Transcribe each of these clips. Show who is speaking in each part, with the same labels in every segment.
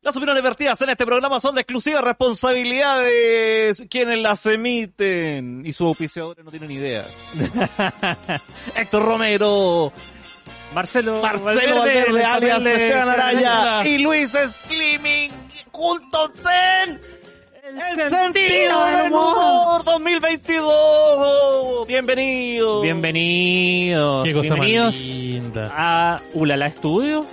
Speaker 1: Las opiniones vertidas en este programa son de exclusiva responsabilidad de quienes las emiten. Y sus auspiciadores no tienen ni idea. Héctor Romero,
Speaker 2: Marcelo,
Speaker 1: Marcelo Valverde, alias
Speaker 2: Valverde,
Speaker 1: Esteban Araya
Speaker 2: Valverde.
Speaker 1: y Luis Slimming juntos en El, Sentido
Speaker 2: Sentido
Speaker 1: del
Speaker 2: del
Speaker 1: Humor 2022. Bienvenidos.
Speaker 2: Bienvenidos,
Speaker 3: Qué cosa más
Speaker 2: bienvenidos
Speaker 3: linda.
Speaker 2: a Ulala Estudio.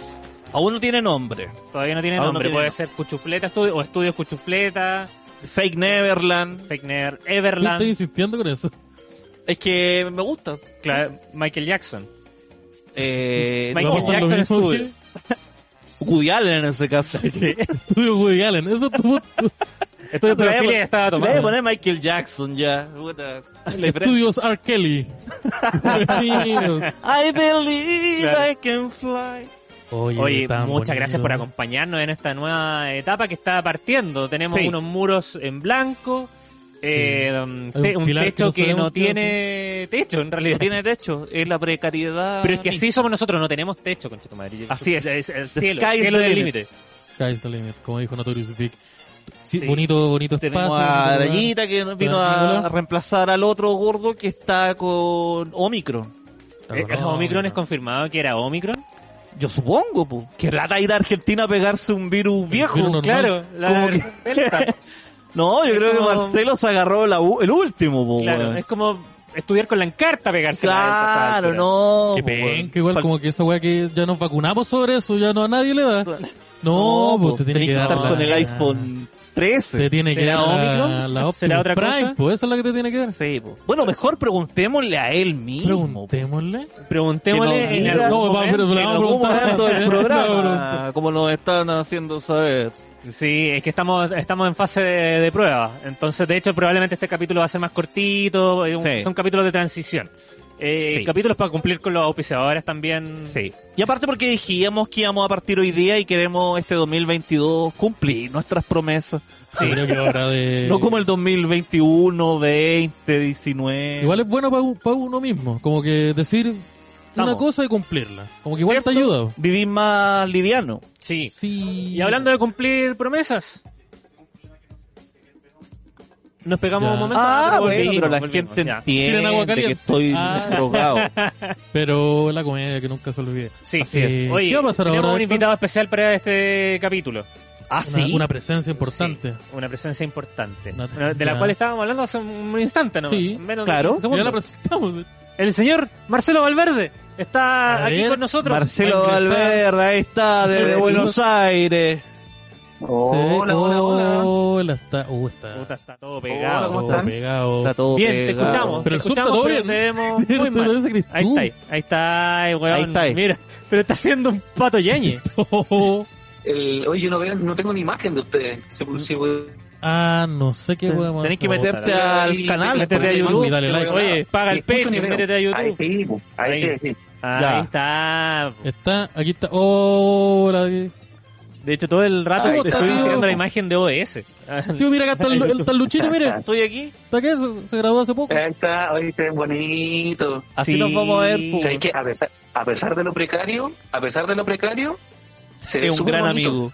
Speaker 1: Aún no tiene nombre.
Speaker 2: Todavía no tiene
Speaker 1: Aún no
Speaker 2: nombre,
Speaker 1: tiene
Speaker 2: puede
Speaker 1: nombre.
Speaker 2: ser Cuchufleta Estudio o Estudios Cuchufleta,
Speaker 1: Fake Neverland.
Speaker 2: Fake Never,
Speaker 3: Yo Estoy
Speaker 2: Everland,
Speaker 3: insistiendo con eso.
Speaker 1: Es que me gusta.
Speaker 2: cla- Michael Jackson.
Speaker 1: Eh,
Speaker 2: Michael
Speaker 1: no,
Speaker 3: Vamos por lo
Speaker 2: Jackson
Speaker 3: mismo
Speaker 2: Studio.
Speaker 3: que-
Speaker 1: Woody Allen en ese caso.
Speaker 3: Estudio Woody Allen. Eso tuvo
Speaker 2: Estudio
Speaker 1: Pero
Speaker 2: Pedofilia
Speaker 1: voy a-
Speaker 2: ya estaba
Speaker 1: Le voy a
Speaker 2: tomando.
Speaker 1: poner Michael Jackson ya. Puta, la diferencia.
Speaker 3: Estudios R. Kelly. Bienvenidos.
Speaker 1: I believe
Speaker 2: Claro.
Speaker 1: I can fly.
Speaker 3: Oye,
Speaker 2: Oye,
Speaker 3: tan
Speaker 2: muchas gracias
Speaker 3: bonito.
Speaker 2: por acompañarnos en esta nueva etapa que está partiendo. Tenemos
Speaker 1: Sí.
Speaker 2: unos muros en blanco, eh, um,
Speaker 3: Hay
Speaker 2: te-
Speaker 3: un
Speaker 2: un,
Speaker 3: pilar que
Speaker 2: techo
Speaker 3: no
Speaker 2: que no
Speaker 3: sabemos qué
Speaker 2: tiene techo en
Speaker 1: No
Speaker 2: realidad.
Speaker 1: tiene techo, es la precariedad.
Speaker 2: Pero es que así somos nosotros, no tenemos techo, concha tu madre.
Speaker 1: Así es.
Speaker 2: el
Speaker 1: The
Speaker 2: cielo,
Speaker 1: sky is
Speaker 2: el cielo
Speaker 1: the
Speaker 2: es el
Speaker 1: limit.
Speaker 2: límite.
Speaker 3: Sky's the limit, como dijo Notorious Big. Sí,
Speaker 1: Sí.
Speaker 3: Bonito, bonito
Speaker 1: Tenemos
Speaker 3: espacio.
Speaker 1: a
Speaker 3: bonito lugar.
Speaker 1: Arayita que nos vino a, a reemplazar al otro gordo que está con Omicron.
Speaker 2: Eh, Omicron es confirmado que era Omicron.
Speaker 1: Yo supongo, pues. Que rata ir a Argentina a pegarse un virus viejo.
Speaker 3: virus normal.
Speaker 2: Claro, la
Speaker 1: Como
Speaker 2: del Delta.
Speaker 1: No, yo
Speaker 2: Es
Speaker 1: creo que
Speaker 2: como-
Speaker 1: Marcelo se agarró la u- el último, pues.
Speaker 2: claro, es como estudiar con la encarta pegarse la Delta a esta
Speaker 1: Claro,
Speaker 2: altura.
Speaker 1: no.
Speaker 3: ¿eh? Qué
Speaker 1: po, weón.
Speaker 3: penca, igual
Speaker 1: Fal-
Speaker 3: como que esa weá que ya nos vacunamos sobre eso, ya no a nadie le da. No,
Speaker 1: po,
Speaker 3: pues te tiene
Speaker 1: tenés
Speaker 3: que dar
Speaker 1: estar
Speaker 3: la-
Speaker 1: con el iPhone 13.
Speaker 3: Te tiene que
Speaker 2: ¿Será
Speaker 3: dar la,
Speaker 2: Omicron?
Speaker 3: la Optimus
Speaker 2: ¿Será otra
Speaker 3: Prime,
Speaker 2: cosa?
Speaker 3: pues eso es lo que te tiene que dar.
Speaker 1: Sí, po. Bueno, mejor preguntémosle a él mismo. po.
Speaker 3: Preguntémosle.
Speaker 2: pues. Preguntémosle
Speaker 1: Que no
Speaker 2: en
Speaker 1: diga-
Speaker 2: algún
Speaker 3: No, va,
Speaker 2: momento-
Speaker 3: pero-
Speaker 1: En
Speaker 3: Le vamos a
Speaker 1: algún
Speaker 3: preguntar.
Speaker 1: momento del
Speaker 3: Le vamos a
Speaker 1: programa,
Speaker 3: preguntar.
Speaker 1: como nos están haciendo saber.
Speaker 2: Sí, es que estamos, estamos en fase de, de prueba. Entonces, de hecho, probablemente este capítulo va a ser más cortito. eh, un-
Speaker 1: Sí.
Speaker 2: Son capítulos de transición. Eh,
Speaker 1: Sí.
Speaker 2: Capítulos para cumplir con los auspiciadores también.
Speaker 1: Sí. Y aparte porque dijimos que íbamos a partir hoy día y queremos este 2022 cumplir nuestras promesas.
Speaker 3: Yo creo que ahora de...
Speaker 1: No como el 2021, 20, 19.
Speaker 3: Igual es bueno para uno mismo, como que decir
Speaker 2: Estamos.
Speaker 3: una cosa y cumplirla. Como que igual te ayuda.
Speaker 1: Vivir más liviano.
Speaker 2: Sí.
Speaker 3: Sí.
Speaker 2: Y hablando de cumplir promesas. Nos pegamos
Speaker 3: Ya.
Speaker 2: un momento.
Speaker 1: Ah,
Speaker 2: pero
Speaker 1: bueno,
Speaker 2: volvimos,
Speaker 1: pero la
Speaker 2: volvimos,
Speaker 1: gente
Speaker 2: ya.
Speaker 1: entiende
Speaker 3: Tienen agua
Speaker 1: que
Speaker 3: caliente.
Speaker 1: estoy
Speaker 3: Ah.
Speaker 1: drogado.
Speaker 3: Pero la comedia que nunca se olvide.
Speaker 2: Sí,
Speaker 1: Así
Speaker 2: sí.
Speaker 3: es.
Speaker 2: Oye,
Speaker 3: ¿Qué va a pasar
Speaker 2: tenemos
Speaker 3: ahora,
Speaker 2: un
Speaker 3: Héctor?
Speaker 2: invitado especial para este capítulo.
Speaker 1: Ah,
Speaker 3: Una,
Speaker 1: sí.
Speaker 3: una presencia importante.
Speaker 2: Sí, una presencia importante.
Speaker 3: Una-
Speaker 2: Una- de la
Speaker 3: ya.
Speaker 2: cual estábamos hablando hace un instante, ¿no?
Speaker 3: Sí.
Speaker 2: Menos de
Speaker 1: Claro.
Speaker 2: un segundo.
Speaker 3: Ya la presentamos.
Speaker 2: El señor Marcelo Valverde está
Speaker 3: A
Speaker 2: aquí
Speaker 3: ver,
Speaker 2: con nosotros.
Speaker 1: Marcelo
Speaker 2: Está-
Speaker 1: Valverde, ahí está, desde
Speaker 3: Hola,
Speaker 1: Buenos Aires.
Speaker 3: Se-
Speaker 4: Hola, hola, hola.
Speaker 3: Hola, está. Uh, está.
Speaker 2: Puta, está todo
Speaker 4: Hola,
Speaker 2: pegado.
Speaker 4: ¿cómo
Speaker 3: todo
Speaker 4: están?
Speaker 3: pegado.
Speaker 1: Está todo
Speaker 2: bien, te
Speaker 1: pegado.
Speaker 2: escuchamos.
Speaker 3: Pero el
Speaker 2: te
Speaker 3: sur está
Speaker 2: escuchamos,
Speaker 3: todo
Speaker 2: pero
Speaker 3: bien.
Speaker 2: te vemos
Speaker 3: Pero
Speaker 2: muy
Speaker 3: tú
Speaker 2: mal.
Speaker 3: eres de Cristú.
Speaker 2: Ahí está, ahí, ahí está, ahí, weón.
Speaker 1: Ahí está, ahí.
Speaker 2: Mira, pero está haciendo un pato yañe.
Speaker 4: El- oye, yo no, veo, no tengo ni imagen de ustedes. Si, si-
Speaker 3: ah, no sé qué podemos
Speaker 1: Tenés que
Speaker 3: hacer.
Speaker 1: meterte
Speaker 4: Hola.
Speaker 1: al canal.
Speaker 2: Métete a
Speaker 4: Dale
Speaker 2: YouTube.
Speaker 3: like, dale like.
Speaker 2: Oye, paga el
Speaker 4: Ni escucho
Speaker 2: Patreon,
Speaker 4: ni veo.
Speaker 2: métete a
Speaker 4: Ahí
Speaker 2: YouTube.
Speaker 4: sí, po. ahí sí, ahí sí.
Speaker 1: Ya.
Speaker 2: Ahí está.
Speaker 3: Está, aquí está. Hola.
Speaker 2: De hecho, todo el rato
Speaker 4: Ahí
Speaker 2: te
Speaker 4: está.
Speaker 2: estoy tirando la imagen de OS.
Speaker 3: Tío, mira acá está el, el taluchito, mire.
Speaker 1: Estoy aquí.
Speaker 3: Está que se, se graduó hace poco.
Speaker 4: Ahí está, oye, se ven bonitos.
Speaker 1: Así
Speaker 2: Sí.
Speaker 1: nos vamos a ver.
Speaker 4: O sea, es que a pues. pesar, a pesar de lo precario, a pesar de lo precario, se ve
Speaker 1: Es un
Speaker 4: súper
Speaker 1: gran
Speaker 4: bonito.
Speaker 1: amigo.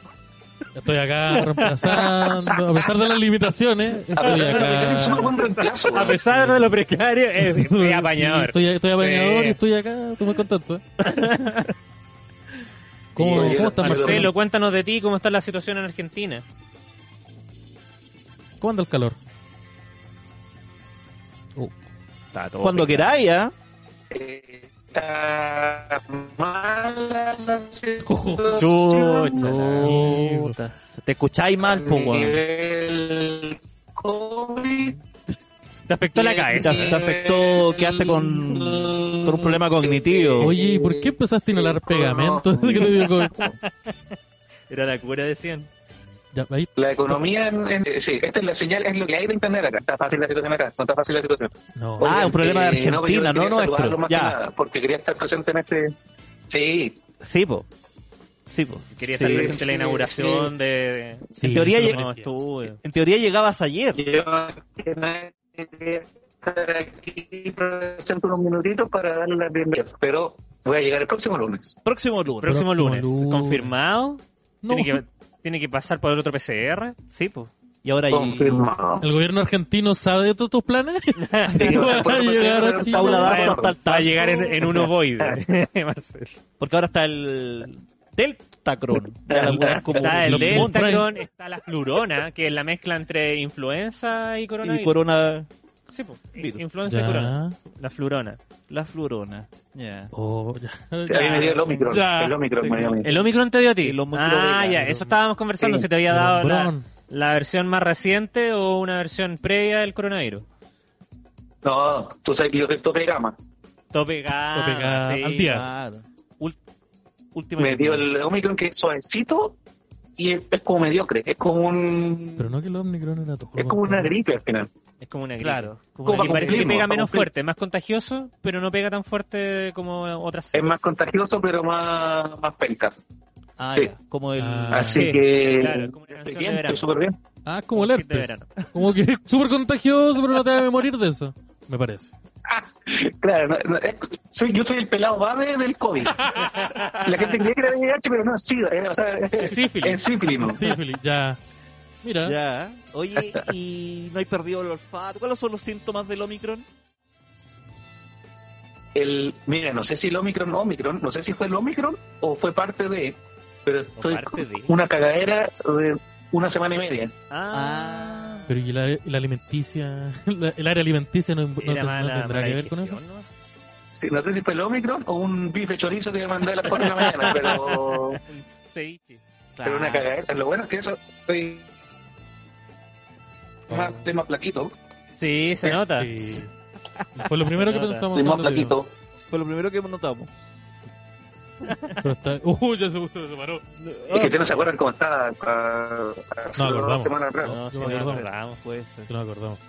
Speaker 3: Estoy acá reemplazando, a pesar de las limitaciones,
Speaker 4: A
Speaker 3: estoy
Speaker 4: pesar de lo precario, es un
Speaker 3: acá.
Speaker 4: buen reemplazo.
Speaker 2: A pesar de lo precario, es, es apañador.
Speaker 3: Estoy, estoy apañador
Speaker 2: Sí.
Speaker 3: y estoy acá, estoy muy contento. ¿eh? ¿Cómo,
Speaker 4: Oye,
Speaker 3: ¿cómo estás, Marcelo?
Speaker 2: Marcelo, cuéntanos de ti, cómo está la situación en Argentina.
Speaker 3: ¿Cómo anda el calor? Oh,
Speaker 2: Está todo
Speaker 1: Cuando
Speaker 2: pegado.
Speaker 1: queráis, ¿ah?
Speaker 4: Eh, Está mala la
Speaker 3: Chucha,
Speaker 4: situación.
Speaker 3: Amigo.
Speaker 1: Puta, Te escucháis mal, po,
Speaker 4: A
Speaker 1: weón.
Speaker 4: nivel COVID,
Speaker 2: Te afectó la cabeza.
Speaker 1: Te, te afectó, quedaste con, con un
Speaker 4: Oh.
Speaker 1: problema cognitivo.
Speaker 3: Oye, ¿y por qué empezaste a inhalar pegamento? Que te digo,
Speaker 2: Era la cura, decían.
Speaker 3: Ya, ahí.
Speaker 4: La economía, en- en- sí, esta es la señal, es lo que hay de internet acá. Está fácil la situación acá, no está fácil la situación.
Speaker 3: No.
Speaker 1: Ah, un problema de
Speaker 4: eh, pero yo
Speaker 1: Argentina, no
Speaker 4: quería
Speaker 1: nuestro.
Speaker 4: saludarlo más
Speaker 1: Ya.
Speaker 4: que nada, porque quería estar presente en este. Sí,
Speaker 1: Sí, po. Sí, po.
Speaker 2: Quería
Speaker 4: Sí,
Speaker 2: estar presente en la
Speaker 4: sí,
Speaker 2: inauguración
Speaker 3: sí.
Speaker 2: de... de-
Speaker 3: Sí,
Speaker 1: en teoría
Speaker 3: eso
Speaker 1: ya-
Speaker 3: me
Speaker 2: No,
Speaker 3: parecía.
Speaker 2: estuve.
Speaker 1: En teoría llegabas ayer.
Speaker 4: yo que nadie quería estar aquí presente unos minutitos para darle la bienvenida. Pero voy a llegar el próximo lunes.
Speaker 1: Próximo lunes.
Speaker 2: Próximo,
Speaker 3: Próximo
Speaker 2: lunes.
Speaker 3: lunes.
Speaker 2: Confirmado.
Speaker 3: No,
Speaker 2: Tiene, que, tiene que pasar por otro PCR.
Speaker 1: Sí, po. Y ahora y...
Speaker 4: Confirmado.
Speaker 3: ¿El gobierno argentino sabe de todos tus planes?
Speaker 4: Sí, o sea, puedo
Speaker 3: Llegar
Speaker 4: pensar,
Speaker 3: a
Speaker 4: pero
Speaker 3: Chile.
Speaker 1: Paula
Speaker 4: no me
Speaker 1: Dardo hasta
Speaker 4: acuerdo.
Speaker 1: el
Speaker 2: Va a llegar en, en un ovoide. Marcelo.
Speaker 1: Porque ahora está el Deltacron. Ya la weá es como
Speaker 2: Está el
Speaker 3: Lo-
Speaker 1: limón
Speaker 3: Delta-
Speaker 2: Deltacron, está la flurona, que es la mezcla entre influenza y coronavirus.
Speaker 1: y corona
Speaker 2: Sí, pues,
Speaker 1: Virus.
Speaker 2: influenza y corona.
Speaker 3: Ya.
Speaker 2: La flurona.
Speaker 1: la florona. Ya.
Speaker 3: Oh, ya.
Speaker 4: Sí, a mí me dio el Omicron.
Speaker 3: Ya.
Speaker 4: El Omicron me dio a mí.
Speaker 2: El Omicron te dio a ti.
Speaker 1: El Omicron
Speaker 2: ah,
Speaker 1: de la-
Speaker 2: ya, eso estábamos conversando.
Speaker 4: Sí.
Speaker 2: Si te había dado la,
Speaker 3: Bron.
Speaker 2: la versión más reciente o una versión previa del coronavirus.
Speaker 4: No, tú sabes que yo soy tope de gama.
Speaker 2: Tope gama,
Speaker 3: Tope gama,
Speaker 2: sí.
Speaker 3: al día.
Speaker 1: Claro. Ul- última
Speaker 4: Me dio el Omicron que es suavecito y es, es como mediocre. Es como un.
Speaker 3: Pero no que el Omnicron era tu
Speaker 4: Es como una gripe al final.
Speaker 2: Es como una gripe.
Speaker 1: Claro.
Speaker 2: Como una
Speaker 4: Como para
Speaker 2: gripe. parece que
Speaker 4: cumplir,
Speaker 2: pega
Speaker 4: para
Speaker 2: menos
Speaker 4: cumplir.
Speaker 2: fuerte, más contagioso, pero no pega tan fuerte como otras
Speaker 4: Es
Speaker 2: cepas.
Speaker 4: más contagioso, pero más, más penca.
Speaker 1: Ah,
Speaker 4: Sí.
Speaker 1: ya. Como el.
Speaker 3: Ah.
Speaker 4: Así
Speaker 2: sí,
Speaker 4: que.
Speaker 2: claro, como una
Speaker 4: estoy
Speaker 2: canción
Speaker 4: bien,
Speaker 2: de verano.
Speaker 4: estoy súper bien.
Speaker 3: Ah, como el
Speaker 2: Kit de
Speaker 3: herpes.
Speaker 2: verano.
Speaker 3: Como que es súper contagioso, pero no te debe morir de eso. Me parece.
Speaker 4: Claro, no, no, es- soy, yo soy el pelado babe del COVID. La gente creía que era VIH, pero no es SIDA. eh, o sea, es
Speaker 2: sífilis.
Speaker 4: Es sífilis, ¿no?
Speaker 3: Sí, Fili, ya. Mira.
Speaker 1: Ya. Oye, y no hay perdido el olfato. ¿Cuáles son los síntomas del Omicron?
Speaker 4: El, mira, no sé si el Omicron, Omicron, no sé si fue el Omicron o fue parte de, pero estoy
Speaker 2: parte
Speaker 4: con
Speaker 2: de.
Speaker 4: una cagadera de una semana y media.
Speaker 2: Ah,
Speaker 3: Pero y la, y la alimenticia, la- el área alimenticia no, no-
Speaker 2: era
Speaker 3: no
Speaker 2: mala-
Speaker 3: tendrá
Speaker 2: mala
Speaker 3: que ver con eso.
Speaker 2: digestión, ¿no?
Speaker 4: Sí, no sé si fue el Omicron o un bife chorizo que me mandé a las 4 de la mañana, pero,
Speaker 2: Ceviche.
Speaker 4: pero una cagadera. Lo bueno es que eso estoy
Speaker 3: Oh.
Speaker 4: más, estoy más plaquito,
Speaker 2: Sí, se nota.
Speaker 3: Sí. Fue lo primero que
Speaker 2: nota.
Speaker 3: pensamos.
Speaker 4: estoy más
Speaker 3: cuando llegó.
Speaker 4: plaquito.
Speaker 1: Fue lo primero que notamos.
Speaker 3: Pero está- Uh, ya se, se separó.
Speaker 4: Es que ustedes no se acuerdan cómo estaba ah, hace
Speaker 3: No,
Speaker 4: dos
Speaker 3: acordamos.
Speaker 4: semanas atrás.
Speaker 2: No, sí,
Speaker 3: Yo
Speaker 2: no
Speaker 3: me acuerdo.
Speaker 2: acordamos, pues.
Speaker 3: Se nos acordamos.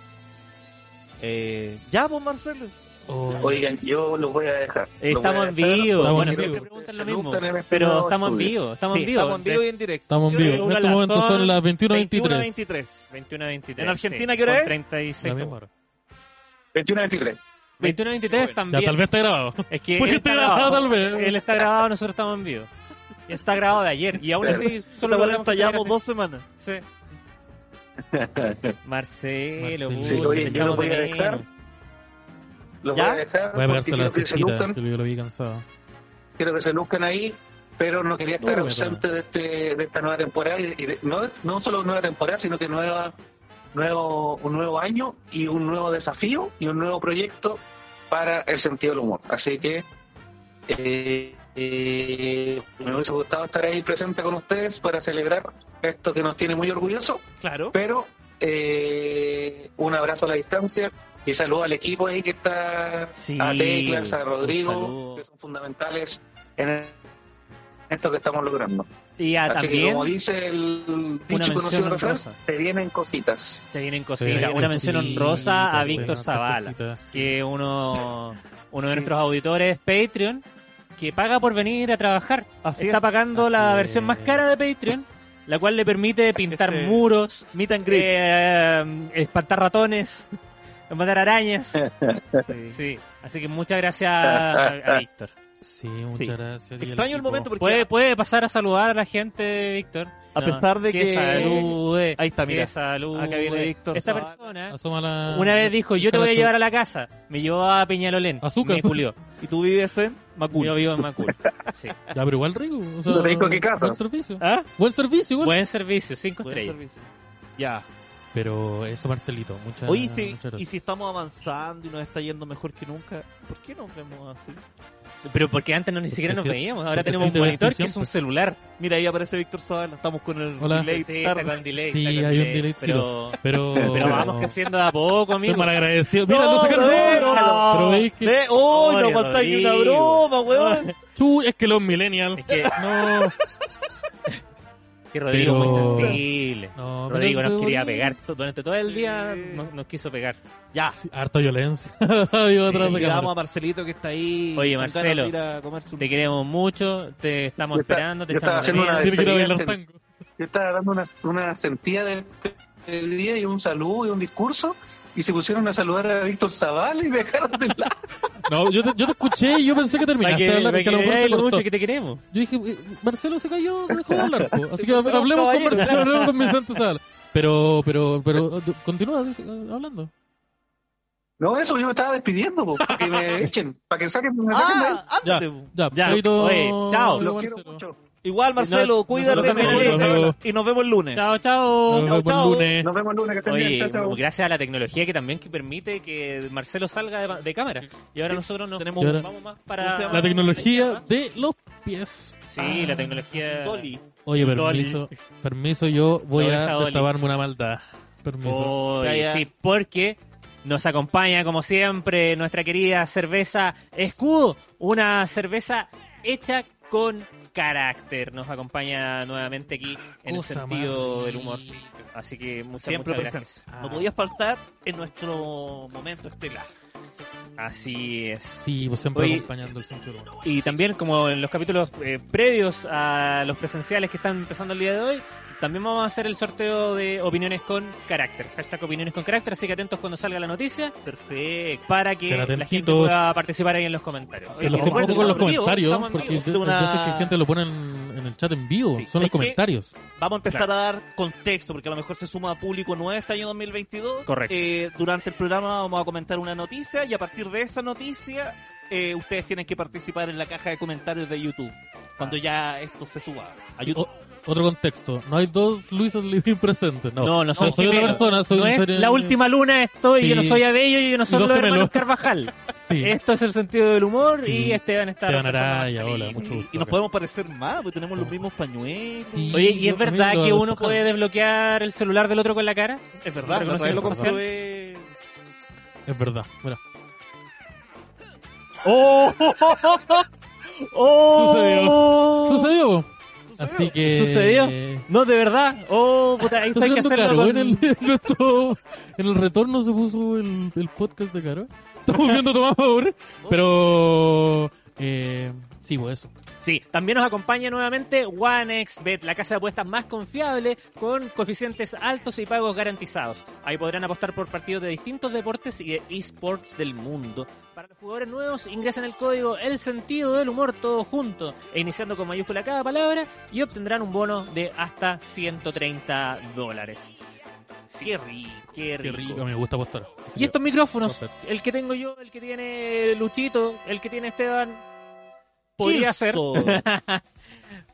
Speaker 1: Eh, ya, pues, Marcelo.
Speaker 3: Oh,
Speaker 4: Oigan, yo los voy a dejar. Los voy
Speaker 2: Estamos
Speaker 4: a
Speaker 2: en
Speaker 4: dejar.
Speaker 2: vivo.
Speaker 3: Estamos
Speaker 2: bueno,
Speaker 3: en
Speaker 2: siempre
Speaker 4: vivo.
Speaker 2: preguntan lo
Speaker 4: Se
Speaker 2: mismo.
Speaker 4: juntan en el
Speaker 2: Pero
Speaker 4: nuevo
Speaker 2: estamos en
Speaker 4: estudio.
Speaker 2: vivo, estamos
Speaker 1: Sí,
Speaker 2: en vivo.
Speaker 1: Estamos en vivo y en directo.
Speaker 3: estamos en
Speaker 2: Yo creo
Speaker 3: vivo.
Speaker 2: que
Speaker 3: En este
Speaker 2: una
Speaker 3: momento
Speaker 2: son
Speaker 3: son las 21.23.
Speaker 1: 21-23.
Speaker 2: 21 23.
Speaker 1: ¿En Argentina qué hora
Speaker 2: con
Speaker 1: es?
Speaker 2: 36.
Speaker 3: La misma hora.
Speaker 4: 21 23.
Speaker 2: 21 23
Speaker 3: Ya,
Speaker 2: también.
Speaker 3: tal vez está grabado.
Speaker 2: Es que
Speaker 3: Porque
Speaker 2: él
Speaker 3: está
Speaker 2: está
Speaker 3: grabado, tal vez.
Speaker 2: Él está grabado, nosotros estamos en vivo. Está grabado de ayer y aún así solo
Speaker 1: Solo
Speaker 2: logramos
Speaker 1: hasta llevamos
Speaker 2: tener-
Speaker 1: dos semanas.
Speaker 2: Sí. Marcelo,
Speaker 3: Marcelo.
Speaker 2: pucha,
Speaker 3: Sí,
Speaker 2: te
Speaker 4: oye, yo
Speaker 2: echamos
Speaker 4: lo voy
Speaker 2: de
Speaker 4: a dejar.
Speaker 2: menos.
Speaker 4: Los
Speaker 1: ¿Ya?
Speaker 4: voy a dejar
Speaker 3: Voy a
Speaker 4: porque
Speaker 3: pegarse la
Speaker 4: quiero que se
Speaker 3: cestita.
Speaker 4: luzcan,
Speaker 3: que Yo lo vi cansado.
Speaker 4: quiero que se luzcan ahí, pero no quería estar
Speaker 3: No,
Speaker 4: ausente de, este, de esta nueva temporada, y, y de- no, no solo nueva temporada, sino que nueva, nuevo, un nuevo año y un nuevo desafío y un nuevo proyecto para el sentido del humor. Así que eh, eh, me hubiese gustado estar ahí presente con ustedes para celebrar esto que nos tiene muy orgullosos,
Speaker 1: Claro.
Speaker 4: pero eh, un abrazo a la distancia y saludo al equipo ahí que está
Speaker 2: Sí,
Speaker 4: a Teclas, a
Speaker 2: un
Speaker 4: Rodrigo,
Speaker 2: saludo.
Speaker 4: que son fundamentales en esto que estamos logrando.
Speaker 2: Y ah,
Speaker 4: Así que
Speaker 2: también
Speaker 4: como dice el
Speaker 2: una
Speaker 4: dicho y conocido
Speaker 2: mención
Speaker 4: refrán,
Speaker 2: honrosa.
Speaker 4: te vienen cositas.
Speaker 2: Se vienen
Speaker 3: Se
Speaker 2: cositas.
Speaker 3: vienen
Speaker 2: Una mención
Speaker 3: cositas,
Speaker 2: honrosa a
Speaker 3: se vienen
Speaker 2: Víctor
Speaker 3: otras
Speaker 2: Zavala,
Speaker 3: cositas.
Speaker 2: que uno, uno de nuestros auditores Patreon, que paga por venir a trabajar.
Speaker 1: Así
Speaker 2: Está
Speaker 1: es.
Speaker 2: pagando
Speaker 3: Así
Speaker 2: la
Speaker 3: es.
Speaker 2: versión más cara de Patreon, la cual le permite pintar
Speaker 1: Este-
Speaker 2: muros,
Speaker 1: Meet and greet.
Speaker 2: eh, espantar ratones, matar arañas.
Speaker 1: Sí.
Speaker 2: Sí, así que muchas gracias a, a Víctor.
Speaker 3: Sí, muchas
Speaker 1: Sí.
Speaker 3: gracias. y
Speaker 1: Extraño el
Speaker 3: equipo.
Speaker 1: momento porque
Speaker 2: Puede, puede pasar a saludar a la gente, Víctor.
Speaker 1: A pesar de que-
Speaker 2: salude,
Speaker 1: Ahí está,
Speaker 2: que
Speaker 1: mira.
Speaker 2: salude.
Speaker 1: Acá viene Víctor Ah.
Speaker 2: Esta
Speaker 1: Zavala.
Speaker 2: persona
Speaker 3: Asoma la...
Speaker 2: Una vez dijo, yo te voy a
Speaker 3: Cacho.
Speaker 2: llevar a la casa. Me llevó a Peñalolén.
Speaker 3: Azúcar.
Speaker 2: Me culió.
Speaker 1: y tú vives en Macul.
Speaker 2: Yo vivo en Macul. Sí.
Speaker 3: Ya, pero igual rico. O sea,
Speaker 4: Lo rico que casa.
Speaker 3: Buen servicio.
Speaker 2: ¿Ah?
Speaker 3: Buen servicio igual.
Speaker 2: Buen servicio, cinco
Speaker 1: Buen
Speaker 2: estrellas.
Speaker 1: servicio. Ya.
Speaker 3: Pero eso, Marcelito. Muchas,
Speaker 1: Oye, y si,
Speaker 3: Ah, muchas
Speaker 1: y
Speaker 3: gracias.
Speaker 1: si estamos avanzando y nos está yendo mejor que nunca, ¿por qué nos vemos así?
Speaker 2: Pero porque antes no, ni siquiera nos
Speaker 3: sí-
Speaker 2: veíamos. Ahora
Speaker 3: porque
Speaker 2: tenemos
Speaker 3: sí
Speaker 2: un
Speaker 3: te
Speaker 2: monitor
Speaker 3: ves
Speaker 2: que es un
Speaker 3: siempre.
Speaker 2: celular.
Speaker 1: Mira, ahí aparece Víctor Zavala. Estamos con el
Speaker 3: Hola.
Speaker 1: delay
Speaker 2: Sí,
Speaker 1: tarde.
Speaker 2: está con delay.
Speaker 3: Sí,
Speaker 2: está con
Speaker 3: hay un delay,
Speaker 2: Pero,
Speaker 3: Pero,
Speaker 2: pero vamos que haciendo de a poco,
Speaker 3: Soy
Speaker 2: amigo.
Speaker 3: malagradecido. Mira, no, se
Speaker 1: pero
Speaker 3: cargó,
Speaker 1: déjalo.
Speaker 3: pero- Pero veis que...
Speaker 1: De- ¡Oh, no
Speaker 2: Oye,
Speaker 1: aguantáis ni una
Speaker 2: Rodrigo.
Speaker 1: broma, weón!
Speaker 3: Chuy, es que los millennials...
Speaker 2: Es que-
Speaker 3: No...
Speaker 2: Que Rodrigo
Speaker 3: Pero-
Speaker 2: muy sensible.
Speaker 3: No,
Speaker 2: Rodrigo
Speaker 3: pero-
Speaker 2: nos quería pegar to- durante todo el día, nos, nos quiso pegar.
Speaker 1: Ya.
Speaker 3: Sí, harta violencia. Yo atrás de
Speaker 1: Le damos
Speaker 3: cámara.
Speaker 1: a Marcelito que está ahí.
Speaker 2: Oye,
Speaker 1: con ganas
Speaker 2: Marcelo,
Speaker 1: de ir a comerse un-
Speaker 2: Te queremos mucho, te estamos
Speaker 4: Yo está-
Speaker 2: esperando, te
Speaker 4: yo estaba
Speaker 2: estamos
Speaker 4: haciendo una-
Speaker 3: Tiene que ir a bailar
Speaker 4: Experiencia.
Speaker 3: tango.
Speaker 4: Yo estaba dando una, una sentida del, del día y un saludo y un discurso y se pusieron a saludar a Víctor Zavala y me dejaron de lado.
Speaker 3: No, yo te, yo te escuché y yo pensé que
Speaker 2: Para
Speaker 3: terminaste
Speaker 2: que,
Speaker 3: de hablar,
Speaker 2: para
Speaker 3: que a lo
Speaker 2: que
Speaker 3: mejor se
Speaker 2: veáis lo
Speaker 3: cortó.
Speaker 2: mucho que te queremos.
Speaker 3: Yo dije, eh, Marcelo se cayó, me dejó de hablar. po. Así que
Speaker 1: Pero un
Speaker 3: hablemos con
Speaker 1: caballero,
Speaker 3: Marcelo,
Speaker 1: claro.
Speaker 3: hablemos con Vicente Sala. Pero, pero, pero, eh, continúa eh, hablando.
Speaker 4: No, eso yo me estaba despidiendo, po, para que me echen, para que saquen, me saquen de ahí.
Speaker 1: Ah, ándate, po.
Speaker 3: Ya,
Speaker 2: Ya,
Speaker 3: chaito,
Speaker 2: oye, chao.
Speaker 4: Los
Speaker 3: Marcelo.
Speaker 4: quiero mucho.
Speaker 1: Igual, Marcelo, cuídate.
Speaker 2: nosotros también,
Speaker 1: cuídate,
Speaker 3: Marcelo.
Speaker 1: Y nos vemos el lunes.
Speaker 2: Chao, chao.
Speaker 3: Nos vemos el
Speaker 1: chao.
Speaker 3: lunes.
Speaker 4: Nos vemos el lunes, que estén
Speaker 2: Eh.
Speaker 4: bien.
Speaker 2: Oye,
Speaker 4: Chao, chao.
Speaker 2: gracias a la tecnología que también que permite que Marcelo salga de, de cámara. Y ahora
Speaker 1: Sí,
Speaker 2: nosotros nos
Speaker 1: tenemos-
Speaker 2: vamos más para
Speaker 1: ¿Cómo se llama?
Speaker 3: La tecnología de los pies.
Speaker 2: Sí, la tecnología.
Speaker 1: Dolly.
Speaker 3: Oye,
Speaker 2: Dolly.
Speaker 3: permiso, permiso, yo voy
Speaker 2: Oreja
Speaker 3: a
Speaker 2: Dolly. Oh.
Speaker 3: destaparme una maldad. Permiso.
Speaker 2: Hoy,
Speaker 1: Ya, ya.
Speaker 2: sí, porque nos acompaña, como siempre, nuestra querida cerveza Escudo, una cerveza hecha con carácter. Nos acompaña nuevamente aquí en el
Speaker 3: Cosa
Speaker 2: sentido
Speaker 3: más
Speaker 2: del humor.
Speaker 3: rica.
Speaker 2: Así que muchas,
Speaker 1: Siempre
Speaker 2: muchas
Speaker 1: presente.
Speaker 2: gracias.
Speaker 1: No podía faltar en nuestro momento estelar.
Speaker 2: Así es.
Speaker 3: Sí, pues siempre
Speaker 2: Oye.
Speaker 3: acompañando el cinturón.
Speaker 2: Y también, como en los capítulos eh, previos a los presenciales que están empezando el día de hoy, también vamos a hacer el sorteo de opiniones con carácter. Hashtag opiniones con carácter, así que atentos cuando salga la noticia
Speaker 1: Perfecto.
Speaker 2: para que
Speaker 3: Estén
Speaker 2: la
Speaker 3: atentos.
Speaker 2: gente pueda participar ahí en los comentarios.
Speaker 1: Que
Speaker 3: Que los
Speaker 1: Oye,
Speaker 3: pongo
Speaker 1: recuerden,
Speaker 3: con los
Speaker 1: estamos en vivo,
Speaker 3: comentarios,
Speaker 2: estamos en
Speaker 3: porque
Speaker 2: vivo.
Speaker 3: yo-
Speaker 1: Esto es una-
Speaker 3: yo sé que gente lo pone en, en el chat en vivo.
Speaker 1: Sí,
Speaker 3: Son
Speaker 1: ¿sabes
Speaker 3: los
Speaker 1: qué?
Speaker 3: comentarios.
Speaker 1: Vamos a empezar a dar contexto, porque a lo mejor se suma a público nuevo este año 2022.
Speaker 2: Correcto.
Speaker 1: Eh, durante el programa vamos a comentar una noticia y a partir de esa noticia eh, ustedes tienen que participar en la caja de comentarios de YouTube. Cuando ya esto se suba a YouTube.
Speaker 3: O- otro contexto. No hay dos Luisos Living presentes. No,
Speaker 2: No, no son
Speaker 3: soy otra
Speaker 2: gemelos.
Speaker 3: persona. Soy
Speaker 2: No
Speaker 3: un
Speaker 2: es
Speaker 3: ser-
Speaker 2: la última luna, estoy,
Speaker 3: Sí.
Speaker 2: yo no soy Abello y yo no soy
Speaker 3: dos
Speaker 2: los hermanos
Speaker 3: gemelos.
Speaker 2: Carvajal.
Speaker 3: Sí.
Speaker 2: Esto es el sentido del humor
Speaker 3: Sí.
Speaker 2: y Esteban está
Speaker 3: Esteban
Speaker 2: reemplazando a
Speaker 3: Araya,
Speaker 2: Marcelino.
Speaker 3: hola, mucho gusto.
Speaker 1: Y nos podemos parecer más, porque tenemos los mismos pañuelos.
Speaker 3: Sí.
Speaker 2: Oye, ¿y es
Speaker 3: Los
Speaker 2: verdad
Speaker 3: gemelos,
Speaker 2: que
Speaker 3: los
Speaker 2: uno
Speaker 3: Puján.
Speaker 2: puede desbloquear el celular del otro con la cara?
Speaker 1: Es verdad,
Speaker 2: Reconocimiento
Speaker 1: la otra vez lo
Speaker 2: facial.
Speaker 1: comprobé.
Speaker 3: Es verdad. Mira.
Speaker 2: ¡Oh! ¡Oh!
Speaker 3: Sucedió. po. Así que.
Speaker 2: Sucedió. No, de verdad. ¡Oh, puta! Ahí está,
Speaker 3: Está
Speaker 2: hay que
Speaker 3: saliendo
Speaker 2: hacerlo
Speaker 3: Caro
Speaker 2: con...
Speaker 3: en, el, en nuestro- en el retorno se puso el, el podcast de Caro. Estamos viendo Tomás Favor. Pero. Eh, sí, pues eso.
Speaker 2: Sí, también nos acompaña nuevamente OneXBet, la casa de apuestas más confiable con coeficientes altos y pagos garantizados. Ahí podrán apostar por partidos de distintos deportes y de esports del mundo. Para los jugadores nuevos, ingresen el código El Sentido del Humor todo junto e iniciando con mayúscula cada palabra y obtendrán un bono de hasta 130 dólares. Sí,
Speaker 1: Qué rico.
Speaker 2: qué
Speaker 3: Qué
Speaker 2: rico.
Speaker 3: rico, me gusta apostar. Así
Speaker 2: Y
Speaker 3: que-
Speaker 2: estos micrófonos,
Speaker 3: Perfecto.
Speaker 2: el que tengo yo, el que tiene Luchito, el que tiene Esteban, podría ser.
Speaker 1: Kirstor.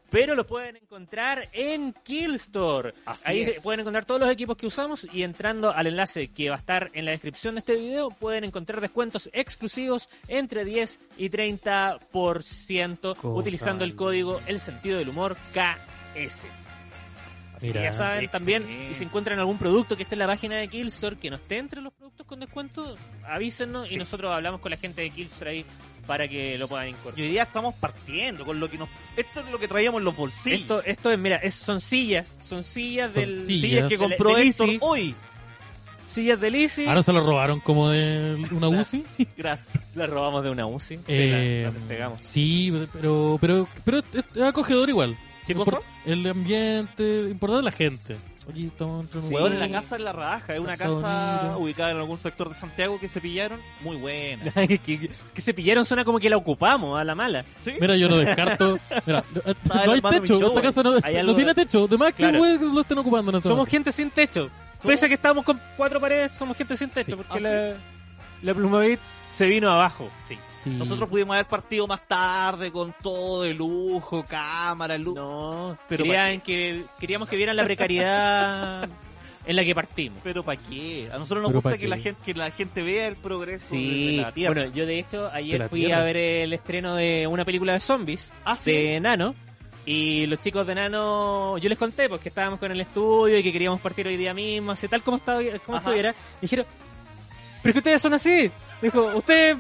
Speaker 2: Pero los pueden encontrar en Killstore.
Speaker 1: Así
Speaker 2: Ahí
Speaker 1: es.
Speaker 2: pueden encontrar todos los equipos que usamos y entrando al enlace que va a estar en la descripción de este video pueden encontrar descuentos exclusivos entre 10 y 30%
Speaker 3: Cosa
Speaker 2: utilizando el
Speaker 3: linda.
Speaker 2: código El Sentido del Humor KS. Así que
Speaker 3: Mira.
Speaker 2: ya saben también,
Speaker 1: Excelente.
Speaker 2: y si encuentran algún producto que esté en la página de Killstore que no esté entre los productos con descuento, avísennos y
Speaker 1: Sí.
Speaker 2: nosotros hablamos con la gente de Killstore ahí para que lo puedan incorporar.
Speaker 1: Y hoy día estamos partiendo con lo que nos. Esto es lo que traíamos en los bolsillos.
Speaker 2: Esto, esto es, mira, es- son sillas, son sillas
Speaker 3: Son
Speaker 2: del
Speaker 3: sillas.
Speaker 1: Sí, es que compró
Speaker 2: de- de
Speaker 1: Héctor
Speaker 2: Lizzy.
Speaker 1: hoy.
Speaker 2: sillas del Easy.
Speaker 3: Ahora se lo robaron como de una UCI.
Speaker 1: Gracias.
Speaker 2: la robamos de una UCI. Sí,
Speaker 3: Eh,
Speaker 2: Ah, la, la despegamos.
Speaker 3: sí, pero, pero, pero es- es acogedor igual.
Speaker 1: ¿Qué cosa?
Speaker 3: El ambiente, importante la gente. Oye, estamos entre
Speaker 1: Huevón, en la casa en la raja. Es una
Speaker 3: Está
Speaker 1: casa
Speaker 3: bonito.
Speaker 1: ubicada en algún sector de Santiago que se pillaron. Muy buena.
Speaker 2: que, que- que se pillaron, suena como que la ocupamos a la mala.
Speaker 1: ¿Sí?
Speaker 3: Mira, yo no descarto. Mira,
Speaker 1: el
Speaker 3: no hay
Speaker 1: hermano Micho,
Speaker 3: techo. Esta
Speaker 1: güey.
Speaker 3: casa no,
Speaker 2: Hay
Speaker 3: no
Speaker 2: algo-
Speaker 3: tiene techo. De más que
Speaker 2: Claro.
Speaker 3: güey, lo estén ocupando en este
Speaker 2: Somos
Speaker 3: momento.
Speaker 2: gente sin techo. Pese a que estábamos con cuatro paredes, somos gente sin techo. Porque
Speaker 1: Ah,
Speaker 2: la, la Plumavit se vino abajo.
Speaker 1: Sí.
Speaker 3: Sí.
Speaker 1: Nosotros pudimos haber partido más tarde con todo de lujo, cámara, luz.
Speaker 2: No,
Speaker 1: Pero
Speaker 2: querían que, queríamos que vieran la precariedad en la que partimos.
Speaker 1: Pero ¿para qué? A nosotros nos
Speaker 3: Pero
Speaker 1: gusta
Speaker 3: pa'
Speaker 1: que la,
Speaker 3: qué.
Speaker 1: gente, que la gente vea el progreso de
Speaker 2: Sí,
Speaker 1: la tierra.
Speaker 2: bueno, yo de hecho
Speaker 3: De
Speaker 2: ayer
Speaker 3: la
Speaker 2: fui
Speaker 3: Tierra.
Speaker 2: a ver el estreno de una película de zombies
Speaker 1: Ah, ¿sí?
Speaker 2: de Nano y los chicos de Nano, yo les conté pues que estábamos con el estudio y que queríamos partir hoy día mismo, así tal como estaba, como
Speaker 1: Ajá.
Speaker 2: estuviera, y dijeron, pero es que ustedes son así, dijo, ustedes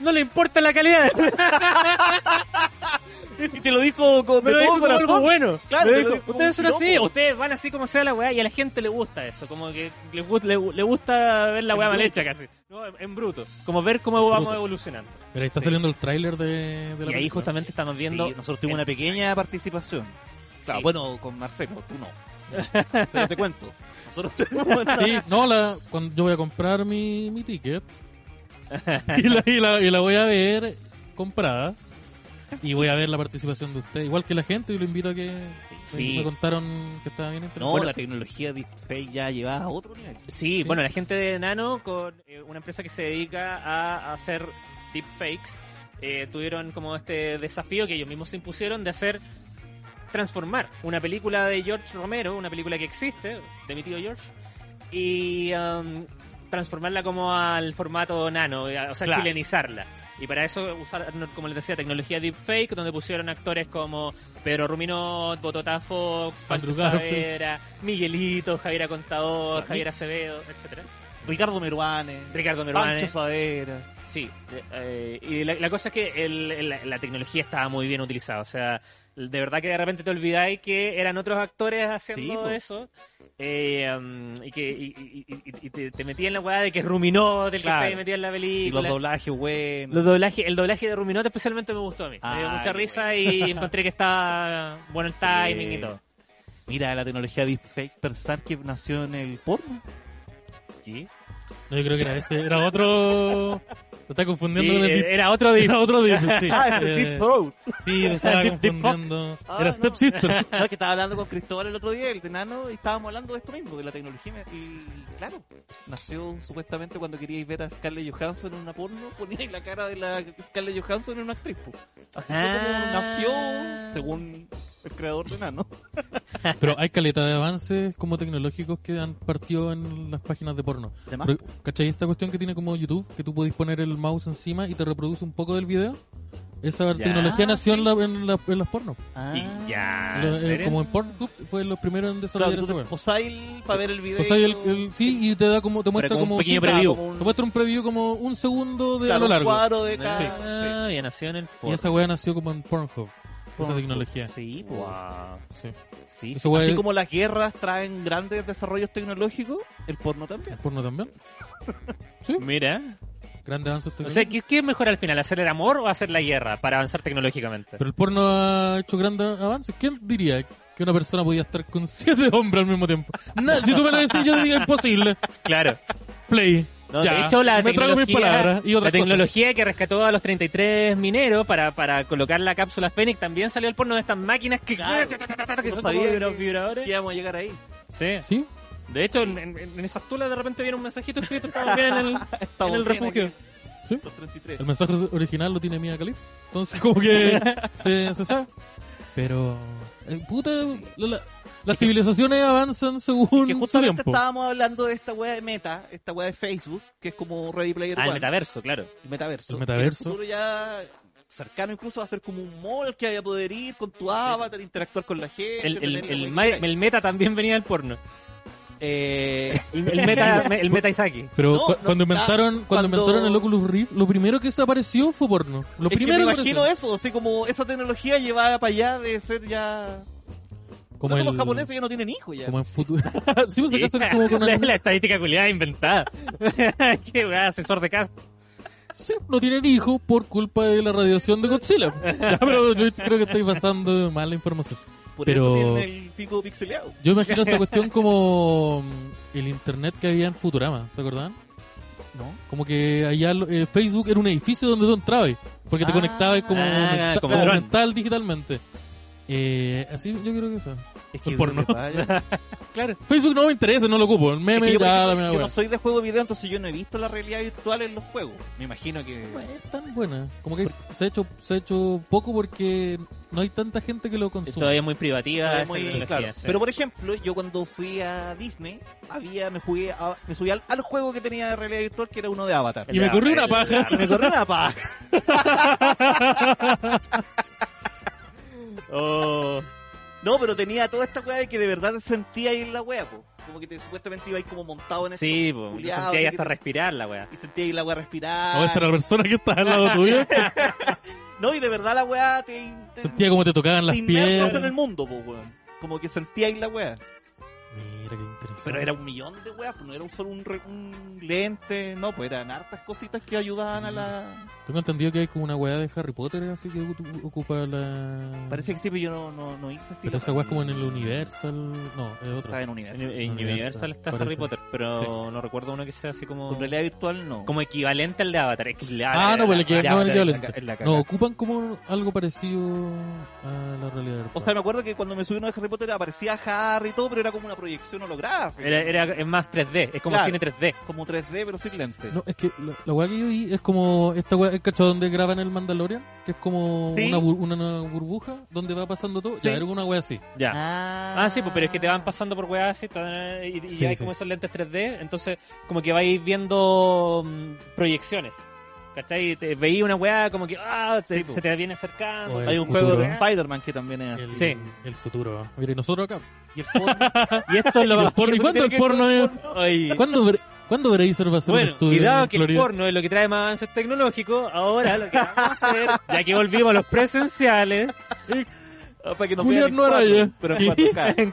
Speaker 2: no le importa la calidad.
Speaker 1: Y te lo dijo con
Speaker 2: Me lo
Speaker 1: de todo
Speaker 2: dijo como algo
Speaker 1: corazón.
Speaker 2: bueno.
Speaker 1: Claro,
Speaker 2: Me
Speaker 1: te
Speaker 2: dijo,
Speaker 1: lo dijo como
Speaker 2: ustedes son
Speaker 1: un
Speaker 2: así,
Speaker 1: piropo".
Speaker 2: ustedes van así como sea la weá y a la gente le gusta eso, como que le, gu- le, gu- le gusta ver la
Speaker 1: En
Speaker 2: weá mal
Speaker 1: bruto.
Speaker 2: hecha casi. No, en, en bruto. Como ver cómo vamos
Speaker 3: bruto.
Speaker 2: evolucionando.
Speaker 3: Pero ahí está
Speaker 2: Sí.
Speaker 3: saliendo el tráiler de, de la
Speaker 2: Y ahí
Speaker 3: película.
Speaker 2: justamente estamos
Speaker 1: Sí,
Speaker 2: viendo...
Speaker 1: nosotros tuvimos una pequeña participación. Claro,
Speaker 2: Sí.
Speaker 1: bueno, con Marcelo, tú no. Pero te cuento. Nosotros tuvimos una-
Speaker 3: Sí, no, la, cuando yo voy a comprar mi, mi ticket y la, y, la, y la voy a ver comprada y voy a ver la participación de usted, igual que la gente, y lo invito a que
Speaker 2: Sí.
Speaker 3: me contaron que estaba bien
Speaker 1: No,
Speaker 3: interesante.
Speaker 1: la tecnología de Face ya lleva a otro nivel.
Speaker 2: Sí,
Speaker 3: Sí.
Speaker 2: bueno, la gente de Nano, con eh, una empresa que se dedica a hacer deepfakes, eh, tuvieron como este desafío que ellos mismos se impusieron de hacer transformar una película de George Romero, una película que existe, de mi tío George, y um, transformarla como al formato nano, eh, o sea,
Speaker 1: Claro.
Speaker 2: chilenizarla. Y para eso usaron, como les decía, tecnología deepfake, donde pusieron actores como Pedro Ruminot, Botota Fox, Pancho
Speaker 3: Andrew Garfield.
Speaker 2: Saavedra, Miguelito, Javier Contador,
Speaker 1: Claro,
Speaker 2: Javier Acevedo, etcétera.
Speaker 1: Ricardo Meruane,
Speaker 2: Ricardo
Speaker 1: Pancho
Speaker 2: Meruane.
Speaker 1: Savera.
Speaker 2: Sí. eh, y la, la cosa es que el- el- la, la tecnología estaba muy bien utilizada. O sea, de verdad que de repente te olvidáis que eran otros actores
Speaker 1: Sí,
Speaker 2: haciendo
Speaker 1: po.
Speaker 2: eso. eh, um, y que y, y- y- y- y te, te metí en la weá de que Ruminó, del
Speaker 1: Claro.
Speaker 2: que está metido en la
Speaker 1: Y
Speaker 2: película.
Speaker 1: los doblajes buenos.
Speaker 2: Los doblaje- el doblaje de Ruminot especialmente me gustó a mí. me dio
Speaker 1: Ay,
Speaker 2: mucha risa y encontré que estaba bueno el
Speaker 1: Sí.
Speaker 2: timing y todo.
Speaker 1: Mira, la tecnología deepfake, pensar que nació en el porno.
Speaker 3: No, yo creo que era este, era otro... Te está confundiendo
Speaker 2: Y,
Speaker 3: con el
Speaker 2: eh,
Speaker 3: deep-
Speaker 2: era otro día.
Speaker 3: Era otro deep, sí.
Speaker 1: Ah, en el
Speaker 3: Eh,
Speaker 1: Deep Throat.
Speaker 3: sí, te estaba
Speaker 2: Deep- deep fuck.
Speaker 3: confundiendo.
Speaker 1: Ah,
Speaker 3: Era
Speaker 1: no.
Speaker 3: Step Sister.
Speaker 1: No, que estaba hablando con Cristóbal el otro día, el enano, y estábamos hablando de esto mismo, de la tecnología. Y claro, nació supuestamente cuando queríais ver a Scarlett Johansson en una porno, poníais la cara de la Scarlett Johansson en una actriz. po. Así fue
Speaker 2: Ah.
Speaker 1: como nació, según el creador de enano.
Speaker 3: Pero hay caleta de avances como tecnológicos que han partido en las páginas de porno.
Speaker 1: Además,
Speaker 3: Pero, ¿Cachai? Esta cuestión que tiene como YouTube, que tú podéis poner el mouse encima y te reproduce un poco del video. Esa
Speaker 2: Ya.
Speaker 3: tecnología
Speaker 1: Ah,
Speaker 3: nació
Speaker 1: sí.
Speaker 3: en, la- en la- en las pornos.
Speaker 2: Y ya.
Speaker 3: Lo-
Speaker 2: Ah, ¿en
Speaker 3: eh,
Speaker 2: serio?
Speaker 3: como en Pornhub fue los primeros en
Speaker 1: Claro,
Speaker 3: desarrollar
Speaker 1: tú
Speaker 3: esa
Speaker 1: te
Speaker 3: web.
Speaker 1: posáis para ver el video.
Speaker 3: O sea, el- el- sí, y te da como, te muestra
Speaker 2: como un
Speaker 3: como,
Speaker 2: pequeño
Speaker 3: sí,
Speaker 2: preview.
Speaker 3: te muestra un preview como un segundo de a
Speaker 1: claro,
Speaker 3: lo
Speaker 1: un
Speaker 3: largo.
Speaker 1: cuadro de cada... sí.
Speaker 2: Ah, ya nació en el
Speaker 3: Y esa weá nació como en Pornhub. Esa tecnología.
Speaker 1: Sí, po.
Speaker 2: Wow.
Speaker 3: Sí.
Speaker 1: Sí.
Speaker 3: Esa weá
Speaker 1: Así
Speaker 3: es-
Speaker 1: como las guerras traen grandes desarrollos tecnológicos, el porno también.
Speaker 3: ¿El porno también?
Speaker 2: Mira.
Speaker 3: Grandes avances
Speaker 2: O
Speaker 3: tecnológicos.
Speaker 2: sea, ¿qué, qué es mejor al final? ¿Hacer el amor o hacer la guerra para avanzar tecnológicamente?
Speaker 3: Pero el porno ha hecho grandes avances. ¿Quién diría que una persona podía estar con siete hombres al mismo tiempo? Na- si tú me lo decís, yo diría imposible.
Speaker 2: Claro.
Speaker 3: Play.
Speaker 2: No,
Speaker 3: Ya.
Speaker 2: de hecho, la
Speaker 3: me trago mis
Speaker 2: tecnología,
Speaker 3: palabras y
Speaker 2: la
Speaker 3: otras cosas.
Speaker 2: tecnología que rescató a los 33 mineros para, para colocar la cápsula Fénix también salió el porno de estas máquinas que,
Speaker 1: Claro.
Speaker 2: que
Speaker 1: No
Speaker 2: son
Speaker 1: sabía
Speaker 2: como
Speaker 1: que-
Speaker 2: los vibradores.
Speaker 1: Que íbamos a llegar ahí.
Speaker 2: Sí.
Speaker 3: Sí,
Speaker 2: De hecho, en, en- en esas tulas de repente viene un mensajito escrito estamos bien en el, en
Speaker 1: Estamos
Speaker 2: el
Speaker 1: bien
Speaker 2: refugio. Ah,
Speaker 1: aquí,
Speaker 3: sí.
Speaker 1: los 33.
Speaker 3: El mensaje original lo tiene Mia Khalid. Entonces, como que se, se sabe. Pero, eh, puta, la- la- las civilizaciones avanzan según
Speaker 1: Que
Speaker 3: su
Speaker 1: justamente
Speaker 3: tiempo.
Speaker 1: estábamos hablando de esta wea de Meta, esta wea de Facebook, que es como Ready Player
Speaker 2: Ah, el
Speaker 1: One,
Speaker 2: metaverso, claro.
Speaker 1: el metaverso.
Speaker 3: El
Speaker 1: Que
Speaker 3: metaverso.
Speaker 1: en el futuro ya cercano incluso va a ser como un mall que vaya a poder ir con tu avatar, interactuar con la gente.
Speaker 2: El, el,
Speaker 1: tener la
Speaker 2: el
Speaker 1: wea
Speaker 2: ma-
Speaker 1: que queráis.
Speaker 2: el meta también venía del porno.
Speaker 1: Eh,
Speaker 2: El, el meta, el meta Isaki.
Speaker 3: Pero
Speaker 1: No,
Speaker 3: cu-
Speaker 1: no,
Speaker 3: cuando, inventaron, cuando,
Speaker 1: cuando-
Speaker 3: inventaron el Oculus Rift, lo primero que desapareció fue porno.
Speaker 1: es que me
Speaker 3: Lo primero
Speaker 1: imagino
Speaker 3: apareció.
Speaker 1: eso, así como esa tecnología llevada para allá de ser ya...
Speaker 3: como
Speaker 1: Creo que
Speaker 3: el-
Speaker 1: los japoneses ya no tienen hijos ya.
Speaker 3: como en futuro. sí, pues, acaso es como con
Speaker 2: la,
Speaker 3: el-
Speaker 2: la estadística culiada inventada. Qué weá, asesor de casa.
Speaker 3: Sí, no tienen hijos por culpa de la radiación de Godzilla. Ya, pero yo creo que estoy basando mala información.
Speaker 1: Por
Speaker 3: pero-
Speaker 1: eso tienen el pico pixeleado.
Speaker 3: Yo imagino esa cuestión como mm, el internet que había en Futurama, ¿se acordaban?
Speaker 1: ¿No?
Speaker 3: Como que allá lo- eh, Facebook era un edificio donde tú entrabas, porque te
Speaker 1: Ah,
Speaker 3: conectabas como,
Speaker 2: ah,
Speaker 3: menta-
Speaker 2: como
Speaker 3: como
Speaker 2: dron.
Speaker 3: mental digitalmente. Eh, así yo creo que eso.
Speaker 1: Es
Speaker 3: El porno.
Speaker 1: Vaya.
Speaker 3: Claro. Facebook no me interesa, no lo ocupo. El
Speaker 1: Es
Speaker 3: meme,
Speaker 1: que yo, por
Speaker 3: ya, la
Speaker 1: ejemplo,
Speaker 3: mea
Speaker 1: yo
Speaker 3: wea.
Speaker 1: no soy de juego de video, entonces yo no he visto la realidad virtual en los juegos. Me imagino que...
Speaker 3: Bueno, Es tan buena. Como que se ha hecho, se ha hecho poco porque no hay tanta gente que lo consume.
Speaker 2: Todavía muy privativa.
Speaker 1: Ah,
Speaker 2: esa
Speaker 1: muy
Speaker 2: tecnología,
Speaker 1: claro.
Speaker 2: sí.
Speaker 1: Pero por ejemplo, yo cuando fui a Disney, había me jugué a- me subí al, al juego que tenía de realidad virtual que era uno de Avatar.
Speaker 3: Y me corrió una
Speaker 2: El-
Speaker 3: paja.
Speaker 1: Y me corrió una paja.
Speaker 2: Oh.
Speaker 1: No, pero tenía toda esta weá de que de verdad te sentía ahí en la weá, po. Como que te, supuestamente iba ahí como montado en eso.
Speaker 2: Sí, po. Yo
Speaker 1: Culiao,
Speaker 2: sentía ahí
Speaker 1: que
Speaker 2: hasta
Speaker 1: te-
Speaker 2: respirar la weá.
Speaker 1: Ah. Y sentía ahí la weá respirar.
Speaker 3: No, esta era la persona que está al lado tuyo.
Speaker 1: No, y de verdad la weá te, te,
Speaker 3: Sentía como te tocaban las
Speaker 1: te inmersas en
Speaker 3: piernas.
Speaker 1: el mundo, po, weón. Como que sentíais la weá.
Speaker 3: Mira qué interesante.
Speaker 1: Pero era un millón de weas, pues no era un solo un, re- un lente, no, pues eran hartas cositas que ayudaban a
Speaker 3: Sí.
Speaker 1: la...
Speaker 3: Tengo entendido que hay como una weá de Harry Potter, así que ocu- ocupa la.
Speaker 1: Parece que sí, pero yo no, no, no hice
Speaker 3: Pero
Speaker 1: fila.
Speaker 3: esa weá es como en el Universal. No, es
Speaker 1: Está
Speaker 3: otra.
Speaker 1: en Universal.
Speaker 2: En, en
Speaker 3: Universal,
Speaker 2: Universal está
Speaker 3: parece.
Speaker 2: Harry Potter, pero no recuerdo uno que sea así como.
Speaker 1: Con realidad virtual no.
Speaker 2: Como equivalente al de Avatar. es que el Avatar
Speaker 3: Ah,
Speaker 2: era
Speaker 3: no, pues
Speaker 2: la-
Speaker 3: le queda- no,
Speaker 1: Ya,
Speaker 3: le
Speaker 1: ya,
Speaker 3: queda
Speaker 1: en la
Speaker 3: lente.
Speaker 1: ca- en la
Speaker 3: No,
Speaker 1: caca.
Speaker 3: ocupan como algo parecido a la realidad.
Speaker 1: O sea, me acuerdo que cuando me subí uno de Harry Potter aparecía Harry y todo, pero era como una proyección holográfica.
Speaker 2: Era, era- es más 3D, es como
Speaker 1: Claro.
Speaker 2: cine 3D.
Speaker 1: Como 3D, pero sin lente.
Speaker 3: No, es que la, la weá que yo vi es como esta weá, el cacho donde graban el Mandalorian, que es como
Speaker 1: Sí.
Speaker 3: una, bur- una, una burbuja donde va pasando todo.
Speaker 1: Sí.
Speaker 3: Ya, era una weá así.
Speaker 2: Ya.
Speaker 1: Ah,
Speaker 2: Ah, sí, pues, pero es que te van pasando por weas así, ta- eh, y, y
Speaker 3: Sí,
Speaker 2: hay
Speaker 3: sí.
Speaker 2: como esos lentes 3D, entonces como que vais viendo mm, proyecciones. ¿Cachai? Te, veí una wea como que ah, te-
Speaker 3: pues.
Speaker 1: Sí, po.
Speaker 2: se te viene cercando.
Speaker 3: O el
Speaker 1: Hay un
Speaker 3: futuro.
Speaker 1: juego de Spider-Man que también es así.
Speaker 3: Ah, El,
Speaker 2: Sí.
Speaker 3: el futuro. Mira, y nosotros acá.
Speaker 1: Y el porno.
Speaker 2: Y esto es lo
Speaker 3: ¿Y
Speaker 2: más
Speaker 3: el porno? ¿Y cuándo el porno es?
Speaker 2: Ay.
Speaker 3: ¿Cuándo, Bra- ¿cuándo Bracer va a hacer un
Speaker 2: Bueno,
Speaker 3: estudio
Speaker 2: cuidado
Speaker 3: en
Speaker 2: que el
Speaker 3: Florida?
Speaker 2: porno es lo que trae más avances tecnológicos. Ahora lo que vamos a hacer, ya que volvimos a los presenciales,
Speaker 1: Ah, para que nos vean
Speaker 3: Julián
Speaker 1: en
Speaker 3: no era
Speaker 1: 4K,
Speaker 3: yo.
Speaker 1: pero en 4K.
Speaker 2: en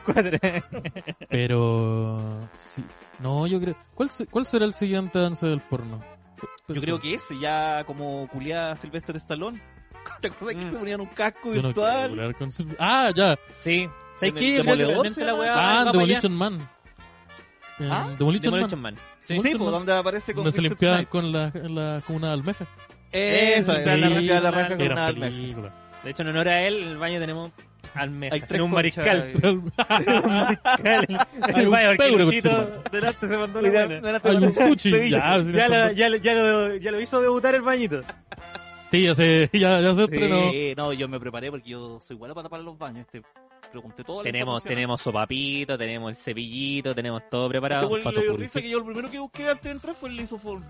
Speaker 2: cuadra-
Speaker 3: Pero... Sí. No, yo creo... ¿Cuál, se- ¿Cuál será el siguiente avance del porno? Pues
Speaker 1: Yo creo que ese, ya como culiá Sylvester Stallone. ¿Te acuerdas que
Speaker 2: Mm.
Speaker 1: te ponían un casco
Speaker 3: Yo no quiero
Speaker 1: virtual?
Speaker 3: hablar con- Ah, ya.
Speaker 2: Sí.
Speaker 1: Dem-
Speaker 2: ¿Sabes qué? Yo creo que
Speaker 1: Demoledor
Speaker 2: realmente
Speaker 1: se
Speaker 2: la
Speaker 1: llama.
Speaker 2: weá va
Speaker 3: Ah,
Speaker 2: para allá.
Speaker 3: Demolition Man. Eh,
Speaker 1: ¿Ah?
Speaker 3: Demolition,
Speaker 2: Demolition Man.
Speaker 1: Sí,
Speaker 3: Mucho,
Speaker 1: pues,
Speaker 3: ¿no?
Speaker 1: donde aparece
Speaker 3: Man.
Speaker 1: con
Speaker 3: Donde se
Speaker 1: Wesley
Speaker 3: limpiaban
Speaker 1: Snipes.
Speaker 3: con, la, la- con una almeja.
Speaker 1: Esa,
Speaker 2: Sí, la
Speaker 1: la
Speaker 2: raja-
Speaker 1: la raja con
Speaker 2: Gran
Speaker 1: una almeja.
Speaker 3: película.
Speaker 2: De hecho, en honor a él, en el baño tenemos almeja.
Speaker 1: Hay tres
Speaker 2: en un
Speaker 1: conchas
Speaker 2: mariscal.
Speaker 1: ahí.
Speaker 2: En
Speaker 3: Hay
Speaker 2: el
Speaker 3: un
Speaker 2: baño, porque
Speaker 3: pebre,
Speaker 2: el Tito
Speaker 3: conchetumare.
Speaker 2: delante se mandó la
Speaker 1: Mira,
Speaker 2: buena.
Speaker 1: mira, te
Speaker 3: Hay un
Speaker 1: mandan
Speaker 3: sushi.
Speaker 1: Sevilla.
Speaker 3: Ya, sí,
Speaker 2: Ya, lo, ya, lo- ya, lo, ya lo hizo debutar el bañito.
Speaker 3: Sí, ya se, ya, ya se estrenó.
Speaker 1: Sí, no, yo me preparé porque yo soy bueno para tapar los baños. Este, pregunté todo.
Speaker 2: Tenemos, tenemos sopapito, tenemos el cepillito, tenemos todo
Speaker 1: Para,
Speaker 2: preparado.
Speaker 3: Pato Puri.
Speaker 1: risa que yo el primero que busqué antes de entrar fue el lisofón.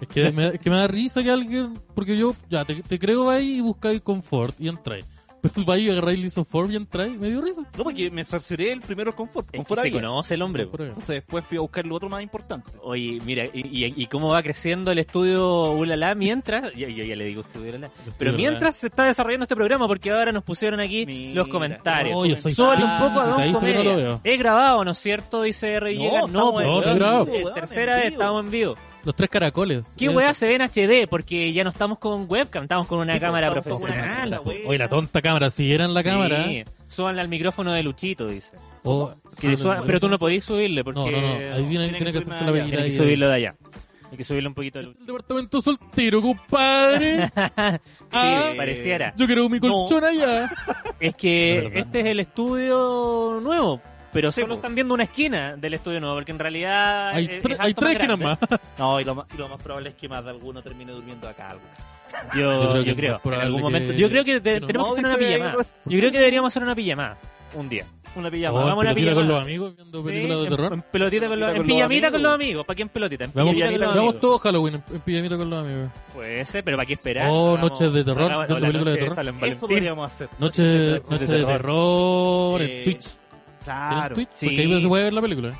Speaker 3: Es que, me, es que me da risa que alguien... Porque yo, ya, te, te creo ahí y buscáis confort y entráis. Pero vais y agarráis Lisoform y entráis. Me dio risa.
Speaker 1: No, porque me cercioré el primero con confort.
Speaker 2: Es
Speaker 1: confort
Speaker 2: que se
Speaker 1: había.
Speaker 2: conoce el hombre. po.
Speaker 1: Entonces después fui a buscar lo otro más importante.
Speaker 2: Oye, mira, y, y- y cómo va creciendo el estudio Ulala mientras. Yo, yo ya le digo estudio Ulala. Pero mientras se está desarrollando este programa, porque ahora nos pusieron aquí
Speaker 1: Mira.
Speaker 2: los comentarios.
Speaker 3: No, yo soy
Speaker 2: Súbale un
Speaker 1: Ah,
Speaker 2: poco a
Speaker 3: ahí
Speaker 2: Don
Speaker 3: sí que no lo
Speaker 2: Comedia.
Speaker 3: veo.
Speaker 2: es grabado, ¿no es cierto? Dice R. Villegas. No,
Speaker 1: estamos
Speaker 2: pues,
Speaker 1: en
Speaker 3: no,
Speaker 2: weón.
Speaker 3: no es grabado.
Speaker 2: Es
Speaker 1: weón,
Speaker 2: tercera
Speaker 1: en
Speaker 2: vez
Speaker 1: vivo.
Speaker 2: estamos en vivo.
Speaker 3: Los tres caracoles.
Speaker 2: ¿Qué
Speaker 3: Eh,
Speaker 2: weá se ven HD? Porque ya no estamos con webcam, estamos con una
Speaker 1: Sí, pues,
Speaker 2: cámara
Speaker 1: estamos con una
Speaker 2: profesional.
Speaker 1: cámara, weón.
Speaker 3: Oh, Oye, la tonta cámara. Si era en la
Speaker 2: Sí.
Speaker 3: cámara... Ah,
Speaker 2: Súbanle al micrófono de Luchito, dice.
Speaker 3: O-
Speaker 2: Que suba- pero tú no podís subirle porque
Speaker 3: No, no, no. Ahí viene,
Speaker 1: Tiene
Speaker 3: tiene que
Speaker 1: que
Speaker 3: hacerte
Speaker 1: subir
Speaker 3: la
Speaker 1: nada,
Speaker 3: bellita
Speaker 2: Tienes que
Speaker 3: ahí.
Speaker 2: subirlo de allá. Hay que subirle un poquito de Luchito.
Speaker 3: El departamento soltero, compadre.
Speaker 2: Sí,
Speaker 3: Ah.
Speaker 2: pareciera.
Speaker 3: Yo quiero mi colchón allá.
Speaker 2: Es
Speaker 3: De
Speaker 2: que
Speaker 3: verdad. pues.
Speaker 2: este es el estudio nuevo, pero
Speaker 1: Sí, po.
Speaker 2: solo están viendo una esquina del estudio nuevo, porque en realidad
Speaker 3: Hay,
Speaker 2: es- es
Speaker 3: tre-
Speaker 2: harto
Speaker 3: hay tres
Speaker 2: más
Speaker 3: esquinas
Speaker 2: grande.
Speaker 3: Eh, más.
Speaker 1: No, y lo, más, y lo más probable es que más de alguno termine durmiendo acá. algo.
Speaker 2: Yo, yo creo,
Speaker 3: que es más
Speaker 2: en
Speaker 3: probable
Speaker 2: algún
Speaker 3: que-
Speaker 2: momento. Yo creo que te-
Speaker 3: que no.
Speaker 2: tenemos que
Speaker 1: No,
Speaker 2: hacer una
Speaker 1: dice- pues,
Speaker 2: pijamada. Yo creo que deberíamos hacer una pijamada un día.
Speaker 1: Una
Speaker 3: Oh,
Speaker 1: pijama.
Speaker 2: vamos a la
Speaker 3: pelotita
Speaker 2: pijama.
Speaker 3: con los amigos viendo
Speaker 2: Sí,
Speaker 3: películas de
Speaker 2: en-
Speaker 3: terror.
Speaker 2: En pelotita con los,
Speaker 1: Pelotita
Speaker 2: en
Speaker 1: con los
Speaker 2: pijamita con
Speaker 1: amigos.
Speaker 2: los amigos. ¿Para qué en pelotita? En
Speaker 3: Vamos,
Speaker 2: pijamita con los
Speaker 3: vamos
Speaker 2: amigos.
Speaker 3: todos Halloween en, en pijamita con los amigos.
Speaker 2: Puede ser, pero ¿para qué esperar?
Speaker 3: Oh,
Speaker 2: Vamos-
Speaker 3: noches de terror,
Speaker 2: hagamos-
Speaker 3: viendo
Speaker 2: o la
Speaker 3: películas
Speaker 2: noche
Speaker 3: de terror.
Speaker 2: San
Speaker 1: Eso
Speaker 2: Valentín.
Speaker 1: podríamos hacer.
Speaker 3: Noche,
Speaker 1: de
Speaker 3: noche de terror,
Speaker 1: Eh,
Speaker 3: en Twitch.
Speaker 1: Claro.
Speaker 3: en Twitch,
Speaker 2: sí.
Speaker 3: porque ahí se puede ver la película.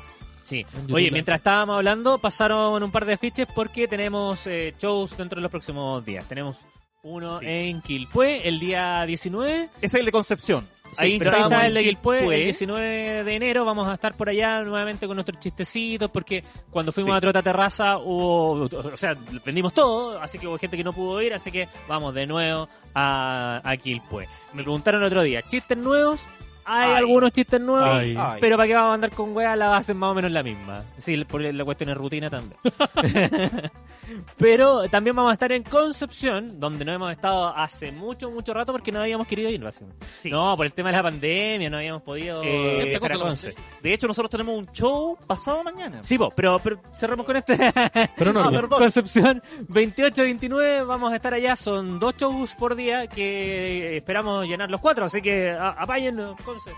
Speaker 2: Sí.
Speaker 3: En YouTube
Speaker 2: Oye,
Speaker 3: Live.
Speaker 2: mientras estábamos hablando, pasaron un par de fiches porque tenemos eh, shows dentro de los próximos días. Tenemos uno
Speaker 1: Sí.
Speaker 2: en Quilpué el día 19.
Speaker 1: Ese es el de Concepción.
Speaker 2: ahí, pero ahí
Speaker 1: estábamos
Speaker 2: está
Speaker 1: en
Speaker 2: el de Quilpué.
Speaker 1: Quilpué.
Speaker 2: El 19 de enero vamos a estar por allá nuevamente con nuestros chistecitos porque cuando fuimos
Speaker 1: Sí.
Speaker 2: a Trota Terraza hubo, o sea, vendimos todo, así que hubo gente que no pudo ir, así que vamos de nuevo a, a Quilpué. Me preguntaron el otro día, ¿chistes nuevos? Hay
Speaker 1: Ay.
Speaker 2: algunos chistes nuevos.
Speaker 3: Ay.
Speaker 1: Ay.
Speaker 2: Pero para qué vamos a andar con weas, la base es más o menos la misma. Sí, porque la cuestión es rutina también. Pero también vamos a estar en Concepción, donde no hemos estado hace mucho, mucho rato porque no habíamos querido ir. básicamente. No, por el tema de la pandemia, no habíamos podido
Speaker 1: Eh,
Speaker 2: viajar
Speaker 3: esta
Speaker 2: a
Speaker 3: cosa la-
Speaker 2: Conce.
Speaker 1: De hecho, nosotros tenemos un show pasado mañana.
Speaker 2: Sí, Pues, po, pero, pero cerramos con este.
Speaker 3: Pero no,
Speaker 1: Ah,
Speaker 3: no.
Speaker 1: perdón.
Speaker 2: Concepción 28-29, vamos a estar allá. Son dos shows por día que esperamos llenar los cuatro, así que a- apáyennos, Conce.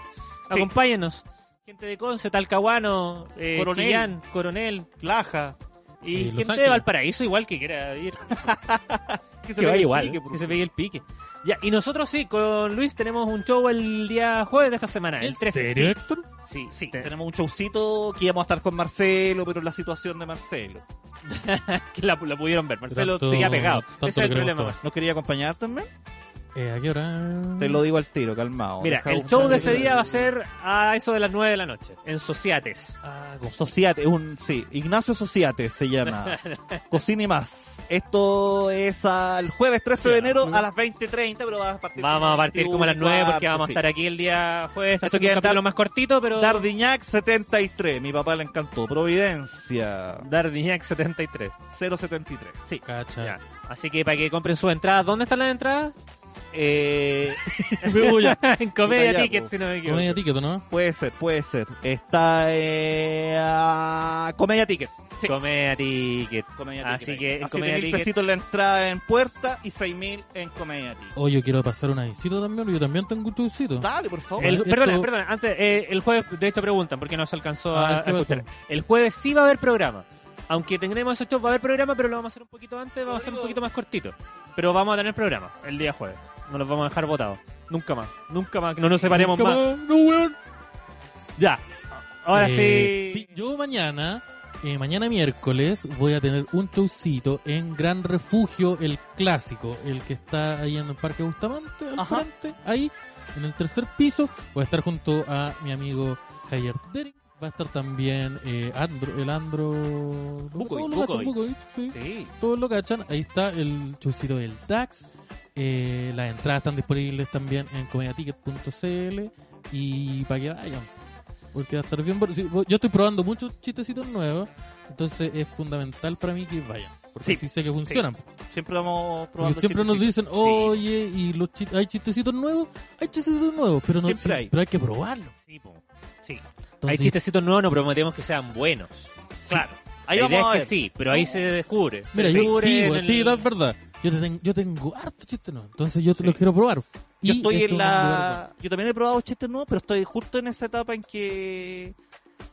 Speaker 2: Acompáyennos. Gente de Conce, Talcahuano, eh,
Speaker 1: Coronel.
Speaker 2: Chillán, Coronel
Speaker 1: Laja.
Speaker 2: y
Speaker 3: Eh, Los
Speaker 2: gente de
Speaker 3: Ángeles.
Speaker 2: Valparaíso igual que quiera ir.
Speaker 1: Que
Speaker 2: que vaya
Speaker 1: pegue
Speaker 2: igual,
Speaker 1: pique,
Speaker 2: eh,
Speaker 1: por
Speaker 2: que se
Speaker 1: favor.
Speaker 2: pegue el pique. Ya, y nosotros sí, con Luis tenemos un show el día jueves de esta semana, el 13.
Speaker 3: serio, Héctor?
Speaker 2: Sí,
Speaker 1: Sí,
Speaker 2: sí. te-
Speaker 1: tenemos un showcito que íbamos a estar con Marcelo, pero la situación de Marcelo.
Speaker 2: que la, la pudieron ver. Marcelo
Speaker 3: Tanto-
Speaker 2: seguía pegado.
Speaker 3: tanto
Speaker 2: Ese es el
Speaker 3: lo queremos
Speaker 2: problema.
Speaker 3: todos.
Speaker 1: ¿Nos quería acompañar también?
Speaker 2: Marcelo.
Speaker 3: Eh, ¿A qué hora?
Speaker 1: Te lo digo al tiro, calmado.
Speaker 2: Mira,
Speaker 1: Deja
Speaker 2: el
Speaker 1: un-
Speaker 2: show de ese día va a ser a eso de las 9 de la noche, en Sociates.
Speaker 3: Ah, con-
Speaker 1: Sociate, un, sí, Ignacio Sociate se llama. Cocina y más. Esto es al jueves 13 de enero a las 20.30, pero va a partir
Speaker 2: Vamos a partir como a las 9 porque vamos a estar
Speaker 1: aquí.
Speaker 2: aquí el día jueves.
Speaker 1: Eso
Speaker 2: haciendo
Speaker 1: queda
Speaker 2: un
Speaker 1: en
Speaker 2: capítulo
Speaker 1: Dar-
Speaker 2: más cortito, pero...
Speaker 1: Dardiñac 73, mi papá le encantó. Providencia
Speaker 2: Dardiñac 73.
Speaker 1: 073, sí.
Speaker 3: Cacha.
Speaker 2: Ya. Así que para que compren sus entradas, ¿dónde están las entradas?
Speaker 1: Eh,
Speaker 3: Me voy a-
Speaker 2: en Comedia
Speaker 1: Puta ya,
Speaker 2: Ticket,
Speaker 1: po.
Speaker 2: si no me
Speaker 3: Comedia
Speaker 2: equivoco.
Speaker 3: ticket, ¿no?
Speaker 1: puede ser, puede ser. Está eh, a- Comedia Ticket. Sí.
Speaker 2: Comedia Ticket.
Speaker 1: Comedia
Speaker 2: Así
Speaker 1: Ticket.
Speaker 2: que en
Speaker 1: a
Speaker 2: Comedia
Speaker 1: 7.000
Speaker 2: Ticket-
Speaker 1: pesitos la entrada en puerta y 6.000 en Comedia Ticket.
Speaker 3: Hoy yo quiero pasar una visita también, yo también tengo un turcito.
Speaker 1: Dale, por favor.
Speaker 2: El,
Speaker 3: Esto-
Speaker 2: Oh, Perdona, perdona, antes, eh, el jueves, de hecho preguntan, porque no se alcanzó a,
Speaker 3: Ah, el
Speaker 2: a
Speaker 3: jueves.
Speaker 2: escuchar. El jueves sí va a haber programa. Aunque tendremos esos shows, va a haber programa, pero lo vamos a hacer un poquito antes, vamos a hacer un poquito más cortito. Pero vamos a tener programa el día jueves. No los vamos a dejar votados. Nunca más, nunca más, no nos separemos
Speaker 3: Nunca
Speaker 2: más.
Speaker 3: No, weón.
Speaker 2: Ya. Ahora
Speaker 3: Eh,
Speaker 2: sí.
Speaker 3: Yo mañana, eh, mañana miércoles, voy a tener un showcito en Gran Refugio, el clásico, el que está ahí en el Parque Bustamante, al
Speaker 1: Ajá.
Speaker 3: frente, ahí, en el tercer piso. Voy a estar junto a mi amigo Javier Derek. Va a estar también eh, Andro, el Andro...
Speaker 1: Bukovic,
Speaker 3: todos lo
Speaker 2: Bukovic.
Speaker 3: cachan, Bukovic, sí.
Speaker 1: Sí.
Speaker 3: Todos lo cachan. Ahí está el showcito del DAX. Eh, las entradas están disponibles también en comediaticket.cl y para que vayan. Porque va a estar bien. bueno. Sí, Yo estoy probando muchos chistecitos nuevos, entonces es fundamental para mí que vayan. Porque
Speaker 1: Sí,
Speaker 3: sí sé que funcionan.
Speaker 1: Siempre vamos
Speaker 3: Porque
Speaker 1: probando.
Speaker 3: siempre nos
Speaker 1: chistecitos.
Speaker 3: dicen, "Oh, oye, y los chi- hay chistecitos nuevos, hay chistecitos nuevos, pero no
Speaker 1: Siempre hay.
Speaker 3: pero hay que probarlos.
Speaker 2: Sí, po. Hay
Speaker 3: Entonces,
Speaker 2: chistecitos nuevos, no prometemos que sean buenos.
Speaker 1: Claro. Ahí
Speaker 2: Ahí
Speaker 1: vamos a ver.
Speaker 2: que sí, pero ahí se descubre. Se
Speaker 3: Mira, yo,
Speaker 2: descubre
Speaker 3: sí,
Speaker 2: en
Speaker 3: güey,
Speaker 2: el-
Speaker 3: sí, es verdad. Yo, te tengo, yo tengo harto chiste nuevo, entonces yo te los quiero probar.
Speaker 1: Yo estoy
Speaker 3: Y esto
Speaker 1: en
Speaker 3: es un lugar bueno.
Speaker 1: la. Yo también he probado chistes nuevos, pero estoy justo en esa etapa en que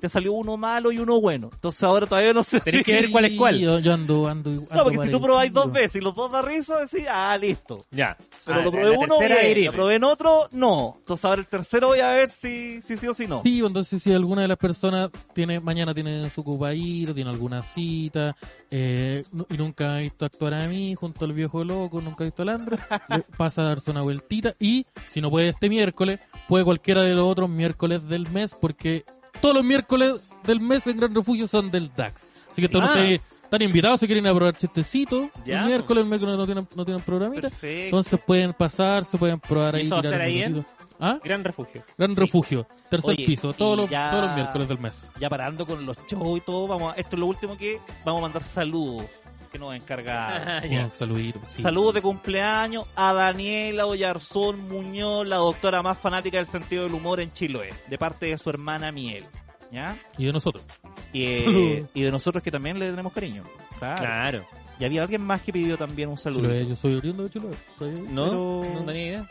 Speaker 1: te salió uno malo y uno bueno. Entonces ahora todavía no sé.
Speaker 2: Tenés
Speaker 1: si-
Speaker 2: que ver cuál es cuál.
Speaker 3: Sí, Yo, yo ando, ando, ando
Speaker 1: No, porque si tú
Speaker 3: parecido.
Speaker 1: probáis dos veces y los dos da risa, decís, ah, listo.
Speaker 2: Ya.
Speaker 1: Pero
Speaker 2: Ah,
Speaker 1: lo
Speaker 2: la-
Speaker 1: probé
Speaker 2: la
Speaker 1: uno,
Speaker 2: tercera es
Speaker 1: bien.
Speaker 2: gripe.
Speaker 1: Lo probé en otro, no. Entonces ahora el tercero voy a ver si, si sí o si no.
Speaker 3: Sí, entonces si alguna de las personas tiene mañana tiene su cupaíto, tiene alguna cita eh, nu- y nunca ha visto actuar a mí junto al viejo loco, nunca ha visto al Andro, le pasa a darse una vueltita y si no puede este miércoles, puede cualquiera de los otros miércoles del mes porque todos los miércoles del mes en Gran Refugio son del DAX. Así que todos
Speaker 2: Ah.
Speaker 3: ustedes están invitados si quieren ir a probar chistecitos.
Speaker 2: Ya,
Speaker 3: el
Speaker 2: pues.
Speaker 3: miércoles, el miércoles no tienen, no tienen programita.
Speaker 1: Perfecto.
Speaker 3: Entonces pueden pasar, se pueden probar
Speaker 2: ¿Y
Speaker 3: ahí.
Speaker 2: eso va a
Speaker 3: tirar
Speaker 2: ser ahí en-
Speaker 3: un ratito. ¿Ah?
Speaker 2: Gran refugio.
Speaker 3: Gran
Speaker 1: Sí.
Speaker 3: refugio, tercer
Speaker 1: Oye,
Speaker 3: piso, todos
Speaker 1: y
Speaker 3: los,
Speaker 1: ya-
Speaker 3: todos los miércoles del mes.
Speaker 1: Ya parando con los shows y todo, vamos a, esto es lo último que vamos a mandar saludos que nos encargaron.
Speaker 2: Ah, ya.
Speaker 3: Unos saluditos. sí.
Speaker 1: Saludos de cumpleaños a Daniela Oyarzón Muñoz, la doctora más fanática del sentido del humor en Chiloé, de parte de su hermana Miel. ¿Ya?
Speaker 3: Y de nosotros.
Speaker 1: Y, eh, y de nosotros que también le tenemos cariño. Claro.
Speaker 2: Claro.
Speaker 1: Y había alguien más que pidió también un saludo.
Speaker 3: Chiloé, yo soy oriundo de Chiloé. soy-
Speaker 2: No,
Speaker 3: pero-
Speaker 2: no tenía idea.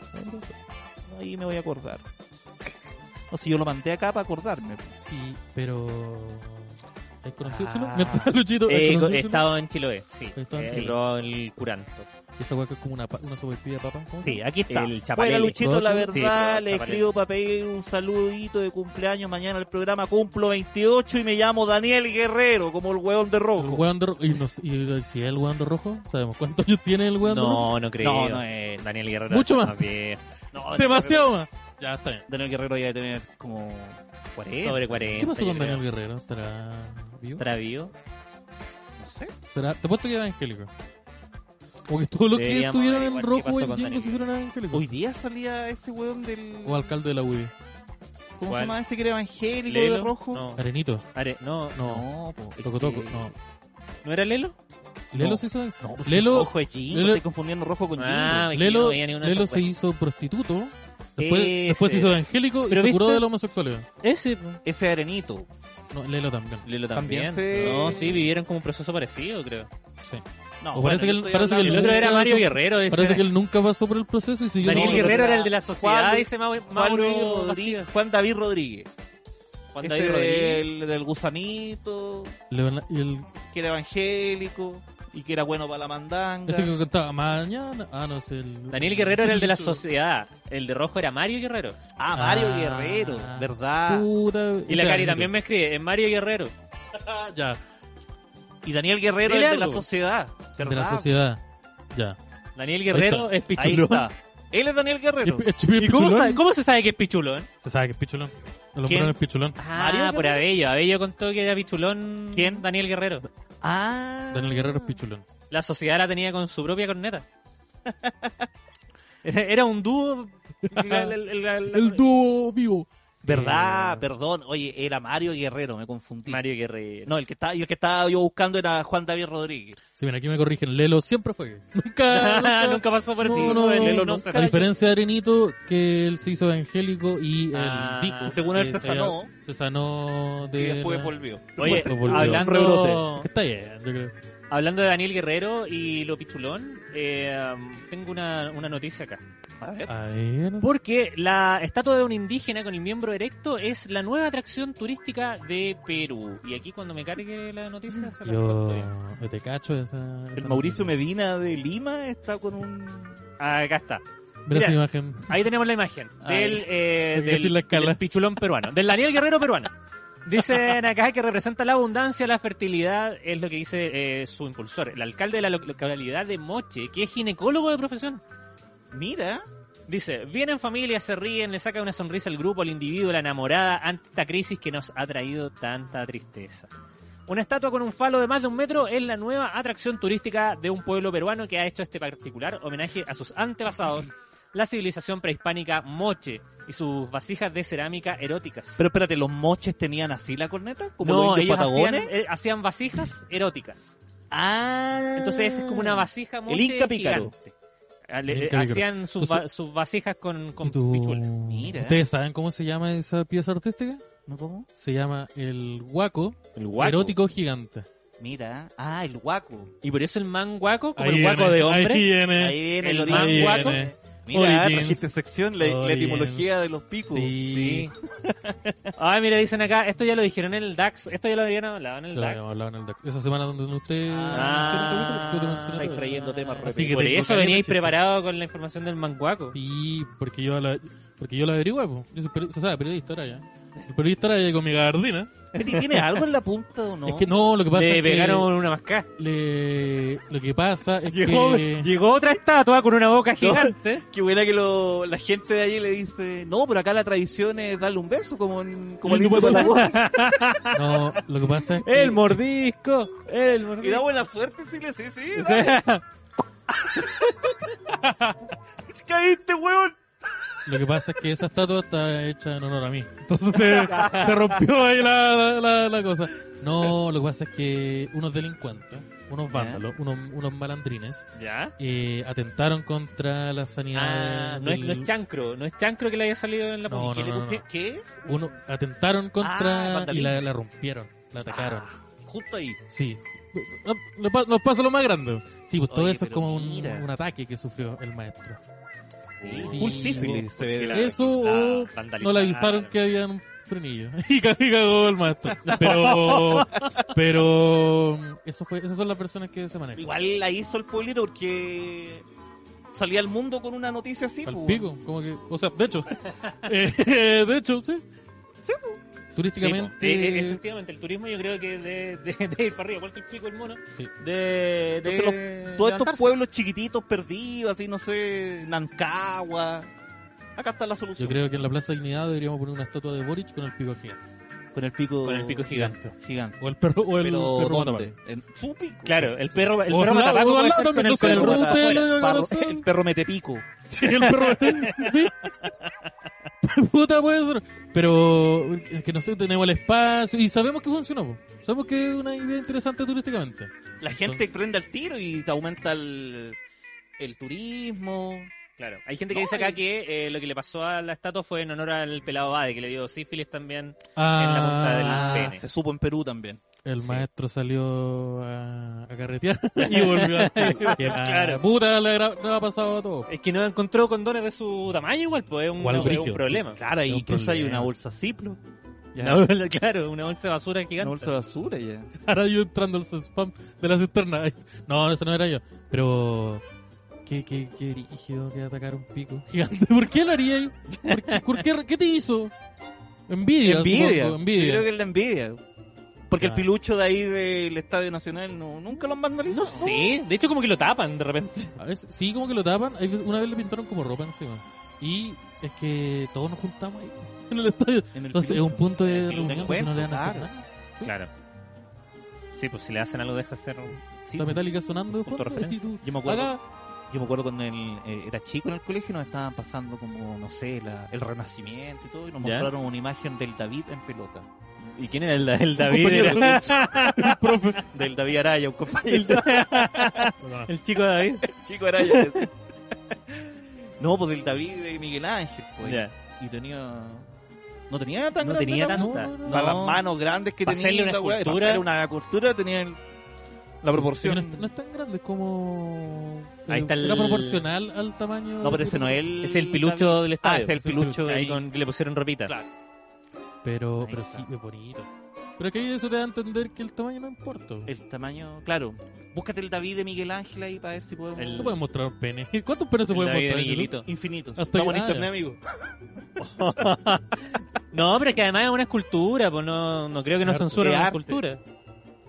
Speaker 1: Ahí me voy a acordar. No, si yo lo mandé acá para acordarme. pues.
Speaker 3: Sí, pero... ¿Has conocido
Speaker 1: Ah.
Speaker 3: Chiloé? Mientras Luchito... ¿has
Speaker 2: Eh,
Speaker 3: conocido
Speaker 2: he
Speaker 3: Chiloé?
Speaker 2: estado en Chiloé, sí.
Speaker 3: He estado en
Speaker 2: Eh,
Speaker 3: Chiloé.
Speaker 2: probado el curanto.
Speaker 3: Esa hueá que es como una, pa- una sobrepilla de papa. ¿cómo?
Speaker 1: Sí, aquí está.
Speaker 2: El chapalele.
Speaker 1: bueno, Luchito, la
Speaker 2: Sí,
Speaker 1: verdad,
Speaker 2: el
Speaker 1: le
Speaker 2: chapalele.
Speaker 1: escribo para pedir un saludito de cumpleaños mañana al programa. Cumplo 28 y me llamo Daniel Guerrero, como el hueón de
Speaker 3: El
Speaker 1: rojo.
Speaker 3: hueón de ro- y, nos- y si es el hueón de rojo, sabemos cuántos años tiene el hueón de rojo.
Speaker 2: No, no creo.
Speaker 1: No, no es.
Speaker 2: Daniel Guerrero.
Speaker 3: Mucho
Speaker 2: es
Speaker 3: más.
Speaker 2: viejo.
Speaker 1: No,
Speaker 3: Demasiado más. Ya está bien.
Speaker 1: Daniel Guerrero ya debe tener como 40.
Speaker 2: Sobre 40.
Speaker 3: ¿Qué pasó
Speaker 2: yo
Speaker 3: con
Speaker 2: creo.
Speaker 3: Daniel Guerrero? ¿Estará vivo?
Speaker 2: ¿Estará vivo?
Speaker 1: No sé.
Speaker 3: ¿Será? Te puesto que evangélico. Porque todos los que
Speaker 2: Deberíamos
Speaker 3: estuvieron en
Speaker 2: averiguar qué
Speaker 3: rojo
Speaker 2: pasó
Speaker 3: o en
Speaker 2: con
Speaker 3: Jingo
Speaker 2: Daniel.
Speaker 3: se hicieron evangélicos.
Speaker 1: Hoy día salía ese weón del.
Speaker 3: O alcalde de la UBI.
Speaker 1: ¿Cómo
Speaker 2: ¿Cuál?
Speaker 1: se llama ese que era evangélico
Speaker 2: ¿Lelo?
Speaker 1: de rojo?
Speaker 2: No.
Speaker 3: Arenito.
Speaker 2: Are- no.
Speaker 3: No.
Speaker 1: po, es
Speaker 3: Toco Toco.
Speaker 1: que-
Speaker 3: No.
Speaker 2: ¿No era Lelo?
Speaker 3: Lelo
Speaker 1: No.
Speaker 3: se hizo.
Speaker 1: No, pues
Speaker 3: Lelo-
Speaker 1: Lelo, rojo es Jingo,
Speaker 3: Lelo-
Speaker 1: estoy confundiendo rojo con Jingo.
Speaker 2: Ah, es que yo
Speaker 3: Lelo,
Speaker 2: no veía ninguna de
Speaker 3: Lelo
Speaker 2: esas
Speaker 3: se
Speaker 2: weas.
Speaker 3: hizo prostituto. Después, después
Speaker 2: Ese.
Speaker 3: se hizo evangélico y
Speaker 2: ¿Pero
Speaker 3: se curó
Speaker 2: viste?
Speaker 3: de la homosexualidad.
Speaker 2: Ese, po.
Speaker 1: Ese arenito.
Speaker 3: No, Lelo también.
Speaker 2: Lelo
Speaker 1: También
Speaker 2: también.
Speaker 1: se-
Speaker 2: No, sí, vivieron como un proceso parecido, creo.
Speaker 1: No,
Speaker 3: O parece que el-
Speaker 1: yo estoy
Speaker 3: parece que
Speaker 2: El
Speaker 1: hablando-
Speaker 2: otro
Speaker 3: nunca
Speaker 2: era Mario
Speaker 3: pasó-
Speaker 2: Guerrero. ese
Speaker 3: Parece
Speaker 2: era-
Speaker 3: que él nunca pasó por el proceso y siguió.
Speaker 2: Daniel
Speaker 3: No,
Speaker 2: Guerrero
Speaker 1: pero-
Speaker 2: era el de la sociedad,
Speaker 1: Juan-
Speaker 2: dice Mau-
Speaker 1: Juan, Luis
Speaker 2: Mauro
Speaker 1: Rodríguez-
Speaker 2: Rodríguez.
Speaker 1: Juan David Rodríguez.
Speaker 2: Juan
Speaker 1: Ese
Speaker 2: David Rodríguez.
Speaker 1: Del, del gusanito,
Speaker 3: Leo- y el-
Speaker 1: que era evangélico y que era bueno para la mandanga.
Speaker 3: ese que cantaba mañana. Ah, no sé. El,
Speaker 2: Daniel Guerrero era el de la
Speaker 3: sociedad.
Speaker 2: sociedad. El de rojo era Mario Guerrero.
Speaker 1: Ah, Mario
Speaker 3: Ah. Uh,
Speaker 1: Guerrero, ¿verdad?
Speaker 2: Y la Cari también me escribe, es Mario Guerrero.
Speaker 3: Ya,
Speaker 1: Y Daniel Guerrero,
Speaker 2: Dile
Speaker 1: el de la
Speaker 2: algo.
Speaker 1: sociedad, ¿verdad?
Speaker 3: de la sociedad. Ya.
Speaker 2: Daniel Guerrero
Speaker 3: Ahí
Speaker 2: es
Speaker 1: Ahí
Speaker 2: pichulón.
Speaker 1: está. Él es Daniel Guerrero.
Speaker 3: ¿Y, Chipi es
Speaker 2: ¿Y cómo,
Speaker 3: pichulón?
Speaker 2: sabe- cómo se sabe que es pichulón?
Speaker 3: Se sabe que es pichulón. El
Speaker 1: ¿Quién?
Speaker 3: hombrón es pichulón.
Speaker 2: Ah,
Speaker 1: ¿Mario
Speaker 2: por
Speaker 1: Guerrero?
Speaker 2: Abello. Abello contó que era pichulón.
Speaker 1: ¿Quién?
Speaker 2: Daniel Guerrero.
Speaker 1: Ah.
Speaker 3: Daniel Guerrero es pichulón.
Speaker 2: La sociedad la tenía con su propia corneta. Era era un dúo. La- la- la- la-
Speaker 3: El dúo vivo.
Speaker 1: ¿Verdad?
Speaker 2: Eh.
Speaker 1: Perdón. Oye, era Mario Guerrero, me confundí.
Speaker 2: Mario Guerrero.
Speaker 1: No, el que, estaba, el que estaba yo buscando era Juan David Rodríguez.
Speaker 3: Si bien aquí me corrigen, Lelo siempre fue gay. Nunca, nunca-
Speaker 2: nunca pasó por el
Speaker 3: No,
Speaker 2: piso
Speaker 3: no,
Speaker 2: de
Speaker 1: Lelo
Speaker 2: no
Speaker 1: nunca.
Speaker 3: A diferencia de Arenito, que él se hizo evangélico y el
Speaker 2: Ah.
Speaker 3: Dico.
Speaker 1: Según él
Speaker 3: que
Speaker 1: se sanó.
Speaker 3: Se sanó de.
Speaker 1: y después
Speaker 3: la-
Speaker 1: volvió.
Speaker 2: Oye,
Speaker 3: Bueno, volvió.
Speaker 2: hablando,
Speaker 3: Que Está bien, yo creo.
Speaker 2: hablando de Daniel Guerrero y lo pichulón, eh, tengo una, una noticia acá.
Speaker 1: A ver.
Speaker 3: A ver.
Speaker 2: Porque la estatua de un indígena con el miembro erecto es la nueva atracción turística de Perú. Y aquí cuando me cargue la noticia se la
Speaker 3: Yo,
Speaker 2: cuento yo.
Speaker 3: yo te cacho esa.
Speaker 1: El Mauricio Medina de Lima está con un...
Speaker 2: Acá está.
Speaker 3: Mira esa
Speaker 2: Mira.
Speaker 3: imagen.
Speaker 2: Ahí tenemos la imagen
Speaker 1: Ahí.
Speaker 2: del, eh,
Speaker 3: Hay que
Speaker 2: del-
Speaker 3: decir la escala.
Speaker 2: del pichulón peruano, del Daniel Guerrero peruano. Dicen acá que representa la abundancia, la fertilidad, es lo que dice eh, su impulsor, el alcalde de la lo- localidad de Moche, que es ginecólogo de profesión.
Speaker 1: Mira.
Speaker 2: Dice, vienen familias, se ríen, le saca una sonrisa al grupo, al individuo, la enamorada, ante esta crisis que nos ha traído tanta tristeza. Una estatua con un falo de más de un metro es la nueva atracción turística de un pueblo peruano que ha hecho este particular homenaje a sus antepasados, la civilización prehispánica Moche y sus vasijas de cerámica eróticas.
Speaker 1: Pero espérate, ¿los moches tenían así la corneta? ¿Como
Speaker 2: no,
Speaker 1: los indios
Speaker 2: ellos hacían,
Speaker 1: patagones?
Speaker 2: eh, hacían vasijas eróticas.
Speaker 1: Ah.
Speaker 2: Entonces esa es como una vasija Moche
Speaker 1: Inca Pícaro.
Speaker 2: gigante. Ah, le-
Speaker 3: El
Speaker 2: le-
Speaker 3: Inca Pícaro.
Speaker 2: hacían sus, va- sus vasijas con, con
Speaker 3: ¿Y tú-
Speaker 2: pichula.
Speaker 1: Mira.
Speaker 3: ¿Ustedes saben cómo se llama esa pieza artística?
Speaker 1: ¿No cómo?
Speaker 3: Se llama el guaco,
Speaker 2: El guaco.
Speaker 3: erótico gigante.
Speaker 1: Mira. Ah, el guaco.
Speaker 2: Y por eso el man guaco, como
Speaker 3: Ahí
Speaker 2: el guaco
Speaker 3: viene,
Speaker 2: de hombre,
Speaker 3: Ahí viene.
Speaker 1: Ahí viene el,
Speaker 2: el
Speaker 1: origen.
Speaker 3: ahí
Speaker 2: manguaco.
Speaker 3: viene.
Speaker 1: Mira,
Speaker 3: Origins.
Speaker 1: trajiste sección, la, la
Speaker 3: Origins.
Speaker 1: etimología de los picos.
Speaker 3: Sí.
Speaker 2: Sí. Ay, mira, dicen acá, esto ya lo dijeron en el DAX, esto ya lo habían hablado en el
Speaker 3: Lo habíamos
Speaker 2: DAX.
Speaker 3: hablado en el DAX. Esa semana donde usted.
Speaker 2: Ah.
Speaker 3: yo te mencioné
Speaker 1: Estáis
Speaker 3: todo.
Speaker 1: trayendo temas
Speaker 3: Así que
Speaker 2: Por
Speaker 3: tengo
Speaker 2: eso
Speaker 3: que
Speaker 2: veníais
Speaker 3: chiste.
Speaker 2: preparado con la información del manguaco.
Speaker 3: Sí, porque yo la, porque yo la averigué, po. Yo soy peri- se sabe, periodista ahora ya. El periodista ahora ya con mi gabardina.
Speaker 1: Peti, ¿Tienes algo en la punta o no?
Speaker 3: Es que no, lo que pasa
Speaker 2: Le
Speaker 3: es
Speaker 2: pegaron una mascada.
Speaker 3: que le, lo que pasa es
Speaker 2: Llegó,
Speaker 3: que
Speaker 2: llegó otra estatua con una boca gigante.
Speaker 1: Qué buena que lo, la gente de allí le dice, no, pero acá la tradición es darle un beso, como, en, como el
Speaker 3: El
Speaker 1: indio
Speaker 3: Dupatatá.
Speaker 1: Patagón.
Speaker 3: no, lo que pasa es que
Speaker 2: El mordisco, el
Speaker 1: Y da
Speaker 2: mordisco.
Speaker 1: buena suerte, sí, le- sí, sí. dale. Caíste, huevón.
Speaker 3: lo que pasa es que esa estatua está hecha en honor a mí. Entonces se, se rompió ahí la, la, la- la cosa. No, lo que pasa es que unos delincuentes, unos vándalos, unos, unos malandrines,
Speaker 2: ¿Ya?
Speaker 3: eh, atentaron contra la sanidad.
Speaker 2: Ah, no es,
Speaker 3: del-
Speaker 2: no es chancro, no es chancro que le haya salido en la
Speaker 3: No,
Speaker 2: publicidad.
Speaker 1: ¿Qué, le
Speaker 3: no, no.
Speaker 1: busqué? ¿Qué es?
Speaker 3: uno atentaron
Speaker 1: Ah,
Speaker 3: contra y
Speaker 1: vandalismo.
Speaker 3: la, la rompieron, la atacaron.
Speaker 1: Ah, justo ahí.
Speaker 3: Sí. No- no pa- Nos pasa lo más grande. Sí, pues todo
Speaker 1: Oye,
Speaker 3: eso es
Speaker 1: pero
Speaker 3: como un,
Speaker 1: mira.
Speaker 3: un ataque que sufrió el maestro.
Speaker 1: Sí,
Speaker 3: Sí.
Speaker 1: full sífilis se ve.
Speaker 2: Claro,
Speaker 3: Eso
Speaker 2: la
Speaker 3: o no le
Speaker 2: vandalizaron.
Speaker 3: avisaron que había un frenillo. Y ca- y cagó el maestro. Pero, pero, eso fue, esas son las personas que se manejan.
Speaker 1: Igual la hizo el pueblito porque salía al mundo con una noticia así.
Speaker 3: Al
Speaker 1: pues.
Speaker 3: pico, como que, o sea, de hecho, eh, de hecho, sí.
Speaker 1: Sí, pues.
Speaker 3: Turísticamente,
Speaker 2: Sí, po. Eh, eh, efectivamente, el turismo yo creo que de, de- de ir para arriba, igual que el pico el mono.
Speaker 3: Sí.
Speaker 2: De, de
Speaker 1: Entonces Todos estos
Speaker 2: levantarse.
Speaker 1: pueblos chiquititos perdidos, así, no sé, Nancagua. Acá está la solución.
Speaker 3: yo creo que en la Plaza Dignidad deberíamos poner una estatua de Boric con el pico gigante.
Speaker 1: Con el pico.
Speaker 2: Con el pico gigante.
Speaker 1: Gigante.
Speaker 3: O el perro, o el
Speaker 1: Pero
Speaker 3: perro matapalo.
Speaker 1: ¿dónde? En su pico.
Speaker 2: Claro, el perro, el
Speaker 3: O
Speaker 2: perro
Speaker 3: al lado,
Speaker 2: matapaco
Speaker 3: o al
Speaker 2: puede
Speaker 3: lado
Speaker 2: estar con
Speaker 3: también,
Speaker 2: el
Speaker 3: con el
Speaker 2: perro
Speaker 3: perro
Speaker 2: matapaco
Speaker 3: pelo,
Speaker 2: afuera.
Speaker 3: yo
Speaker 1: Parro-
Speaker 3: corazón.
Speaker 1: el perro mete pico.
Speaker 3: Sí, el perro este, sí. Puta puede ser. Pero es que nosotros tenemos el espacio y sabemos que funcionó. po. Sabemos que es una idea interesante turísticamente.
Speaker 1: La gente prende al tiro y te aumenta el, el turismo.
Speaker 2: Claro, hay gente que
Speaker 1: No,
Speaker 2: dice acá
Speaker 1: hay-
Speaker 2: que eh, lo que le pasó a la estatua fue en honor al pelado Bade, que le dio sífilis también. la punta del-
Speaker 3: Ah,
Speaker 1: Ah,
Speaker 2: pene.
Speaker 1: se supo en Perú también.
Speaker 3: el
Speaker 2: sí.
Speaker 3: maestro salió a, a carretear y volvió a... Qué mala
Speaker 2: Claro.
Speaker 3: Puta, le, gra- le ha pasado a todo.
Speaker 2: Es que no encontró condones de su tamaño igual, pues es un,
Speaker 3: Igual
Speaker 2: es un
Speaker 3: brígido.
Speaker 2: problema.
Speaker 1: Claro,
Speaker 3: Es
Speaker 1: y
Speaker 3: un
Speaker 1: que usa ahí
Speaker 3: problema.
Speaker 1: una bolsa ciplo.
Speaker 2: Una bola- claro, una bolsa de basura
Speaker 1: Una
Speaker 2: gigante.
Speaker 1: bolsa de basura ya.
Speaker 3: Ahora yo entrando al spam de la cisterna. No, eso no era yo. Pero... Qué, qué, qué rígido que atacar un pico gigante. ¿Por qué lo haría ahí? ¿Por qué, por qué- qué te hizo? Envidia.
Speaker 1: Envidia.
Speaker 3: supongo,
Speaker 1: Yo
Speaker 3: envidia.
Speaker 1: creo que es la envidia. Porque el pilucho de ahí del Estadio Nacional no, nunca lo han vandalizado.
Speaker 2: No sé, de hecho como que lo tapan de repente.
Speaker 3: A veces- sí, como que lo tapan. Hay veces- Una vez le pintaron como ropa encima. Y es que todos nos juntamos ahí en el estadio.
Speaker 1: En el
Speaker 3: Entonces es
Speaker 1: Pilucho.
Speaker 3: un punto de
Speaker 1: Un
Speaker 3: reunión porque no le van a hacer
Speaker 1: encuentro,
Speaker 3: nada.
Speaker 2: Claro. Sí, pues si le hacen algo deja ser... un- Sí,
Speaker 3: Está Metallica sonando de
Speaker 2: Punto de
Speaker 3: fondo, y tú,
Speaker 1: Yo me acuerdo.
Speaker 3: acá,
Speaker 1: Yo me acuerdo cuando el, eh, era chico en el colegio nos estaban pasando como, no sé, la- el renacimiento y todo, y nos
Speaker 2: ¿Ya?
Speaker 1: mostraron una imagen del David en pelota.
Speaker 2: ¿Y quién era el, el David?
Speaker 3: compañero
Speaker 2: Era-
Speaker 1: Del David Araya, un compañero.
Speaker 2: el, el chico David.
Speaker 1: chico Araya. que- no, pues del David de Miguel Ángel, pues.
Speaker 2: Ya.
Speaker 1: Y tenía. No tenía tan
Speaker 2: No
Speaker 1: grande
Speaker 2: tenía
Speaker 1: la-
Speaker 2: tanta.
Speaker 3: no, no, no.
Speaker 1: Para
Speaker 2: No.
Speaker 1: las manos grandes que
Speaker 2: Para
Speaker 1: tenía.
Speaker 2: hacerle una
Speaker 1: la weá,
Speaker 2: escultura.
Speaker 1: para hacerle una cultura tenía el- la proporción.
Speaker 3: No es, no es tan grande, es como.
Speaker 2: Ahí está el-
Speaker 3: Era proporcional al tamaño.
Speaker 1: No, pero ese no es el.
Speaker 2: Es el pilucho del estadio.
Speaker 1: Ah, es el pilucho
Speaker 2: Ahí
Speaker 1: del-
Speaker 2: con, le pusieron ropita.
Speaker 1: Claro.
Speaker 3: Pero,
Speaker 1: Ahí
Speaker 3: Oh, pero
Speaker 1: está.
Speaker 3: sí, es bonito. Pero es que eso te da a entender que el tamaño no importa.
Speaker 1: El tamaño, claro. Búscate el David de Miguel Ángel ahí para ver si podemos.
Speaker 2: El-
Speaker 3: Se pueden mostrar penes. ¿Cuántos penes se
Speaker 2: El
Speaker 3: pueden
Speaker 2: David de
Speaker 3: mostrar? en YouTube?
Speaker 2: Miguelito.
Speaker 1: Infinito.
Speaker 3: Hasta
Speaker 1: Estamos
Speaker 3: que-
Speaker 1: en
Speaker 3: ah,
Speaker 1: internet,
Speaker 3: ya.
Speaker 1: amigo.
Speaker 2: No, pero es que además es una escultura, pues no, no creo que no
Speaker 3: Es arte.
Speaker 2: censuren
Speaker 1: Es
Speaker 2: una
Speaker 1: arte.
Speaker 2: escultura.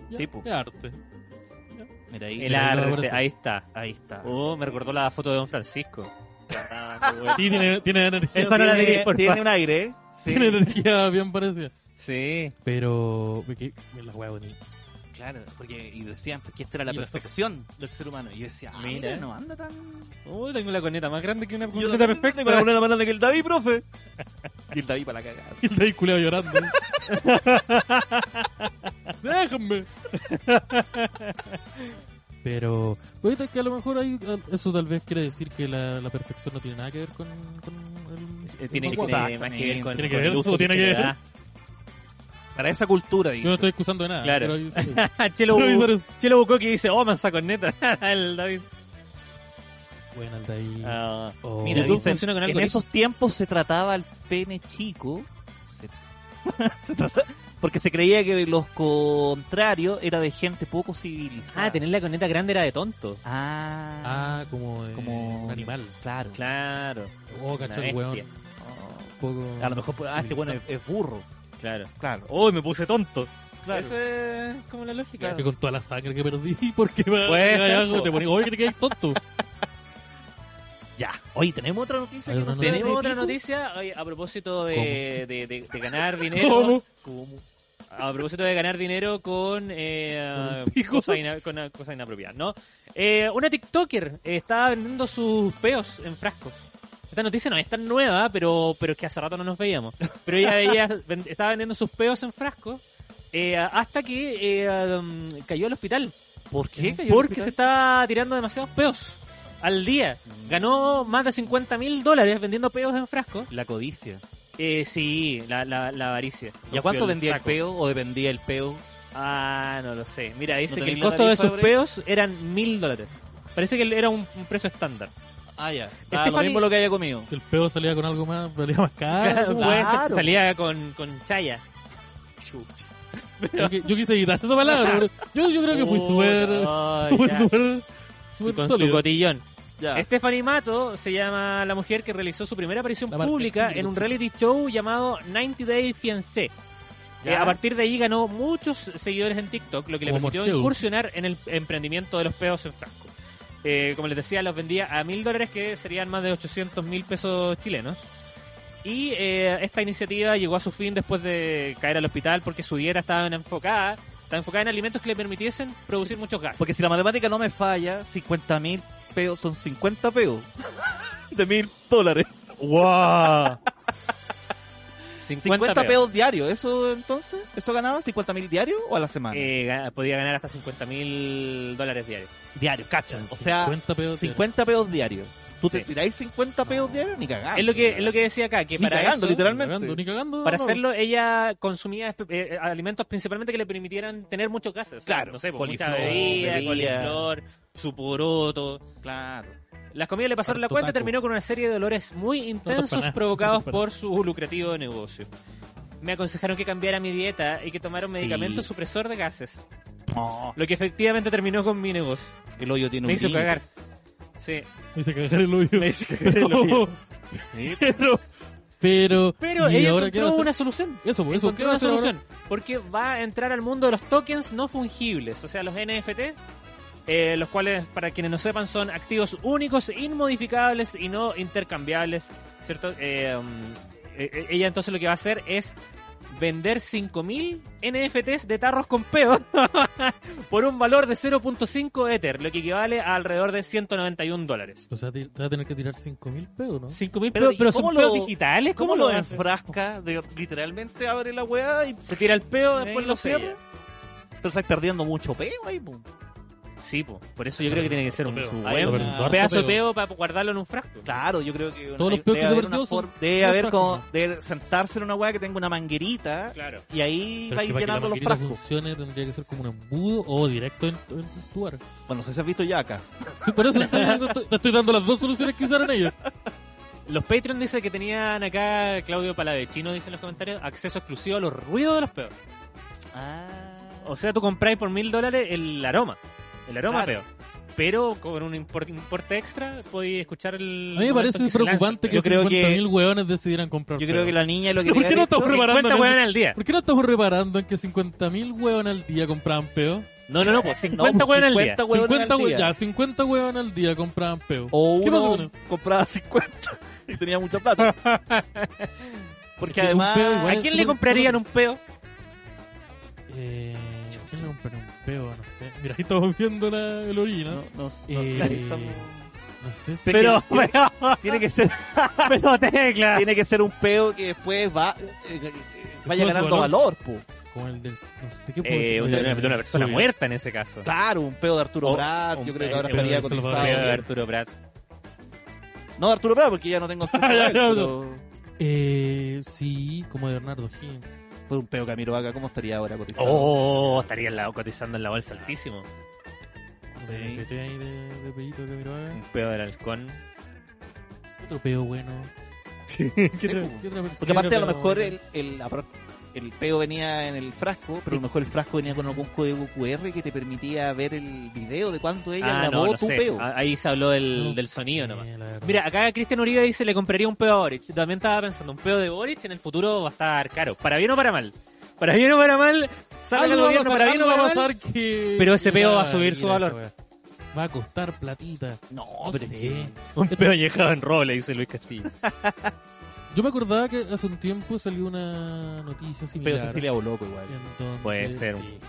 Speaker 3: Ya,
Speaker 1: Sí, po.
Speaker 3: de arte.
Speaker 1: Mira ahí.
Speaker 2: El
Speaker 3: Mira, ahí lo
Speaker 2: arte,
Speaker 3: abrazo.
Speaker 2: ahí está.
Speaker 1: Ahí está.
Speaker 2: Oh, me recordó la foto de Don Francisco.
Speaker 3: Sí, tiene, tiene energía.
Speaker 2: Eso no la
Speaker 1: tiene,
Speaker 2: digas, por
Speaker 1: tiene
Speaker 2: favor.
Speaker 1: un aire, ¿eh? Sí.
Speaker 3: Tiene energía bien parecida.
Speaker 2: Sí.
Speaker 3: Pero. porque- Mira la hueá bonita.
Speaker 1: Claro, porque y decían pues, que esta era la
Speaker 3: Y la
Speaker 1: perfección del ser humano. Y yo decía, ah,
Speaker 2: Mira.
Speaker 1: mira, no anda tan.
Speaker 2: Oh, tengo la coneta más grande que una
Speaker 1: Yo
Speaker 2: corneta
Speaker 1: también
Speaker 2: perfecta.
Speaker 1: tengo la moneda más grande que el David, profe. Y el David para la cagada.
Speaker 3: Y el rey culeado llorando. ¡Déjenme! Pero. Oye, que a lo mejor hay, eso tal vez quiere decir que la, la perfección no tiene nada que ver con. con el-
Speaker 2: Eh, Tiene, tiene
Speaker 3: el guapo.
Speaker 2: más que ver con,
Speaker 3: Tiene que
Speaker 2: con
Speaker 3: ver,
Speaker 2: el uso
Speaker 3: todo tiene que
Speaker 2: le
Speaker 3: ver.
Speaker 2: da.
Speaker 1: Para esa cultura,
Speaker 3: Yo no
Speaker 1: dice.
Speaker 3: estoy excusando de nada.
Speaker 2: Claro.
Speaker 3: Pero, hay-
Speaker 2: Ah, Chelo,
Speaker 3: Pero hay
Speaker 2: Bu-
Speaker 3: varios-
Speaker 2: Chelo Bucoqui dice, oh, mansa corneta. el David.
Speaker 3: Bueno, el de ahí.
Speaker 2: Ah,
Speaker 3: O-
Speaker 1: Mira,
Speaker 2: YouTube
Speaker 1: dicen,
Speaker 2: funciona con
Speaker 1: en
Speaker 2: algoritmos.
Speaker 1: esos tiempos se trataba al pene chico. se- se trata- porque se creía que los contrarios era de gente poco civilizada.
Speaker 2: Ah, tener la corneta grande era de tonto.
Speaker 1: Ah,
Speaker 3: Ah, como, eh,
Speaker 1: como
Speaker 3: un animal.
Speaker 1: Claro.
Speaker 2: Claro.
Speaker 3: Oh,
Speaker 2: Una
Speaker 3: cachó el
Speaker 2: bestia.
Speaker 3: weón. Un poco...
Speaker 1: A lo mejor, pues, ah, este bueno es, es burro.
Speaker 2: Claro.
Speaker 1: Claro.
Speaker 2: Uy, me puse tonto.
Speaker 1: Claro.
Speaker 2: Eso es como la lógica.
Speaker 3: Que con toda la sangre que perdí, porque me
Speaker 2: Puede ser,
Speaker 3: algo,
Speaker 2: po.
Speaker 3: te pones, oye, que te quedas tonto.
Speaker 1: Ya. Oye, tenemos otra noticia.
Speaker 3: Hay
Speaker 1: que
Speaker 3: otra
Speaker 1: no
Speaker 3: noticia.
Speaker 1: tiene
Speaker 2: Tenemos otra
Speaker 1: pico?
Speaker 2: noticia oye, a propósito de, de- de- de ganar dinero.
Speaker 3: ¿Cómo?
Speaker 2: A propósito de ganar dinero con, eh,
Speaker 3: Con pico.
Speaker 2: cosas ina- con una- cosas inapropiadas, ¿no? Eh, una TikToker eh, estaba vendiendo sus peos en frascos. Esta noticia no es tan nueva, pero, pero es que hace rato no nos veíamos. Pero ella, veía- ven- estaba vendiendo sus peos en frascos eh, hasta que eh, um, cayó al hospital.
Speaker 1: ¿Por qué? cayó
Speaker 2: Porque
Speaker 1: el
Speaker 2: se
Speaker 1: hospital?
Speaker 2: estaba tirando demasiados peos al día. Ganó más de 50 mil dólares vendiendo peos en frascos.
Speaker 1: La codicia.
Speaker 2: Eh, sí, la, la, la avaricia.
Speaker 1: ¿Y a
Speaker 2: Rompió
Speaker 1: cuánto
Speaker 2: el
Speaker 1: vendía el
Speaker 2: saco.
Speaker 1: peo o vendía el peo?
Speaker 2: Ah, no lo sé. Mira, dice
Speaker 1: ¿No
Speaker 2: que el
Speaker 1: tenéis la
Speaker 2: costo de
Speaker 1: tarifa,
Speaker 2: sus
Speaker 1: Bray?
Speaker 2: peos eran mil dólares. Parece que era un, un precio estándar.
Speaker 1: Ah, ya. Ah, lo
Speaker 2: Estefany-
Speaker 1: mismo lo que haya comido.
Speaker 3: Si el pedo salía con algo más, valía más caro.
Speaker 2: Claro,
Speaker 3: weón.
Speaker 2: pues, Salía con, con chaya.
Speaker 3: Yo, que- yo quise evitar esa palabra. pero Yo, yo creo que fui
Speaker 2: Oh,
Speaker 3: súper.
Speaker 2: no,
Speaker 3: súper,
Speaker 2: ya.
Speaker 3: súper-
Speaker 2: Sí,
Speaker 3: súper
Speaker 2: Con su
Speaker 3: sólido.
Speaker 2: cotillón.
Speaker 1: Ya.
Speaker 2: Stephanie Mato se llama la mujer que realizó su primera aparición
Speaker 3: La marca.
Speaker 2: pública en un reality show llamado 90 Day Fiancé.
Speaker 1: Ya.
Speaker 2: Eh, a partir de ahí ganó muchos seguidores en TikTok, lo que le
Speaker 3: Como
Speaker 2: permitió
Speaker 3: Morfeu.
Speaker 2: incursionar en el emprendimiento de los peos en frasco. Eh, como les decía, los vendía a mil dólares, que serían más de 800 mil pesos chilenos. Y eh, esta iniciativa llegó a su fin después de caer al hospital porque su dieta estaba enfocada, estaba enfocada en alimentos que le permitiesen producir muchos gases.
Speaker 1: Porque si la matemática no me falla, 50 mil peos son 50 peos de mil dólares.
Speaker 2: ¡Wow!
Speaker 1: 50 peos, diarios, ¿eso entonces? ¿Eso ganaba 50 mil diarios o a la semana?
Speaker 2: Eh, ga- podía ganar hasta 50 mil dólares diarios.
Speaker 1: diarios, cachan. O sea, 50,
Speaker 3: 50 pedos.
Speaker 1: peos diarios. ¿Tú
Speaker 2: Sí.
Speaker 1: te tiráis 50 peos diarios ni cagando?
Speaker 2: Es lo que es lo que decía acá, que
Speaker 1: Ni
Speaker 2: para
Speaker 1: cagando,
Speaker 2: eso-
Speaker 1: literalmente.
Speaker 3: Cagando, ni cagando.
Speaker 2: para
Speaker 3: no.
Speaker 2: hacerlo ella consumía espe- eh, alimentos principalmente que le permitieran tener muchos gases. O sea,
Speaker 1: Claro,
Speaker 2: no sé, pues, mucha
Speaker 1: coliflor,
Speaker 2: bebida,
Speaker 1: bebida.
Speaker 2: coliflor, su poroto.
Speaker 1: Claro.
Speaker 2: Las comidas le pasaron la
Speaker 3: Harto
Speaker 2: cuenta y
Speaker 3: taco.
Speaker 2: terminó con una serie de dolores muy
Speaker 3: pa'
Speaker 2: intensos
Speaker 3: nada,
Speaker 2: provocados
Speaker 3: no pa'
Speaker 2: por su lucrativo negocio. Me aconsejaron que cambiara mi dieta y que tomara un
Speaker 1: Sí.
Speaker 2: medicamento supresor de gases,
Speaker 1: No,
Speaker 2: lo que efectivamente terminó con mi negocio.
Speaker 1: el hoyo tiene
Speaker 2: Me
Speaker 1: un
Speaker 2: hizo
Speaker 1: brillo.
Speaker 2: cagar. Sí,
Speaker 3: Me hice cagar el hoyo.
Speaker 2: me hizo cagar el hoyo.
Speaker 1: Sí.
Speaker 3: Pero, pero, Pero.
Speaker 2: Pero
Speaker 3: ¿y
Speaker 2: ella
Speaker 3: ahora qué va
Speaker 2: encontró
Speaker 3: a hacer?
Speaker 2: una solución.
Speaker 3: Eso, por eso, ¿qué
Speaker 2: Encontró
Speaker 3: va a
Speaker 2: una
Speaker 3: hacer ahora?
Speaker 2: solución. Porque va a entrar al mundo de los tokens no fungibles, o sea, los NFT, eh, los cuales, para quienes no sepan, son activos únicos, inmodificables y no intercambiables, ¿cierto? Eh, mm, eh, eh, ella entonces lo que va a hacer es vender 5.000 NFTs de tarros con pedo por un valor de 0.5 Ether, lo que equivale a alrededor de 191 dólares.
Speaker 3: O sea, te, te va a tener que tirar 5.000 pedos, ¿no?
Speaker 2: 5.000
Speaker 1: Pero,
Speaker 2: pero,
Speaker 1: ¿y
Speaker 2: pero son
Speaker 1: cómo
Speaker 2: pedos
Speaker 1: lo-
Speaker 2: digitales,
Speaker 1: ¿Cómo,
Speaker 2: ¿cómo,
Speaker 1: lo
Speaker 2: van a hacer?
Speaker 1: enfrasca? De, literalmente abre la weá y.
Speaker 2: Se tira el peo,
Speaker 1: ¿Y
Speaker 2: después
Speaker 1: ahí
Speaker 2: lo
Speaker 1: lo
Speaker 2: sella.
Speaker 1: cierra? Pero estás perdiendo mucho peo ahí, pum.
Speaker 2: Sí, po. por eso yo creo que tiene que ser un,
Speaker 3: Peo.
Speaker 2: un
Speaker 1: Ahí
Speaker 2: buen
Speaker 1: una-
Speaker 3: Harto
Speaker 2: pedazo de peo para guardarlo en un frasco.
Speaker 1: Claro, yo creo que.
Speaker 3: Todos los
Speaker 1: hay-
Speaker 3: peos
Speaker 1: debe
Speaker 3: que se
Speaker 1: haber
Speaker 3: perdió
Speaker 1: una
Speaker 3: son-
Speaker 1: forma- Debe
Speaker 3: son
Speaker 1: haber como.
Speaker 3: frascos.
Speaker 1: Debe sentarse en una weá que tenga una manguerita
Speaker 2: Claro.
Speaker 1: y ahí
Speaker 3: Pero
Speaker 1: va a
Speaker 3: es
Speaker 1: ir
Speaker 3: que para que la
Speaker 1: llenando los
Speaker 3: maquinita
Speaker 1: frascos.
Speaker 3: funcione tendría que ser como un embudo o directo en, en tu arco.
Speaker 1: Bueno, no sé si has visto yacas.
Speaker 3: Sí, por eso te estoy, dando- te- te estoy dando las dos soluciones que usaron ellos.
Speaker 2: Los Patreon dicen que tenían acá, Claudio Palavecino dice en los comentarios, acceso exclusivo a los ruidos de los peos.
Speaker 1: Ah.
Speaker 2: O sea, tú compráis por mil dólares el aroma. El aroma
Speaker 1: Claro.
Speaker 2: peo. Pero con un import- importe extra podéis escuchar el...
Speaker 3: A mí me
Speaker 2: momento
Speaker 3: parece
Speaker 2: en que se
Speaker 3: preocupante que
Speaker 1: Yo creo que-
Speaker 3: 50.000 hueones decidieran comprar
Speaker 1: yo creo
Speaker 3: pedos.
Speaker 1: que la niña lo que
Speaker 3: ¿Por
Speaker 1: debe
Speaker 3: qué no
Speaker 1: haber
Speaker 3: estamos
Speaker 1: hecho-
Speaker 2: lanza.
Speaker 3: reparando
Speaker 2: 50
Speaker 3: en
Speaker 2: hueones
Speaker 3: eso?
Speaker 2: al día.
Speaker 3: ¿Por qué no estamos reparando en que 50.000 hueones al día compraban peo?
Speaker 2: No, no, no, pues 50
Speaker 1: No,
Speaker 2: hueones al día.
Speaker 1: 50 hueones
Speaker 3: 50
Speaker 1: al
Speaker 3: hue-
Speaker 1: día.
Speaker 3: Ya, 50 hueones al día compraban peo.
Speaker 1: O
Speaker 3: ¿Qué pasó
Speaker 1: uno
Speaker 3: con eso?
Speaker 1: compraba 50 y tenía mucha plata. Porque
Speaker 3: Es que un
Speaker 1: además.
Speaker 3: peo
Speaker 2: ¿A
Speaker 3: igual-
Speaker 2: quién le comprarían un peo?
Speaker 3: Eh, ¿a ¿Quién le compraron un peo? No sé. Mira, ahí estamos viendo la, el orina.
Speaker 1: No,
Speaker 3: No,
Speaker 1: no, no,
Speaker 3: Eh,
Speaker 1: ahí estamos-
Speaker 3: sé. si-
Speaker 2: Pero, pero,
Speaker 1: Tiene que ser.
Speaker 2: pero tecla.
Speaker 1: tiene que ser un peo que después va eh, eh, vaya
Speaker 3: Después
Speaker 1: ganando valor,
Speaker 3: valor.
Speaker 1: po.
Speaker 3: Como el del. No sé qué puedo
Speaker 2: Eh,
Speaker 3: decir?
Speaker 2: una, una- una persona
Speaker 3: Uy,
Speaker 2: muerta en ese caso.
Speaker 1: Claro, un peo de Arturo
Speaker 2: O-
Speaker 1: Prat,
Speaker 2: un
Speaker 1: yo creo que
Speaker 2: peo-
Speaker 1: ahora
Speaker 3: Oh, un peo de
Speaker 1: estaría
Speaker 3: Arturo
Speaker 1: cotizado.
Speaker 2: Peo de
Speaker 1: bien.
Speaker 2: Arturo Prat.
Speaker 1: No, de Arturo Prat, porque ya no tengo acceso a
Speaker 3: Ya,
Speaker 1: él,
Speaker 3: ya,
Speaker 1: pero
Speaker 3: Eh, sí, como de Bernardo Gil.
Speaker 1: fue un peo Camilo Vaca, ¿cómo estaría ahora cotizado?
Speaker 2: Oh, estaría en la- cotizando en la bolsa altísimo.
Speaker 3: De, de, de, de Pedrito de Camiroaga.
Speaker 2: Un peo del halcón. Mm.
Speaker 3: Otro peo bueno.
Speaker 1: Sí, po.
Speaker 3: otra- otra persona?
Speaker 1: porque aparte a lo
Speaker 3: Pero-
Speaker 1: mejor el, el, apro- el peo venía en el frasco, pero a lo mejor el frasco venía con algún código QR que te permitía ver el video de cuánto ella
Speaker 2: Ah,
Speaker 1: grabó
Speaker 2: no, no
Speaker 1: tu
Speaker 2: sé.
Speaker 1: peo.
Speaker 2: Ah, Ahí se habló del,
Speaker 3: No
Speaker 2: del
Speaker 3: sé,
Speaker 2: sonido nomás.
Speaker 3: la verdad.
Speaker 2: Mira, acá Cristian Uribe dice, le compraría un peo a Boric. También estaba pensando, un peo de Boric en el futuro va a estar caro. Para bien o para mal. Para bien o para mal, sale el
Speaker 3: Algo va a
Speaker 2: gobierno,
Speaker 3: pasar,
Speaker 2: para bien o
Speaker 3: algo
Speaker 2: para
Speaker 3: va a
Speaker 2: mal.
Speaker 3: pasar que-
Speaker 2: Pero ese
Speaker 3: que
Speaker 2: peo va a subir su
Speaker 3: ir
Speaker 2: valor.
Speaker 3: esa weá. Va a costar platita.
Speaker 1: No,
Speaker 3: No
Speaker 1: pero es
Speaker 3: sé.
Speaker 1: que-
Speaker 2: Un peo añejado en roble, dice Luis Castillo.
Speaker 3: Yo me acordaba que hace un tiempo salió una
Speaker 1: Peo
Speaker 3: noticia similar.
Speaker 1: Cecilia Boloco igual.
Speaker 3: en donde-
Speaker 2: Puede ser un-
Speaker 3: sí.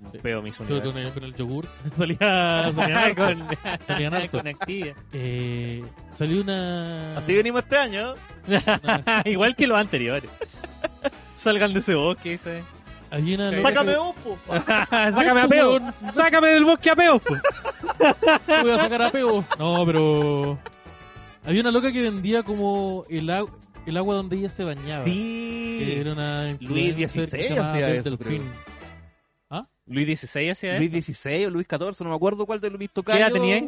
Speaker 2: Un peo mis
Speaker 3: Sobre todo
Speaker 2: universo.
Speaker 3: con el, con el yogur. Salía, salía narco. Salía narco.
Speaker 2: con actividad.
Speaker 3: Eh, salió una...
Speaker 1: Así venimos este año.
Speaker 2: Igual que los anteriores. Salgan de ese bosque, dice.
Speaker 3: Había una... loca
Speaker 1: Sácame
Speaker 3: que-
Speaker 1: un po.
Speaker 2: Sácame a peo. Sácame del bosque a pues. peo. po.
Speaker 3: voy a sacar a peo. No, pero... Había una loca que vendía como el, agu- el agua donde ella se bañaba. Que
Speaker 2: Sí.
Speaker 3: era una
Speaker 1: Luis
Speaker 3: influencer que se
Speaker 1: XVI
Speaker 3: llamaba
Speaker 1: hacía
Speaker 3: Beth
Speaker 1: eso,
Speaker 3: Delfín.
Speaker 1: creo.
Speaker 2: Luis XVI hacía
Speaker 1: Luis
Speaker 2: eso.
Speaker 1: XVI o Luis XIV, no me acuerdo cuál de Luis
Speaker 2: ¿Qué edad
Speaker 1: Tocayo.
Speaker 2: tenía?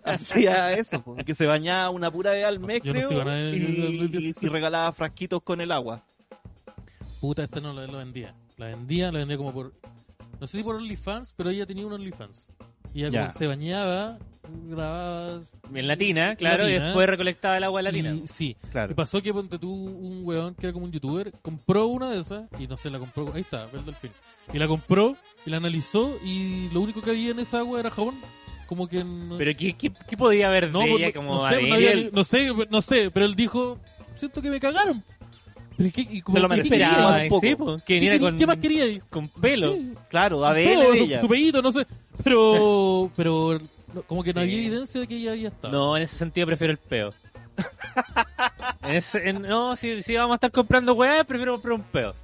Speaker 1: Hacía eso, po, que se bañaba una pura vez al mes,
Speaker 3: Yo no
Speaker 1: creo,
Speaker 3: estoy ganando de- de- de- de-
Speaker 1: y, y regalaba frasquitos con el agua.
Speaker 3: Puta, esta no la, la vendía. La vendía, la vendía como por. No sé si por OnlyFans, pero ella tenía un OnlyFans. Y ella como
Speaker 2: Ya.
Speaker 3: que se bañaba, grababa.
Speaker 2: En latina, claro, y
Speaker 3: Latina.
Speaker 2: después recolectaba el agua latina.
Speaker 3: Y, sí. Y
Speaker 1: Claro.
Speaker 3: pasó que ponte tú un weón que era como un youtuber, compró una de esas y no sé, la compró. Ahí está, ve el delfín. Y la compró, y la analizó, y lo único que había en esa agua era jabón. Como que. no-
Speaker 2: Pero ¿qué, qué, qué podía haber de
Speaker 3: no,
Speaker 2: ella
Speaker 3: no-
Speaker 2: como
Speaker 3: no sé,
Speaker 2: ADN?
Speaker 3: no, había ni- no sé, no sé, pero él dijo: Siento que me cagaron. Pero es que. y como
Speaker 1: Se lo
Speaker 3: que-
Speaker 1: merecía.
Speaker 3: ¿qué quería?
Speaker 2: Esperaba,
Speaker 1: un poco.
Speaker 2: eh, sí, po, que
Speaker 3: ¿Qué
Speaker 2: viniera
Speaker 3: quería?
Speaker 2: con,
Speaker 3: ¿Qué más quería?
Speaker 2: con pelo.
Speaker 3: Sí.
Speaker 1: Claro, ADN
Speaker 3: Feo,
Speaker 1: de
Speaker 3: su-
Speaker 1: ella.
Speaker 3: su pellito, no sé. Pero, pero no, como que no
Speaker 2: Sí.
Speaker 3: había evidencia de que ella había estado.
Speaker 2: No, en ese sentido prefiero el peo. En ese- en- no, si, si vamos a estar comprando weá, prefiero comprar un peo.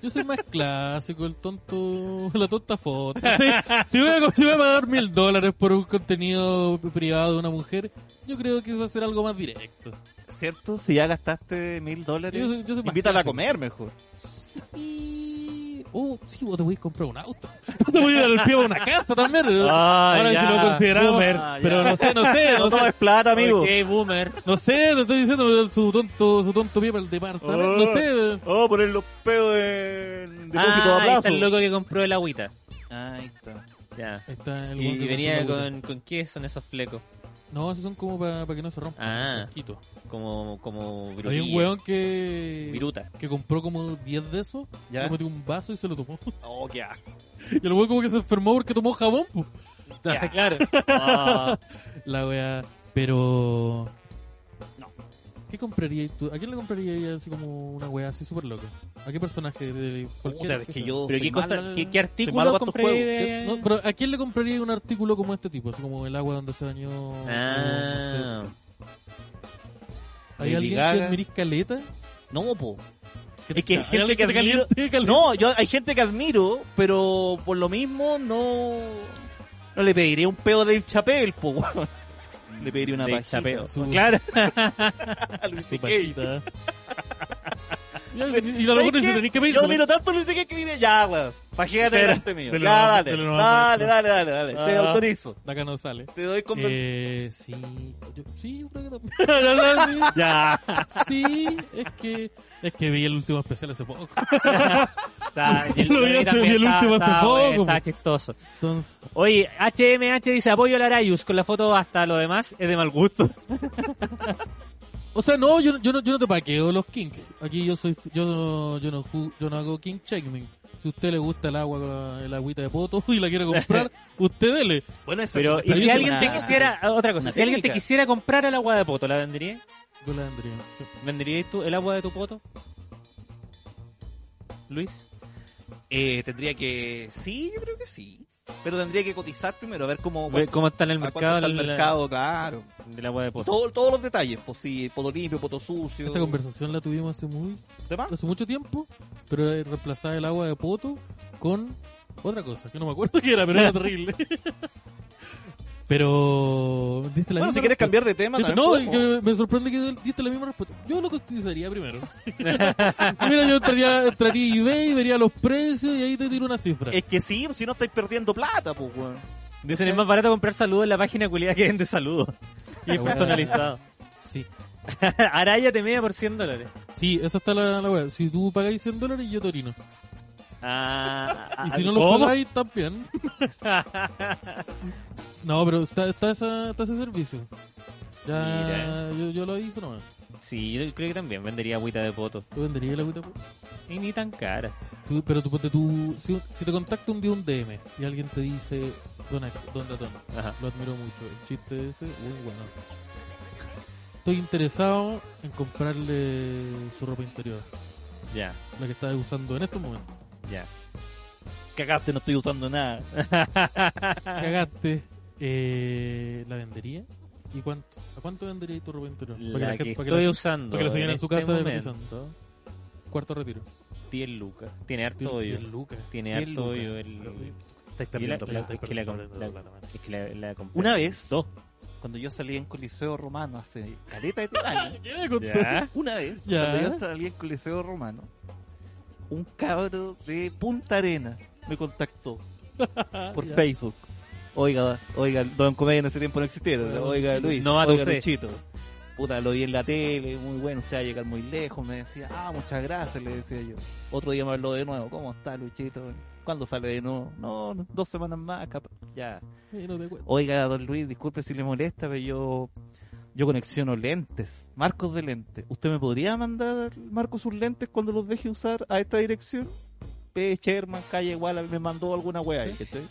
Speaker 3: Yo soy más clásico, el tonto, la tonta foto. Sí, si, voy a, co- si voy a pagar mil dólares por un contenido privado de una mujer, yo creo que eso va a ser algo más directo.
Speaker 1: ¿Cierto? Si ya gastaste mil
Speaker 3: Yo,
Speaker 1: dólares,
Speaker 3: soy- yo soy más
Speaker 1: invítala a
Speaker 3: clásico.
Speaker 1: comer mejor.
Speaker 3: Y... Oh, sí, vos te voy a comprar un auto. Vos te voy a ir al pie a una casa también.
Speaker 2: Ay,
Speaker 3: Ahora
Speaker 2: Ah, ya.
Speaker 3: si lo consideramos.
Speaker 2: Boomer.
Speaker 1: Ah, ya.
Speaker 3: pero no sé, no sé,
Speaker 1: No
Speaker 3: no sé.
Speaker 1: tomes plata, amigo.
Speaker 2: Ok, boomer.
Speaker 3: No sé, te estoy diciendo su tonto, su tonto pie para el departamento. No sé.
Speaker 1: Oh, poner los peos en depósito
Speaker 2: Ah,
Speaker 1: a
Speaker 2: ahí
Speaker 1: plazo.
Speaker 2: está el loco que compró el agüita.
Speaker 1: Ahí está.
Speaker 2: Ya.
Speaker 3: Ahí está el
Speaker 2: Y,
Speaker 3: weón que
Speaker 2: y venía
Speaker 3: compró la
Speaker 2: con, con qué son esos flecos.
Speaker 3: botella. No, esos son como para que no se rompan.
Speaker 2: Ah,
Speaker 3: Quito.
Speaker 2: como, como
Speaker 3: Hay un
Speaker 2: virutilla,
Speaker 3: weón que,
Speaker 2: Viruta.
Speaker 3: que compró como 10 de esos,
Speaker 1: ¿Ya?
Speaker 3: le metió un vaso y se lo tomó.
Speaker 1: Oh, qué asco.
Speaker 3: Y el weón como que se enfermó porque tomó jabón. po.
Speaker 1: Ya.
Speaker 2: claro. Ah,
Speaker 3: La wea. Pero.
Speaker 1: No.
Speaker 3: ¿Qué compraríais tú? ¿A quién le compraríais así como una wea así súper loca? ¿A qué personaje? De cualquier
Speaker 1: Puta, es que
Speaker 3: sea?
Speaker 1: yo
Speaker 2: Pero
Speaker 1: soy
Speaker 2: ¿qué, cosa-
Speaker 1: malo al-
Speaker 2: ¿qué, qué
Speaker 1: soy malo
Speaker 2: artículo
Speaker 1: para estos
Speaker 2: compré
Speaker 1: juegos.
Speaker 2: de-
Speaker 3: No, pero ¿a quién le compraría un artículo como este tipo? Así como el agua donde se bañó. o, no sé.
Speaker 2: Ah,
Speaker 3: ¿Hay
Speaker 1: Lady
Speaker 3: alguien que
Speaker 1: Gaga.
Speaker 3: admirís caleta?
Speaker 1: No, po.
Speaker 3: te-
Speaker 1: Es que hay
Speaker 3: ¿Hay
Speaker 1: gente
Speaker 3: alguien
Speaker 1: que
Speaker 3: te
Speaker 1: admiro-
Speaker 3: caliente, caleta?
Speaker 1: No, yo hay gente que admiro, pero por lo mismo no. No le pediría un peo de Chapel, po, weón.
Speaker 2: Mm,
Speaker 1: Le pediría una
Speaker 2: de
Speaker 1: pajita.
Speaker 2: chapeo.
Speaker 3: Su-
Speaker 2: Claro.
Speaker 1: A Luis
Speaker 3: Su
Speaker 1: CK.
Speaker 3: patita. y a y a lo
Speaker 1: ¿Sabes
Speaker 3: mejor ni
Speaker 1: qué?
Speaker 3: se tenés que pedir.
Speaker 1: Yo miro tanto Luis CK que diré, ya, weón. Pajéate
Speaker 3: Pero-
Speaker 1: delante mío.
Speaker 3: pero
Speaker 1: Ya,
Speaker 3: no-
Speaker 1: dale.
Speaker 3: pero no
Speaker 1: Dale,
Speaker 3: vamos a
Speaker 1: dale, dale, dale. Te
Speaker 3: Ah.
Speaker 1: autorizo.
Speaker 3: De acá no sale.
Speaker 1: Te doy con
Speaker 3: Eh, sí, yo, sí, yo creo que también.
Speaker 2: Ya.
Speaker 3: sí, es que, es que vi el último especial hace poco.
Speaker 2: Está, y el,
Speaker 3: Lo vi
Speaker 2: y
Speaker 3: hace-
Speaker 2: también
Speaker 3: vi el
Speaker 2: está-
Speaker 3: último hace
Speaker 2: está,
Speaker 3: poco,
Speaker 2: bueno,
Speaker 3: po.
Speaker 2: está chistoso.
Speaker 3: Entonces,
Speaker 2: Oye, HMH dice apoyo a Larayus con la foto hasta lo demás es de mal gusto.
Speaker 3: o sea, no, yo, no- yo, no, yo no te paqueo los kink. Aquí yo soy, yo, no- yo no, ju- yo no hago kink checking. Si a usted le gusta el agua, el agüita de poto y la quiere comprar, usted dele.
Speaker 1: Bueno, esa
Speaker 2: Pero,
Speaker 1: es
Speaker 2: y si
Speaker 1: una-
Speaker 2: alguien te quisiera, ah, otra cosa,
Speaker 1: una
Speaker 2: si alguien te
Speaker 1: técnica.
Speaker 2: quisiera comprar el agua de poto, ¿la vendría?
Speaker 3: Yo la vendría. sí.
Speaker 2: ¿Venderías tú el agua de tu poto? Luis.
Speaker 1: Eh, tendría que. Sí, yo creo que sí. Pero tendría que cotizar primero, a ver cómo.
Speaker 2: Ve ¿Cómo está en el
Speaker 1: a cuánto
Speaker 2: mercado,
Speaker 1: está el
Speaker 2: del-
Speaker 1: mercado, claro.
Speaker 2: del agua de poto?
Speaker 1: Todo- todos los detalles, pues sí, poto limpio, poto sucio.
Speaker 3: Esta conversación la tuvimos hace muy,
Speaker 1: ¿Demás?
Speaker 3: hace mucho tiempo, pero era reemplazar el agua de poto con otra cosa, que no me acuerdo qué era, pero era terrible. pero diste la
Speaker 1: Bueno, si
Speaker 3: misma
Speaker 1: quieres
Speaker 3: respuesta.
Speaker 1: cambiar de tema,
Speaker 3: Diste-
Speaker 1: también
Speaker 3: no, y
Speaker 1: podemos.
Speaker 3: que me sorprende que diste la misma respuesta. Yo lo cotizaría primero. Y Mira, yo entraría, entraría a eBay, vería los precios y ahí te tiro una cifra.
Speaker 1: Es que sí, si no estáis perdiendo plata, pues, weón.
Speaker 2: Dicen, es más barato comprar saludos en la página culiada que vende saludos. Y es
Speaker 3: weá.
Speaker 2: personalizado.
Speaker 3: Sí,
Speaker 2: Araya te media por 100 dólares.
Speaker 3: sí, esa está la, la wea. Si tú pagáis 100 dólares, yo te orino.
Speaker 2: Ah,
Speaker 3: Y
Speaker 2: ah,
Speaker 3: si no lo
Speaker 2: ¿cómo?
Speaker 3: pagáis, también. No, pero está, está, esa, está ese servicio. Ya,
Speaker 2: Mira.
Speaker 3: yo, yo lo hice nomás.
Speaker 2: sí, yo creo que también vendería agüita de poto.
Speaker 3: Yo vendería la agüita. po.
Speaker 2: Y ni tan cara.
Speaker 3: Tú- Pero tú ponte tú. Si, si te contacta un día un DM y alguien te dice, Don, Ac- don Datón,
Speaker 2: Ajá.
Speaker 3: lo admiro mucho. El chiste ese, muy bueno. Estoy interesado en comprarle su ropa interior,
Speaker 2: Ya,
Speaker 3: la que está usando en estos momentos.
Speaker 2: ya.
Speaker 1: Cagaste, no estoy usando nada.
Speaker 3: Ah. Cagaste, eh, la vendería. ¿Y cuánto? ¿A cuánto vendería tu ropa interior? Para
Speaker 2: La
Speaker 3: gente-
Speaker 2: que
Speaker 3: para
Speaker 2: estoy
Speaker 3: la-
Speaker 2: usando.
Speaker 3: para que la señora en su casa
Speaker 2: este
Speaker 3: esté
Speaker 2: momento,
Speaker 3: Cuarto retiro.
Speaker 2: 10 lucas. Tiene harto hoyo.
Speaker 3: 10 lucas.
Speaker 2: Tiene
Speaker 3: 10
Speaker 2: harto
Speaker 3: lucas.
Speaker 2: hoyo. El...
Speaker 1: Estáis
Speaker 2: Y la-
Speaker 1: perdiendo
Speaker 2: la-
Speaker 1: plata.
Speaker 2: es que la com-
Speaker 3: perdiendo
Speaker 2: la-
Speaker 3: plata, man.
Speaker 2: es que la- la compré.
Speaker 1: Una vez, cuando yo salí en Coliseo Romano hace caleta de años,
Speaker 3: ¿Qué me contó?
Speaker 2: Ya.
Speaker 1: una vez,
Speaker 3: Ya.
Speaker 1: cuando yo salí en Coliseo Romano, un cabro de Punta Arena me contactó por
Speaker 3: Ya.
Speaker 1: Facebook. Oiga, oiga, Don Comedia en ese tiempo no existía.
Speaker 3: Oiga, Don
Speaker 1: Oiga,
Speaker 3: Luchito.
Speaker 1: Luis,
Speaker 2: No mata
Speaker 1: oiga,
Speaker 2: usted.
Speaker 1: Luchito. Puta, lo vi en la tele, muy bueno, usted va a llegar muy lejos. Me decía, ah, muchas gracias, le decía yo. Otro día me habló de nuevo, ¿cómo está Luchito? ¿Cuándo sale de nuevo? No, no, dos semanas más, capaz. Ya.
Speaker 3: Sí, no te cuento.
Speaker 1: Oiga, Don Luis, disculpe si le molesta, pero yo, yo conexiono lentes, marcos de lentes. ¿Usted me podría mandar, Marco, sus lentes cuando los deje usar a esta dirección? P. Sherman, calle igual, me mandó alguna wea ahí, ¿cachai?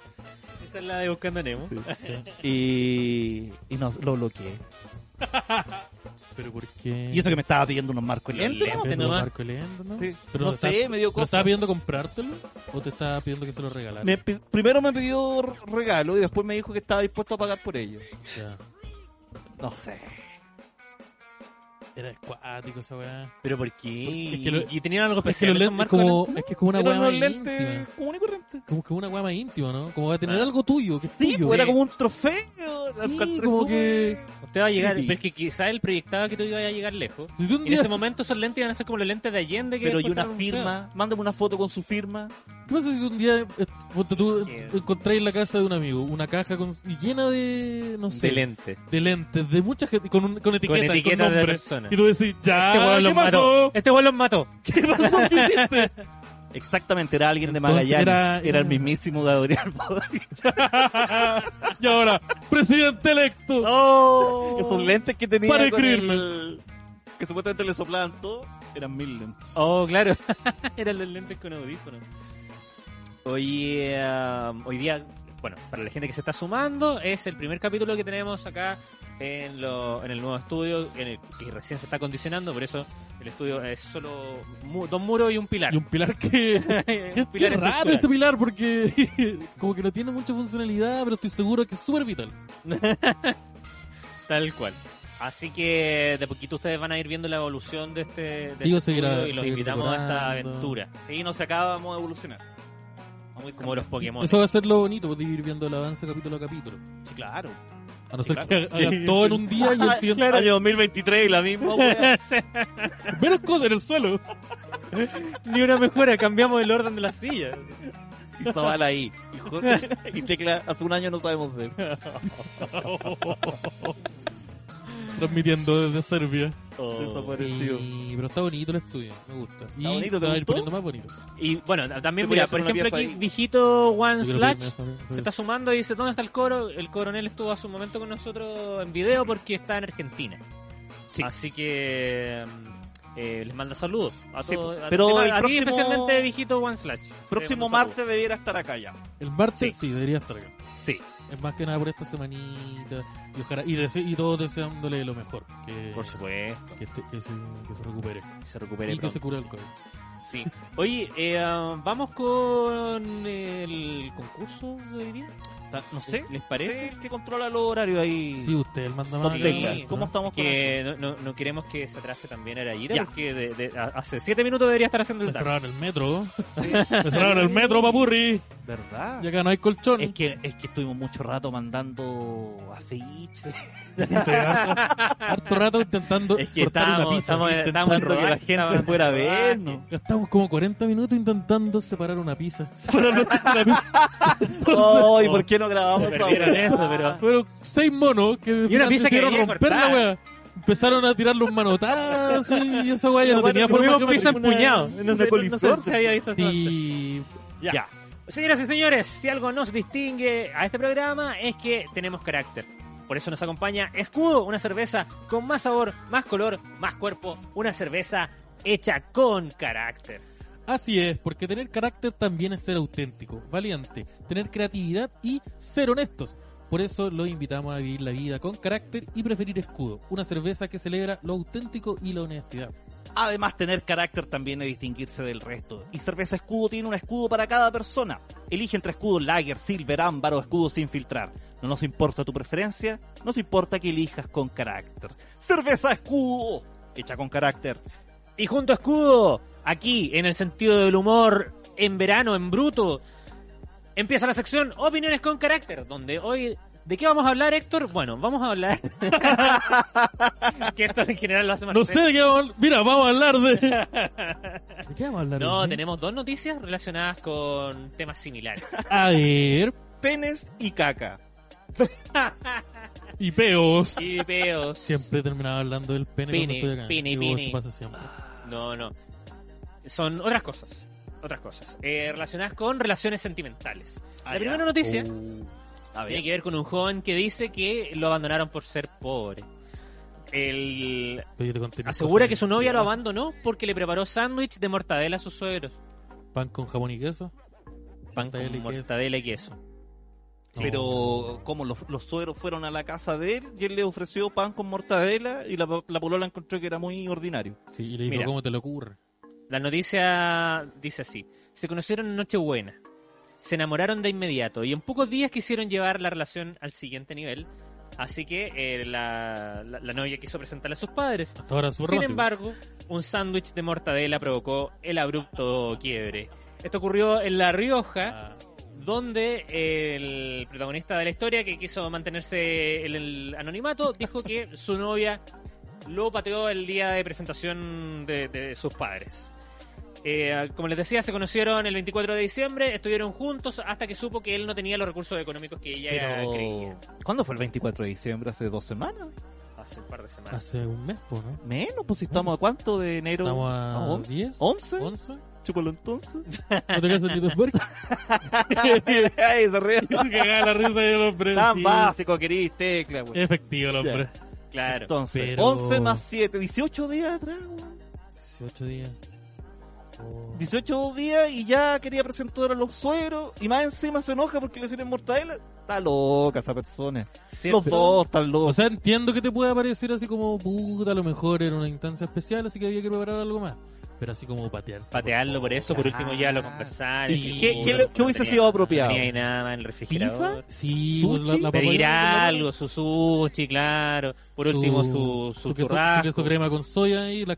Speaker 2: Esa es la de Buscando a Nemo.
Speaker 1: Y, y no, lo bloqueé.
Speaker 3: Pero ¿por qué?
Speaker 1: Y eso que me estaba pidiendo unos marcos
Speaker 2: Los
Speaker 1: lentes. ¿no?
Speaker 2: lentes.
Speaker 3: Pero
Speaker 2: nomás.
Speaker 3: Marco Leandro, ¿no?
Speaker 1: Sí.
Speaker 3: Pero
Speaker 1: no
Speaker 3: lo
Speaker 1: sé,
Speaker 3: está-
Speaker 1: me dio
Speaker 3: ¿Lo
Speaker 1: cosa.
Speaker 3: estaba pidiendo comprártelo o te estaba pidiendo que se lo regalaran?
Speaker 1: Me pi- primero me pidió r- regalo y después me dijo que estaba dispuesto a pagar por ello.
Speaker 3: Ya.
Speaker 1: No sé.
Speaker 3: Era acuático esa weá.
Speaker 2: ¿Pero por qué?
Speaker 3: Es que lo-
Speaker 2: y tenían algo
Speaker 3: Pues Es que,
Speaker 2: especial. esos
Speaker 3: los lentes
Speaker 2: marcos
Speaker 3: como,
Speaker 2: de lentes?
Speaker 3: es que es como una weá
Speaker 1: Eran
Speaker 3: más
Speaker 1: unos lentes
Speaker 3: íntima.
Speaker 1: común y corriente.
Speaker 3: Como que una weá más íntima, ¿no? Como va a tener
Speaker 2: Ah.
Speaker 3: algo tuyo, que es
Speaker 1: Sí,
Speaker 3: tuyo.
Speaker 1: pues era como un trofeo. al
Speaker 3: Sí,
Speaker 1: cual-
Speaker 3: como que...
Speaker 2: Usted va a llegar,
Speaker 1: creepy.
Speaker 2: pero es que quizás él proyectaba que tú ibas a llegar lejos.
Speaker 3: Si tú un
Speaker 2: Y en
Speaker 3: día...
Speaker 2: ese momento esos lentes iban a ser como los lentes de Allende que
Speaker 1: Pero y
Speaker 2: después
Speaker 1: una
Speaker 2: fueron
Speaker 1: firma, mándame una foto con su firma.
Speaker 3: ¿Qué pasa si un día eh, ponte tú
Speaker 2: Bien.
Speaker 3: encontráis en la casa de un amigo una caja con, y llena de, no
Speaker 2: usados.
Speaker 3: sé,
Speaker 2: De lentes.
Speaker 3: de lentes, de mucha gente, con, un- con etiquetas,
Speaker 2: con
Speaker 3: con,
Speaker 2: etiquetas de
Speaker 3: nombres?
Speaker 2: personas.
Speaker 3: Y tú decís, ya,
Speaker 2: Este hueón
Speaker 3: ¿qué
Speaker 2: los mató.
Speaker 3: pasó?
Speaker 2: Este hueón los mató.
Speaker 3: ¿Qué pasó? ¿Qué hiciste?
Speaker 1: Exactamente, era alguien de
Speaker 3: Entonces
Speaker 1: Magallanes. Era,
Speaker 3: era-
Speaker 1: el mismísimo Gabriel Boric.
Speaker 3: y ahora, presidente electo.
Speaker 1: ¡Oh! Esos lentes que tenía.
Speaker 3: Para
Speaker 1: con
Speaker 3: escribirme.
Speaker 1: el- Que supuestamente le soplaban todo. Eran mil lentes.
Speaker 2: Oh, claro. Eran los lentes con audífonos. Hoy, eh, hoy día, bueno, para la gente que se está sumando, es el primer capítulo que tenemos acá en, lo- en el nuevo estudio, en el que recién se está condicionando, por eso el estudio es solo mu- dos muros y un pilar.
Speaker 3: Y un pilar que...
Speaker 2: un
Speaker 3: Es
Speaker 2: pilar
Speaker 3: raro
Speaker 2: estructural.
Speaker 3: este pilar porque como que no tiene mucha funcionalidad, pero estoy seguro que es súper vital.
Speaker 2: Tal cual. Así que de poquito ustedes van a ir viendo la evolución de este, de
Speaker 3: Sí,
Speaker 2: este
Speaker 3: o seguirá-
Speaker 2: estudio y los
Speaker 3: seguir
Speaker 2: invitamos a esta
Speaker 3: mejorando.
Speaker 2: aventura,
Speaker 1: Sí, nos acabamos de evolucionar. Vamos a ir
Speaker 2: como los Pokémon.
Speaker 3: Eso va a ser lo bonito, porque ir viendo el avance capítulo a capítulo.
Speaker 1: Sí, claro.
Speaker 3: A no
Speaker 1: Sí,
Speaker 3: ser
Speaker 1: claro.
Speaker 3: que hagan todo en un día y entiendan
Speaker 1: Año 2023 y la misma, wea.
Speaker 3: menos cosas en el suelo.
Speaker 2: Ni una mejora, cambiamos el orden de las sillas.
Speaker 1: Y Zavala ahí. Y, Jorge- y Tecla, hace un año no sabemos de él.
Speaker 3: Transmitiendo desde Serbia.
Speaker 1: Desaparecido.
Speaker 3: Sí, pero está bonito el estudio, me gusta. Y
Speaker 1: bonito, ¿te
Speaker 3: se va a ir
Speaker 1: gustó?
Speaker 3: poniendo más bonito.
Speaker 2: Y bueno,
Speaker 1: Te
Speaker 2: también,
Speaker 1: voy a
Speaker 2: mira,
Speaker 1: hacer
Speaker 2: por
Speaker 1: una
Speaker 2: ejemplo,
Speaker 1: pieza
Speaker 2: aquí
Speaker 1: ahí.
Speaker 2: Viejito One
Speaker 3: Yo creo
Speaker 2: Slash
Speaker 3: que me-
Speaker 2: se está sumando y dice: ¿Dónde está el coro? El coronel estuvo hace un momento con nosotros en video porque está en Argentina.
Speaker 1: Sí.
Speaker 2: Así que eh, les manda saludos a
Speaker 1: Sí,
Speaker 2: todos. a-
Speaker 1: pero
Speaker 2: a-
Speaker 1: el
Speaker 2: a ti
Speaker 1: próximo-
Speaker 2: especialmente Viejito One Slash.
Speaker 1: Próximo
Speaker 2: Te mando saludos.
Speaker 1: martes debiera estar acá ya.
Speaker 3: El martes sí. debería estar acá.
Speaker 2: Sí,
Speaker 3: Es más que nada por esta semanita. Y, ojalá, y, dese- y todos deseándole lo mejor. Que,
Speaker 2: por supuesto.
Speaker 3: que, este- que se, que se recupere.
Speaker 2: Se recupere
Speaker 3: Y que
Speaker 2: pronto.
Speaker 3: se cure el COVID.
Speaker 2: Sí. Oye, eh, ah, vamos con el concurso de hoy día.
Speaker 1: Está- No sé.
Speaker 2: ¿Les
Speaker 1: Usted
Speaker 2: parece?
Speaker 1: es el que controla los horarios ahí.
Speaker 3: Sí, usted, el manda más.
Speaker 1: Con
Speaker 2: sí.
Speaker 1: Tecla.
Speaker 2: ¿no?
Speaker 1: ¿Cómo estamos con eso?
Speaker 2: que no, no, no queremos que se atrase también Arayita,
Speaker 1: Ya.
Speaker 2: porque de- de- a- hace siete minutos debería estar haciendo
Speaker 3: Me
Speaker 2: el tag.
Speaker 3: cerraron el metro. Me cerraron el metro, papurri.
Speaker 1: ¿Verdad?
Speaker 3: Y acá no hay colchón.
Speaker 1: Es que, es que estuvimos mucho rato mandando aceiche.
Speaker 3: Harto rato intentando
Speaker 2: Es que
Speaker 3: cortar
Speaker 2: estábamos,
Speaker 3: una pizza.
Speaker 2: estamos, en- estamos en
Speaker 1: Intentando que
Speaker 2: rodaje,
Speaker 1: la gente
Speaker 2: estábamos en
Speaker 1: fuera a
Speaker 2: rodaje.
Speaker 1: vernos.
Speaker 3: Gastamos como 40 minutos intentando separar una pizza. Separar una pizza.
Speaker 1: ¡Ay! ¿Por qué no grabamos
Speaker 2: Se
Speaker 1: esa
Speaker 2: perdieron
Speaker 1: weá?
Speaker 2: eso, pero-
Speaker 3: Fueron seis monos que
Speaker 2: una pizza que
Speaker 3: decidieron
Speaker 2: venía
Speaker 3: romper la
Speaker 2: cortada.
Speaker 3: wea. Empezaron a tirarle un manotazo y esa wea ya no tenía forma
Speaker 2: Tuvimos
Speaker 3: de
Speaker 2: pizza empuñado. No sé, no sé
Speaker 1: coliflor.
Speaker 2: si se había visto esto antes.
Speaker 3: Sí,
Speaker 1: Ya.
Speaker 2: Señoras y señores, si algo nos distingue a este programa es que tenemos carácter. Por eso nos acompaña Escudo, una cerveza con más sabor, más color, más cuerpo, una cerveza hecha con carácter.
Speaker 3: así es, porque tener carácter también es ser auténtico, valiente, tener creatividad y ser honestos. Por eso los invitamos a vivir la vida con carácter y preferir escudo, una cerveza que celebra lo auténtico y la honestidad.
Speaker 1: Además, tener carácter también es distinguirse del resto. Y Cerveza Escudo tiene un escudo para cada persona. Elige entre escudo lager, silver, ámbar o escudo sin filtrar. No nos importa tu preferencia, nos importa que elijas con carácter. Cerveza Escudo, hecha con carácter.
Speaker 2: Y junto a Escudo, aquí en el sentido del humor, en verano, en bruto, empieza la sección Opiniones con carácter, donde hoy... ¿De qué vamos a hablar, Héctor? Bueno, vamos a hablar... que esto en general lo hace
Speaker 3: No
Speaker 2: Marcelo.
Speaker 3: sé de qué vamos a hablar. Mira, vamos a hablar de. ¿De qué vamos a hablar?
Speaker 2: No,
Speaker 3: hoy?
Speaker 2: tenemos dos noticias relacionadas con temas similares.
Speaker 3: A ver.
Speaker 1: Penes y caca.
Speaker 3: Y peos.
Speaker 2: Y peos.
Speaker 3: Siempre terminaba hablando del pene. cuando
Speaker 2: Pene,
Speaker 3: estoy acá.
Speaker 2: pene,
Speaker 3: Digo,
Speaker 2: pene.
Speaker 3: eso pasa siempre.
Speaker 2: No, no. Son otras cosas. Otras cosas. Eh, relacionadas con relaciones sentimentales. La primera noticia
Speaker 1: Uh,
Speaker 3: Ah,
Speaker 1: A ver,
Speaker 2: tiene que ver con un joven que dice que lo abandonaron por ser pobre. Él
Speaker 3: Pero yo te conté mis
Speaker 2: asegura
Speaker 3: cosas
Speaker 2: que su
Speaker 3: de-
Speaker 2: novia lo abandonó porque le preparó sándwich de mortadela a sus suegros.
Speaker 3: Pan con jamón y queso.
Speaker 2: Pan
Speaker 3: Mortadela y
Speaker 2: con
Speaker 3: queso.
Speaker 2: mortadela y queso.
Speaker 1: pero como los, los suegros fueron a la casa de él y él le ofreció pan con mortadela y la, la polola encontró que era muy ordinario.
Speaker 3: Sí, y le digo,
Speaker 2: Mira.
Speaker 3: ¿cómo te lo ocurre?
Speaker 2: La noticia dice así: se conocieron en Nochebuena, se enamoraron de inmediato y en pocos días quisieron llevar la relación al siguiente nivel. Así que eh, la, la- la novia quiso presentarle a sus padres.
Speaker 3: Hasta ahora su
Speaker 2: Sin embargo, un sándwich de mortadela provocó el abrupto quiebre. Esto ocurrió en La Rioja,
Speaker 1: Ah.
Speaker 2: donde el protagonista de la historia, que quiso mantenerse en el anonimato, dijo que su novia lo pateó el día de presentación de, de sus padres. Eh, como les decía, se conocieron el 24 de diciembre, estuvieron juntos hasta que supo que él no tenía los recursos económicos que ella
Speaker 1: Pero,
Speaker 2: creía.
Speaker 1: ¿Cuándo fue el 24 de diciembre? ¿Hace dos semanas?
Speaker 2: hace un par de semanas.
Speaker 3: Hace un mes, po, ¿no?
Speaker 1: Menos, pues si estamos a cuánto de enero.
Speaker 3: Estamos a
Speaker 1: ¿11?
Speaker 3: 10,
Speaker 1: 11,
Speaker 3: 11.
Speaker 1: chúpalo entonces.
Speaker 3: No te casas, Tito Berg.
Speaker 1: Ay, se ríe.
Speaker 3: Cagada la risa del hombre.
Speaker 1: Tan
Speaker 3: sí.
Speaker 1: básico, querís tecla, güey.
Speaker 3: Efectivo el hombre.
Speaker 2: Claro.
Speaker 1: Entonces,
Speaker 3: Pero-
Speaker 1: 11 más 7, 18 días atrás, güey.
Speaker 3: 18 días. Oh.
Speaker 1: 18 días y ya quería presentar a los suegros y más encima se enoja porque le sirven mortadela. Está loca esa persona. Los dos están
Speaker 3: O
Speaker 1: locos.
Speaker 3: sea, entiendo que te pueda parecer así como, puta, a lo mejor era una instancia especial, así que había que preparar algo más. Pero así como patear.
Speaker 2: Patearlo por eso, por último ya lo
Speaker 1: Ah.
Speaker 2: conversar.
Speaker 1: ¿Y qué, qué le- qué hubiese sido
Speaker 2: No
Speaker 1: apropiado?
Speaker 2: tenía ahí nada más en el refrigerador.
Speaker 3: Sí,
Speaker 1: ¿Sushi?
Speaker 3: pues, la, la
Speaker 2: Pedir
Speaker 3: papadera-
Speaker 2: algo, su sushi, claro. Por
Speaker 3: su-
Speaker 2: último, su, su,
Speaker 3: su queso-
Speaker 2: churrasco.
Speaker 3: queso crema con soya y las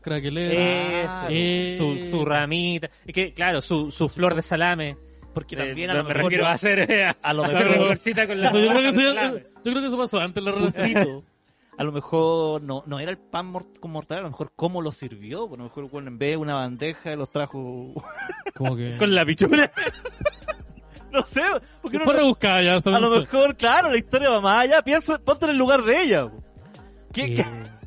Speaker 2: Eso.
Speaker 3: craqueleras. Eh.
Speaker 2: su, su ramita. Es que, claro, su, su flor de salame.
Speaker 1: Porque
Speaker 2: Eh,
Speaker 1: también a lo
Speaker 2: me
Speaker 1: mejor
Speaker 2: refiero a
Speaker 1: no-
Speaker 2: hacer, eh, a
Speaker 1: a lo
Speaker 2: hacer
Speaker 1: mejor-
Speaker 2: una bolsita con la
Speaker 3: Yo, creo que
Speaker 2: con
Speaker 3: eso,
Speaker 2: la-
Speaker 3: yo creo que eso pasó antes en la relación.
Speaker 1: puntito. A lo mejor no, no era el pan mor- con mortadela, a lo mejor cómo lo sirvió. pues, A lo mejor el weón en vez de una bandeja los trajo.
Speaker 3: Como que.
Speaker 2: Con la pichula.
Speaker 1: no sé, porque
Speaker 3: Fue
Speaker 1: no,
Speaker 3: rebuscada ya. hasta
Speaker 1: a lo
Speaker 3: ahora.
Speaker 1: mejor, claro, la historia va más allá. Piensa, ponte en el lugar de ella. po. ¿Qué,
Speaker 3: Eh,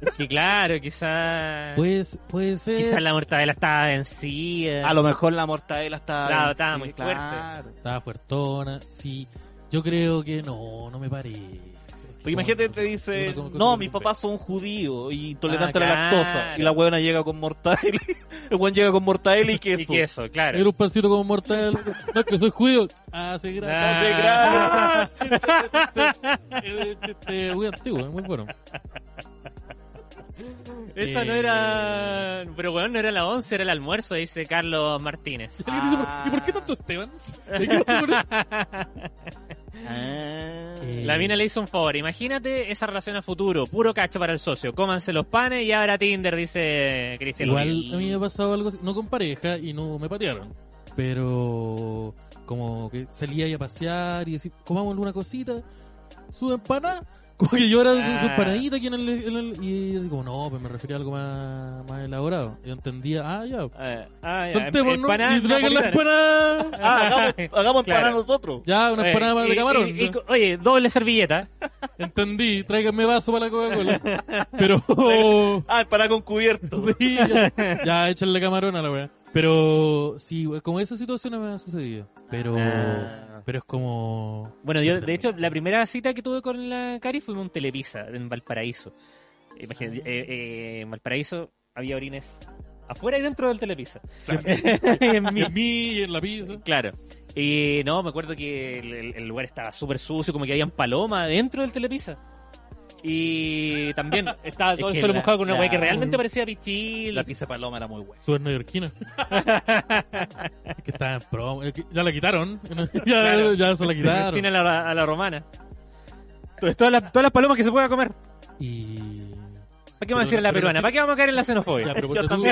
Speaker 1: qué-
Speaker 2: Que claro, quizás.
Speaker 3: Pues, puede ser.
Speaker 2: Quizás la mortadela estaba vencida.
Speaker 1: A lo mejor la mortadela estaba.
Speaker 2: Claro, estaba muy
Speaker 1: fuerte.
Speaker 3: Estaba fuertona, sí. Yo creo que no, no me parece.
Speaker 1: Porque imagínate, te dice, no, mis papás son judíos y intolerantes
Speaker 2: Ah,
Speaker 1: a la lactosa.
Speaker 2: claro.
Speaker 1: Y la huevona llega con mortadela. El hueón llega con mortadela y queso.
Speaker 2: Y queso, claro.
Speaker 3: Era un pancito como mortal. No, que soy judío. Ah, sí, gracias.
Speaker 1: No sé,
Speaker 2: Ah.
Speaker 1: claro.
Speaker 3: Eh, Este muy antiguo, es muy bueno.
Speaker 2: Esa no era.
Speaker 3: Eh.
Speaker 2: Pero bueno, no era la 11, era el almuerzo, dice Carlos Martínez.
Speaker 1: Ah.
Speaker 3: ¿Y por qué tanto Esteban? ¿De qué vas a poner?
Speaker 1: Ah.
Speaker 3: Eh,
Speaker 2: La mina le hizo un favor. Imagínate esa relación a futuro. Puro cacho para el socio. Cómanse los panes y ahora Tinder, dice Cristian.
Speaker 3: Igual a mí me ha pasado algo así, no con pareja y no me patearon, pero como que salía ahí a pasear y decir, comamos alguna cosita, su empanada, como que yo era su- su
Speaker 2: Ah.
Speaker 3: empanadita aquí en el, en el- y así como, no, pues me refería a algo más, más elaborado. Yo entendía, ah, ya,
Speaker 2: Ah, ah, ya,
Speaker 3: saltemos, ¿no?
Speaker 2: empanada
Speaker 3: y traigan la
Speaker 2: napolitana.
Speaker 3: empanada,
Speaker 1: Ah, hagamos, hagamos
Speaker 2: Claro.
Speaker 1: empanada nosotros.
Speaker 3: ya, una
Speaker 2: Oye,
Speaker 3: empanada más
Speaker 2: y-
Speaker 3: de camarón.
Speaker 2: y- y eh, co- oye, doble servilleta.
Speaker 3: Entendí, tráiganme vaso para la Coca-Cola. Pero...
Speaker 1: Ah, empanada con cubierto.
Speaker 3: Sí, ya, ya, échale camarón a la wea. Pero sí, we- como esas situaciones me han sucedido. Pero,
Speaker 2: Ah.
Speaker 3: pero es como.
Speaker 2: Bueno, yo, de hecho, la primera cita que tuve con la Cari fue en un Telepisa, en Valparaíso. Imagínate,
Speaker 3: Ah.
Speaker 2: eh, eh, en Valparaíso había orines afuera y dentro del Telepisa. Y en
Speaker 3: Y
Speaker 2: mí,
Speaker 3: en mí, y en la pizza.
Speaker 2: claro. Y no, me acuerdo que el, el- el lugar estaba súper sucio, como que habían palomas dentro del Telepisa. Y también estaba todo
Speaker 1: Es que
Speaker 2: el suelo
Speaker 1: la-
Speaker 2: mojado con una
Speaker 1: la-
Speaker 2: weá que realmente parecía pichil.
Speaker 1: La pizza paloma era muy buena.
Speaker 3: Super neoyorquina. que está en promo. eh, que Ya la quitaron. Ya,
Speaker 2: Claro.
Speaker 3: ya se la quitaron.
Speaker 2: Tiene a la, a la romana. Entonces, todas las, todas las palomas que se pueda comer.
Speaker 3: Y.
Speaker 2: ¿Para qué vamos a
Speaker 3: Pero-
Speaker 2: decir a la
Speaker 3: pero-
Speaker 2: peruana? ¿Para qué vamos a caer en la xenofobia?
Speaker 3: Ya, pero ponte tú.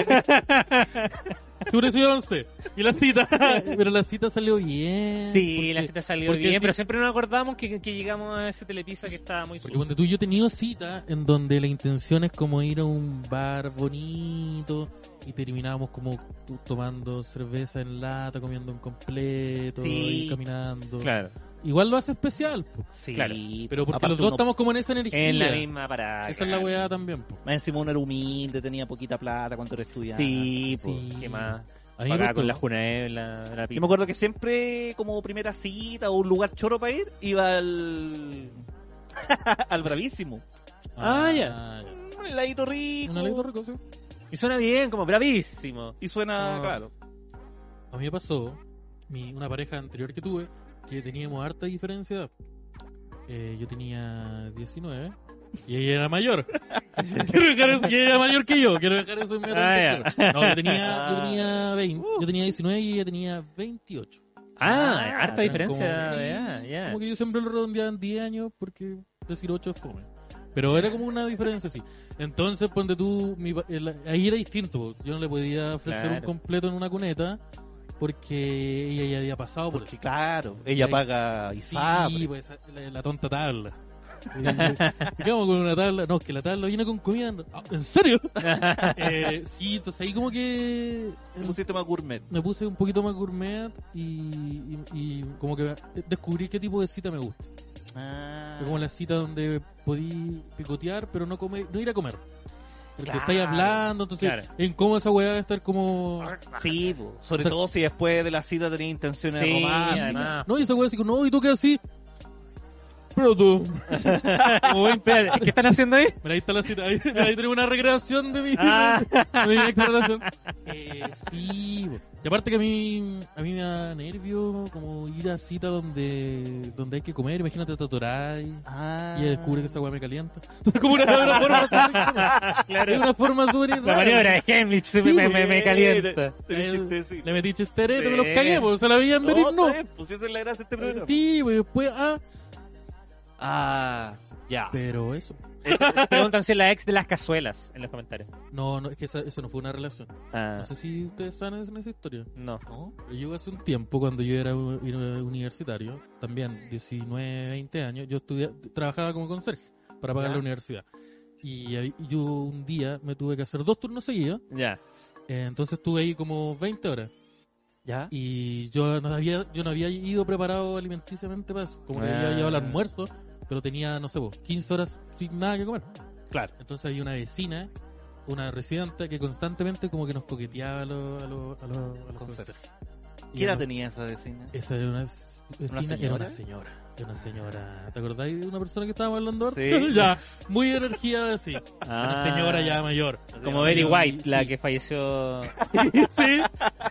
Speaker 3: Seguro soy 11. Y la cita. Pero la cita salió bien.
Speaker 2: Sí,
Speaker 3: porque-
Speaker 2: la cita salió
Speaker 3: porque
Speaker 2: bien,
Speaker 3: sí.
Speaker 2: pero siempre nos acordamos que, que llegamos a ese telepisa que estaba muy
Speaker 3: Porque
Speaker 2: sucio.
Speaker 3: cuando tú yo he tenido citas en donde la intención es como ir a un bar bonito y terminábamos como tú tomando cerveza en lata, comiendo un completo,
Speaker 2: Sí.
Speaker 3: y caminando.
Speaker 2: Claro,
Speaker 3: Igual lo hace especial, po.
Speaker 1: Sí,
Speaker 2: Claro.
Speaker 3: pero porque
Speaker 1: aparte
Speaker 3: los dos
Speaker 1: uno-
Speaker 3: estamos como en esa energía.
Speaker 2: en la misma parada.
Speaker 3: Esa es la weá también. po.
Speaker 1: Más encima uno era humilde, tenía poquita plata cuando era estudiante.
Speaker 2: Sí,
Speaker 3: Sí.
Speaker 2: pues, ¿qué más?
Speaker 3: A mí me
Speaker 2: Pagaba
Speaker 3: gustó.
Speaker 2: con la Junaev, la, la
Speaker 1: Yo me acuerdo que siempre, como primera cita o un lugar choro para ir, iba al. al Bravísimo.
Speaker 2: Ah, ya.
Speaker 1: Un heladito rico.
Speaker 3: Un alegro rico, sí.
Speaker 2: Y suena bien, como bravísimo.
Speaker 1: Y suena,
Speaker 2: Ah.
Speaker 1: claro.
Speaker 3: A mí me pasó, mi, una pareja anterior que tuve, que teníamos harta diferencia. de edad. Eh, yo tenía 19 y ella era mayor. quiero dejar eso- y ella era mayor que yo, quiero dejar eso inmediatamente.
Speaker 2: Ah,
Speaker 3: claro. No, yo tenía, yo
Speaker 1: Ah.
Speaker 3: tenía 20, yo tenía 19 y ella tenía 28.
Speaker 2: Ah,
Speaker 1: Ah,
Speaker 2: harta
Speaker 3: Eran
Speaker 2: diferencia.
Speaker 3: como- sí,
Speaker 2: ya, ya.
Speaker 3: Como que yo siempre lo redondeaba en 10 años porque decir 8 es fome. Pero era como una diferencia así. Entonces, ponte tú, mi pa- el- ahí era distinto. Yo no le podía ofrecer un
Speaker 2: Claro.
Speaker 3: completo en una cuneta porque ella ya había pasado por
Speaker 1: Porque, claro, ella
Speaker 3: Sí.
Speaker 1: paga y
Speaker 3: Sí,
Speaker 1: sabe.
Speaker 3: pues, la, la tonta tabla. Digamos con una tabla. No, es que la tabla viene con comida. Ah, ¿En serio? Eh, sí, entonces ahí como que
Speaker 1: Es un sistema gourmet.
Speaker 3: me puse un poquito más gourmet y, y- y como que descubrí qué tipo de cita me gusta.
Speaker 1: Ah,
Speaker 3: Es como la cita donde podí picotear, pero no comer, no ir a comer. Porque
Speaker 1: Claro,
Speaker 3: estáis hablando, entonces
Speaker 2: claro.
Speaker 3: en cómo esa weá va a estar como...
Speaker 1: Sí, po. sobre todo si después de la cita tenía intenciones
Speaker 2: Sí,
Speaker 1: románticas.
Speaker 2: además.
Speaker 3: No, y esa weá así como, no, y tú quedas así. Pero tú. Como 20 años.
Speaker 5: ¿Qué están haciendo ahí?
Speaker 3: Mira, ahí está la cita. Ahí, mira, ahí tenemos una recreación de mi,
Speaker 2: Ah.
Speaker 3: de mi ex relación. Eh, sí, bo. y aparte que a mí, a mí me da nervio como ir a cita donde, donde hay que comer. Imagínate, te atoráis.
Speaker 1: Ah.
Speaker 3: Y ella descubre que esa weá me calienta. Es como una, una forma súper- Es una forma súper
Speaker 2: La
Speaker 3: rara.
Speaker 2: maniobra de Heimlich se me, me, me- me calienta.
Speaker 1: Tenés chistecito.
Speaker 3: Le metí chisterete,
Speaker 2: Sí.
Speaker 3: me los cagué, porque se la veían
Speaker 1: No,
Speaker 3: venir, no.
Speaker 1: está bien, pues esa es la gracia de este programa.
Speaker 3: Sí, bo, y después, ah,
Speaker 1: Ah, ya.
Speaker 3: pero eso.
Speaker 2: Preguntan si es la ex de las cazuelas en los comentarios.
Speaker 3: No, no, es que esa, eso no fue una relación.
Speaker 2: Ah,
Speaker 3: No sé si ustedes saben esa- esa historia.
Speaker 2: no.
Speaker 1: ¿No?
Speaker 3: Yo hace un tiempo, cuando yo era u- era universitario, también 19, 20 años, yo estudia- trabajaba como conserje para pagar
Speaker 1: Ya.
Speaker 3: la universidad. Y ahí- yo un día me tuve que hacer dos turnos seguidos,
Speaker 2: Ya.
Speaker 3: eh, entonces estuve ahí como 20 horas.
Speaker 1: ¿Ya?
Speaker 3: Y yo no había, yo no había ido preparado alimenticiamente para eso, como que
Speaker 2: Ah.
Speaker 3: había llevado el almuerzo, pero tenía, no sé, vos, 15 horas sin nada que comer.
Speaker 1: Claro.
Speaker 3: Entonces había una vecina, una residente, que constantemente como que nos coqueteaba a los, a los, a los, a los
Speaker 1: Conserjes.
Speaker 3: conserjes. Y
Speaker 1: ¿Qué edad
Speaker 3: nos-
Speaker 1: tenía esa vecina?
Speaker 3: esa era una, s- vecina,
Speaker 1: señora?
Speaker 3: era una señora. Era una señora. ¿Te acordáis de una persona que estábamos hablando ahora?
Speaker 1: Sí.
Speaker 3: ya, muy de energía así.
Speaker 2: Ah,
Speaker 3: Una señora ya mayor.
Speaker 2: Como Betty White, la
Speaker 3: Sí.
Speaker 2: que falleció
Speaker 3: sí.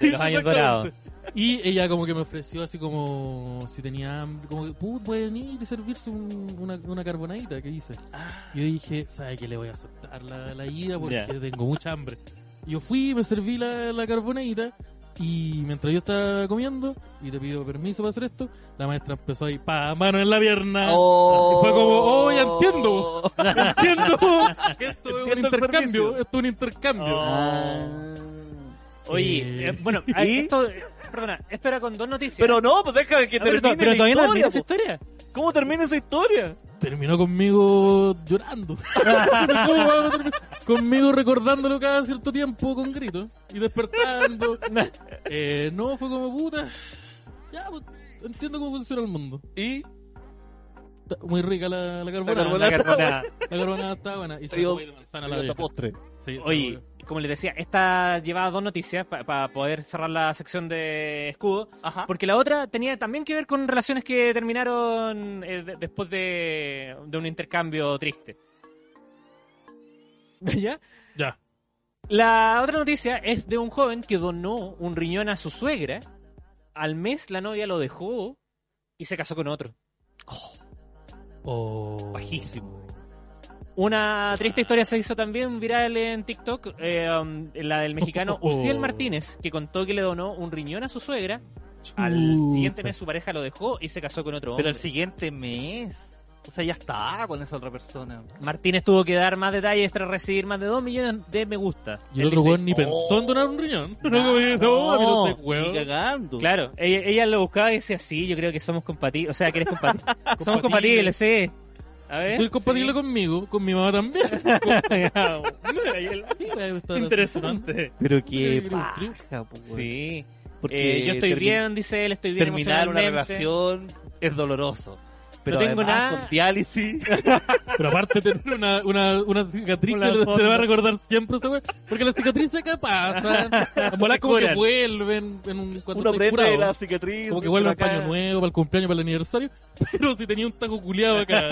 Speaker 2: de los años dorados.
Speaker 3: Y ella como que me ofreció así como si tenía hambre, como que "Pu, pueden ir y servirse un- una, una carbonadita que hice.
Speaker 1: Ah,
Speaker 3: Y yo dije, ¿sabe que le voy a aceptar la, la ida porque
Speaker 2: Ya.
Speaker 3: tengo mucha hambre? Y yo fui, me serví la, la carbonadita y mientras yo estaba comiendo y te pido permiso para hacer esto, la maestra empezó ahí, pa, mano en la pierna.
Speaker 1: Oh.
Speaker 3: Fue como, oh, ya entiendo. Entiendo que esto es un
Speaker 1: Entiendo el
Speaker 3: intercambio,
Speaker 1: servicio.
Speaker 3: esto es un intercambio.
Speaker 2: Oh.
Speaker 1: Ah.
Speaker 2: Oye,
Speaker 3: Eh.
Speaker 2: eh, bueno, a-
Speaker 1: ¿Y?
Speaker 2: esto, perdona, esto era con dos noticias.
Speaker 1: Pero no, pues déjame que
Speaker 2: Ah, pero,
Speaker 1: termine
Speaker 2: pero
Speaker 1: la
Speaker 2: todavía no
Speaker 1: historia.
Speaker 2: termina esa
Speaker 1: po.
Speaker 2: historia.
Speaker 1: ¿Cómo termina esa historia?
Speaker 3: Terminó conmigo llorando. ¿Cómo vamos a terminar? Conmigo recordándolo cada cierto tiempo con gritos y despertando. Eh, no, fue como puta. Ya, pues, entiendo cómo funciona el mundo.
Speaker 1: Y
Speaker 3: Está muy rica la, la carbonada.
Speaker 1: La
Speaker 3: La
Speaker 1: carbonada.
Speaker 3: carbonada,
Speaker 2: La carbonada.
Speaker 3: está buena. Y
Speaker 1: Te
Speaker 3: se
Speaker 1: digo-
Speaker 3: de manzana a la
Speaker 1: hasta
Speaker 3: vieja.
Speaker 1: postre.
Speaker 3: Sí,
Speaker 2: Oye, como les decía, esta llevaba dos noticias para poder cerrar la sección de escudo.
Speaker 1: Ajá.
Speaker 2: Porque la otra tenía también que ver con relaciones que terminaron eh, de- después de, de un intercambio triste. ¿Ya?
Speaker 3: ya.
Speaker 2: La otra noticia es de un joven que donó un riñón a su suegra. Al mes la novia lo dejó y se casó con otro.
Speaker 3: Oh.
Speaker 1: Bajísimo.
Speaker 2: Una triste historia se hizo también viral en TikTok, eh, um, la del mexicano
Speaker 3: Oh.
Speaker 2: Ustiel Martínez, que contó que le donó un riñón a su suegra. Al siguiente mes su pareja lo dejó y se casó con
Speaker 1: Pero
Speaker 2: otro hombre.
Speaker 1: el siguiente mes. O sea, ya está con esa otra persona.
Speaker 2: Martínez tuvo que dar más detalles tras recibir más de 2 millones de me gusta.
Speaker 3: Y el
Speaker 2: Él dice-
Speaker 3: otro
Speaker 2: "Oh".
Speaker 3: weón ni pensó en donar un riñón. No, como que, no, a mí no, este
Speaker 1: Ni
Speaker 3: weón.
Speaker 1: cagando.
Speaker 2: Claro, ella, ella lo buscaba y decía, sí, yo creo que somos compatibles. O sea, que eres compatible. somos compatibles, sí. A ver.
Speaker 3: Estoy compatible conmigo, con mi mamá también.
Speaker 2: conmigo.
Speaker 3: Sí, weón, está
Speaker 2: Interesante.
Speaker 1: Pero qué
Speaker 3: Pero-
Speaker 1: paja, po, weón.
Speaker 2: Sí.
Speaker 1: Porque
Speaker 2: Eh, yo estoy
Speaker 1: termi-
Speaker 2: bien, dice él, estoy bien.
Speaker 1: Terminar una
Speaker 2: emocionalmente.
Speaker 1: relación es doloroso. Pero
Speaker 2: No tengo
Speaker 1: además,
Speaker 2: nada.
Speaker 1: con diálisis.
Speaker 3: Pero aparte de tener una, una, una cicatriz
Speaker 2: Una
Speaker 3: que te
Speaker 2: sonda.
Speaker 3: va a recordar siempre esa weá. Porque las cicatrices acá pasan. En volar como que
Speaker 2: curan.
Speaker 3: vuelven en un cuando
Speaker 1: Uno
Speaker 3: estás
Speaker 1: aprende de
Speaker 3: curado.
Speaker 1: la cicatriz.
Speaker 3: Como que
Speaker 1: de
Speaker 3: vuelve al
Speaker 1: acá.
Speaker 3: paño nuevo, para el cumpleaños, para el aniversario. Pero si tenía un taco culiado acá.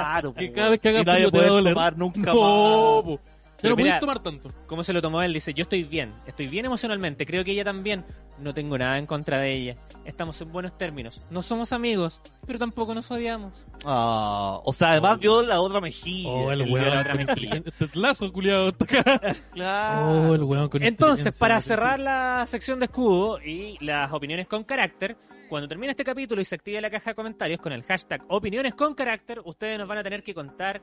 Speaker 1: Claro,
Speaker 3: Que
Speaker 1: po,
Speaker 3: cada vez que hagas
Speaker 1: Ah, y nadie
Speaker 3: frío te va a
Speaker 1: puede
Speaker 3: doler.
Speaker 1: tomar nunca más.
Speaker 3: No, po. Ya
Speaker 2: Pero
Speaker 3: no
Speaker 2: mira-
Speaker 3: podías tomar tanto.
Speaker 2: ¿Cómo se lo tomó él? Dice, yo estoy bien, estoy bien emocionalmente, creo que ella también. No tengo nada en contra de ella. Estamos en buenos términos. No somos amigos, pero tampoco nos odiamos.
Speaker 1: Ah, o sea, además dio la otra mejilla.
Speaker 3: Oh, el
Speaker 2: el weón
Speaker 3: weón
Speaker 2: otra
Speaker 3: con
Speaker 2: vez.
Speaker 3: inteligencia. Este lazo culiado está acá.
Speaker 1: Claro.
Speaker 3: Oh, el weón con
Speaker 2: Entonces,
Speaker 3: inteligencia,
Speaker 2: para
Speaker 3: la atención.
Speaker 2: cerrar la sección de escudo y las opiniones con carácter, cuando termine este capítulo y se active la caja de comentarios con el hashtag opiniones con carácter, ustedes nos van a tener que contar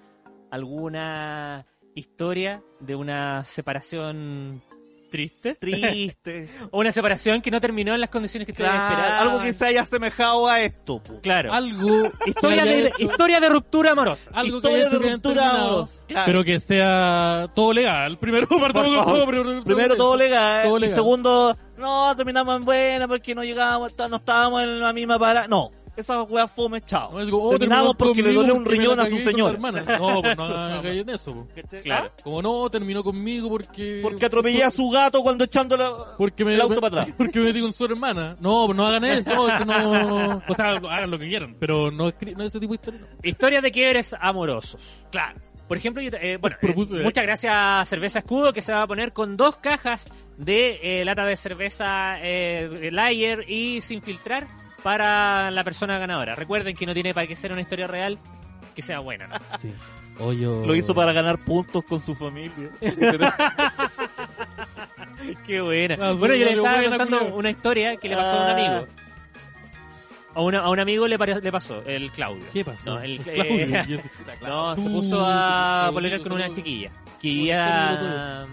Speaker 2: alguna historia de una separación triste
Speaker 1: Triste.
Speaker 2: o una separación que no terminó en las condiciones que ustedes
Speaker 1: claro.
Speaker 2: esperaban.
Speaker 1: Algo que se haya asemejado a esto. po.
Speaker 2: Claro.
Speaker 3: Algo.
Speaker 2: Historia
Speaker 3: que haya
Speaker 2: de,
Speaker 3: hecho-
Speaker 2: historia de ruptura amorosa.
Speaker 3: Algo que haya
Speaker 1: Historia de
Speaker 3: hecho que hayan
Speaker 1: ruptura.
Speaker 3: terminado.
Speaker 1: vos. Claro.
Speaker 3: Pero que sea todo legal. Primero partamos con todo. Primero,
Speaker 1: Primero todo legal,
Speaker 3: Todo
Speaker 1: y
Speaker 3: legal.
Speaker 1: segundo, no, terminamos en buena porque no llegábamos, no estábamos en la misma parada. No, esa weá fome, chao.
Speaker 3: No, es como, oh,
Speaker 1: Terminamos
Speaker 3: terminó
Speaker 1: porque le
Speaker 3: conmigo
Speaker 1: dolió un
Speaker 3: porque me la
Speaker 1: riñón a su
Speaker 3: cagué con
Speaker 1: señora.
Speaker 3: la hermana. No, pues no hagas en eso. po.
Speaker 1: ¿Cachai?
Speaker 2: Claro.
Speaker 1: Ah,
Speaker 3: Como no, terminó conmigo porque.
Speaker 1: Porque atropellé a su gato cuando echando la...
Speaker 3: porque me,
Speaker 1: el auto
Speaker 3: me-
Speaker 1: para atrás.
Speaker 3: Porque me metí con su hermana. No, pues no hagan eso. No, esto no- O sea, hagan lo que quieran, pero no, escri- no ese tipo de historia. no.
Speaker 2: Historias de quiebres amorosos. Claro. Por ejemplo, yo te- eh, bueno, eh,
Speaker 3: Propuse-
Speaker 2: muchas gracias a Cerveza Escudo que se va a poner con dos cajas de eh, lata de cerveza eh, de Lager y sin filtrar para la persona ganadora. Recuerden que no tiene para que ser una historia real que sea buena. ¿no?
Speaker 3: Sí. O yo-
Speaker 1: Lo hizo para ganar puntos con su familia.
Speaker 3: Eh,
Speaker 2: Qué buena.
Speaker 3: Ah,
Speaker 2: bueno, yo le
Speaker 3: pero
Speaker 2: estaba
Speaker 3: buena,
Speaker 2: contando
Speaker 3: culiao.
Speaker 2: una historia que le pasó a un
Speaker 1: Ah.
Speaker 2: amigo. A, una- a un amigo le, pare- le pasó, el Claudio.
Speaker 3: ¿Qué pasó?
Speaker 2: No, el-
Speaker 3: Claudio,
Speaker 2: eh,
Speaker 3: yo-
Speaker 2: No, se
Speaker 3: Tú,
Speaker 2: puso a
Speaker 3: Claudio,
Speaker 2: pololear con una
Speaker 3: Claudio.
Speaker 2: chiquilla que vivía,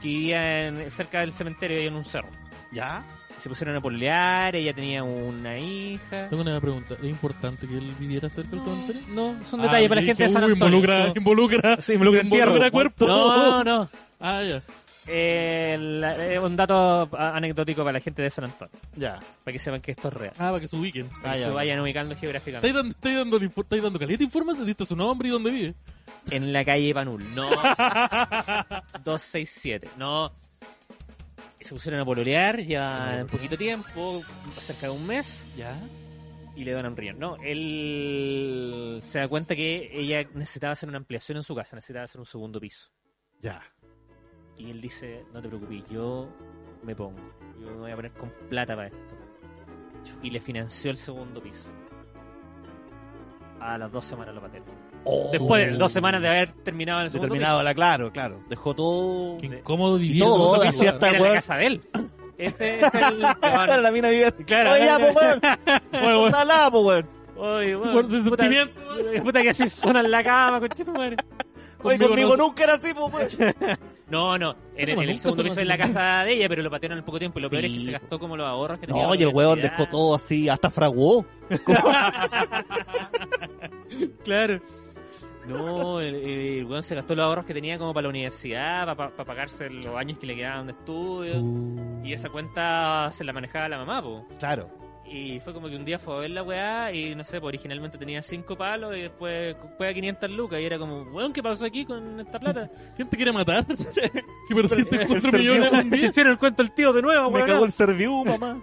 Speaker 2: que vivía en- cerca del cementerio y en un cerro.
Speaker 1: ¿Ya?
Speaker 2: Se pusieron a pololear, ella tenía una hija.
Speaker 3: Tengo una pregunta. ¿Es importante que él viviera cerca del cementerio?
Speaker 2: No, son
Speaker 3: Ah,
Speaker 2: detalles
Speaker 3: yo
Speaker 2: para la gente
Speaker 3: dije,
Speaker 2: de San
Speaker 3: "Uh,
Speaker 2: Antonio.
Speaker 3: Involucra,
Speaker 2: No.
Speaker 3: involucra.
Speaker 2: Sí, involucra entierro.
Speaker 3: involucra cuerpo.
Speaker 2: No, no.
Speaker 3: Ah, ya.
Speaker 2: Eh, la- eh, un dato a- anecdótico para la gente de San Antonio,
Speaker 1: Ya.
Speaker 2: para que sepan que esto es real.
Speaker 3: Ah, para que se ubiquen.
Speaker 2: Para
Speaker 1: Ah,
Speaker 2: que
Speaker 1: ya,
Speaker 2: se
Speaker 1: ya.
Speaker 2: vayan ubicando geográficamente.
Speaker 3: Estáis dando, estáis dando, info- estáis dando caleta de información, diste su nombre y dónde vive.
Speaker 2: En la calle Panul. No. 267. No. Se pusieron a pololear ya en poquito tiempo, cerca de un mes,
Speaker 1: ¿Ya?
Speaker 2: y le donan riñón. No, él se da cuenta que ella necesitaba hacer una ampliación en su casa, necesitaba hacer un segundo piso.
Speaker 1: Ya.
Speaker 2: Y él dice, no te preocupes, yo me pongo. Yo me voy a poner con plata para esto. Y le financió el segundo piso. A las dos semanas lo pateó.
Speaker 3: Oh,
Speaker 2: Después de dos semanas de haber terminado el segundo piso.
Speaker 1: Determinado, la claro, claro. Dejó todo...
Speaker 3: Qué incómodo vivir.
Speaker 1: todo,
Speaker 3: en otro
Speaker 1: ahora
Speaker 3: piso.
Speaker 1: sí hasta-
Speaker 2: Era
Speaker 1: weón.
Speaker 2: la casa de él. Ese es el.
Speaker 1: Claro, la mina vive...
Speaker 2: Claro,
Speaker 1: Oye, ya,
Speaker 2: claro.
Speaker 1: po, weón.
Speaker 3: Bueno, bueno,
Speaker 1: Está al lado, po, weón.
Speaker 2: Oye, weón,
Speaker 3: Por su
Speaker 2: puta,
Speaker 3: sentimiento.
Speaker 2: puta que así suena en la cama, conchito, madre.
Speaker 1: Oye,
Speaker 3: Conmigo
Speaker 1: conmigo
Speaker 3: no.
Speaker 1: nunca era así, po, weón.
Speaker 2: No, no. En, en el
Speaker 3: nunca
Speaker 2: segundo
Speaker 3: se
Speaker 2: piso de la casa de ella, pero lo patearon al poco tiempo. Y lo peor es que
Speaker 1: Sí.
Speaker 2: se gastó como los ahorros que tenía.
Speaker 1: No,
Speaker 2: la
Speaker 1: y el weón
Speaker 2: universidad.
Speaker 1: dejó todo así, hasta fraguó.
Speaker 2: Claro. No, el, el weón se gastó los ahorros que tenía como para la universidad, para, para pagarse los años que le quedaban de estudio. Y esa cuenta se la manejaba la mamá, po.
Speaker 1: Claro.
Speaker 2: Y fue como que un día fue a ver la weá y no sé, pues originalmente tenía 5 palos y después fue a 500 lucas y era como, weón, ¿qué pasó aquí con esta plata?
Speaker 3: ¿Quién te quiere matar? que perdiste 4 millones en un
Speaker 2: Te
Speaker 3: día.
Speaker 2: hicieron el cuento el tío de nuevo,
Speaker 1: Me
Speaker 2: weón.
Speaker 1: cago el serviu, mamá.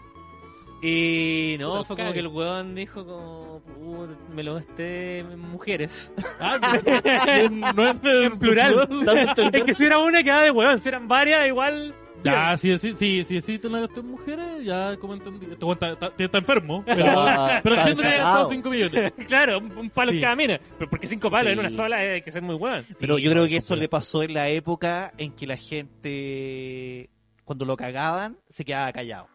Speaker 2: Y no,
Speaker 3: Puta,
Speaker 2: fue como
Speaker 3: cague.
Speaker 2: que el weón dijo como, "Puta, me lo gasté en mujeres.
Speaker 3: Ah, no es en
Speaker 2: es que si era una quedaba de weón, si eran varias igual...
Speaker 3: Ya, si sí, sí, sí, sí, te la gasté en mujeres, ya como entendí. Este weón está, está- está enfermo, pero,
Speaker 1: Está-
Speaker 3: pero
Speaker 1: está
Speaker 3: siento que le
Speaker 1: desatado.
Speaker 3: gastado 5 millones.
Speaker 2: Claro, un, un palo
Speaker 3: Sí.
Speaker 2: en cada mina. Pero porque cinco palos
Speaker 1: Sí.
Speaker 2: en una sola eh, hay que ser muy weón.
Speaker 1: Pero yo creo que eso le pasó en la época en que la gente, cuando lo cagaban, se quedaba callado.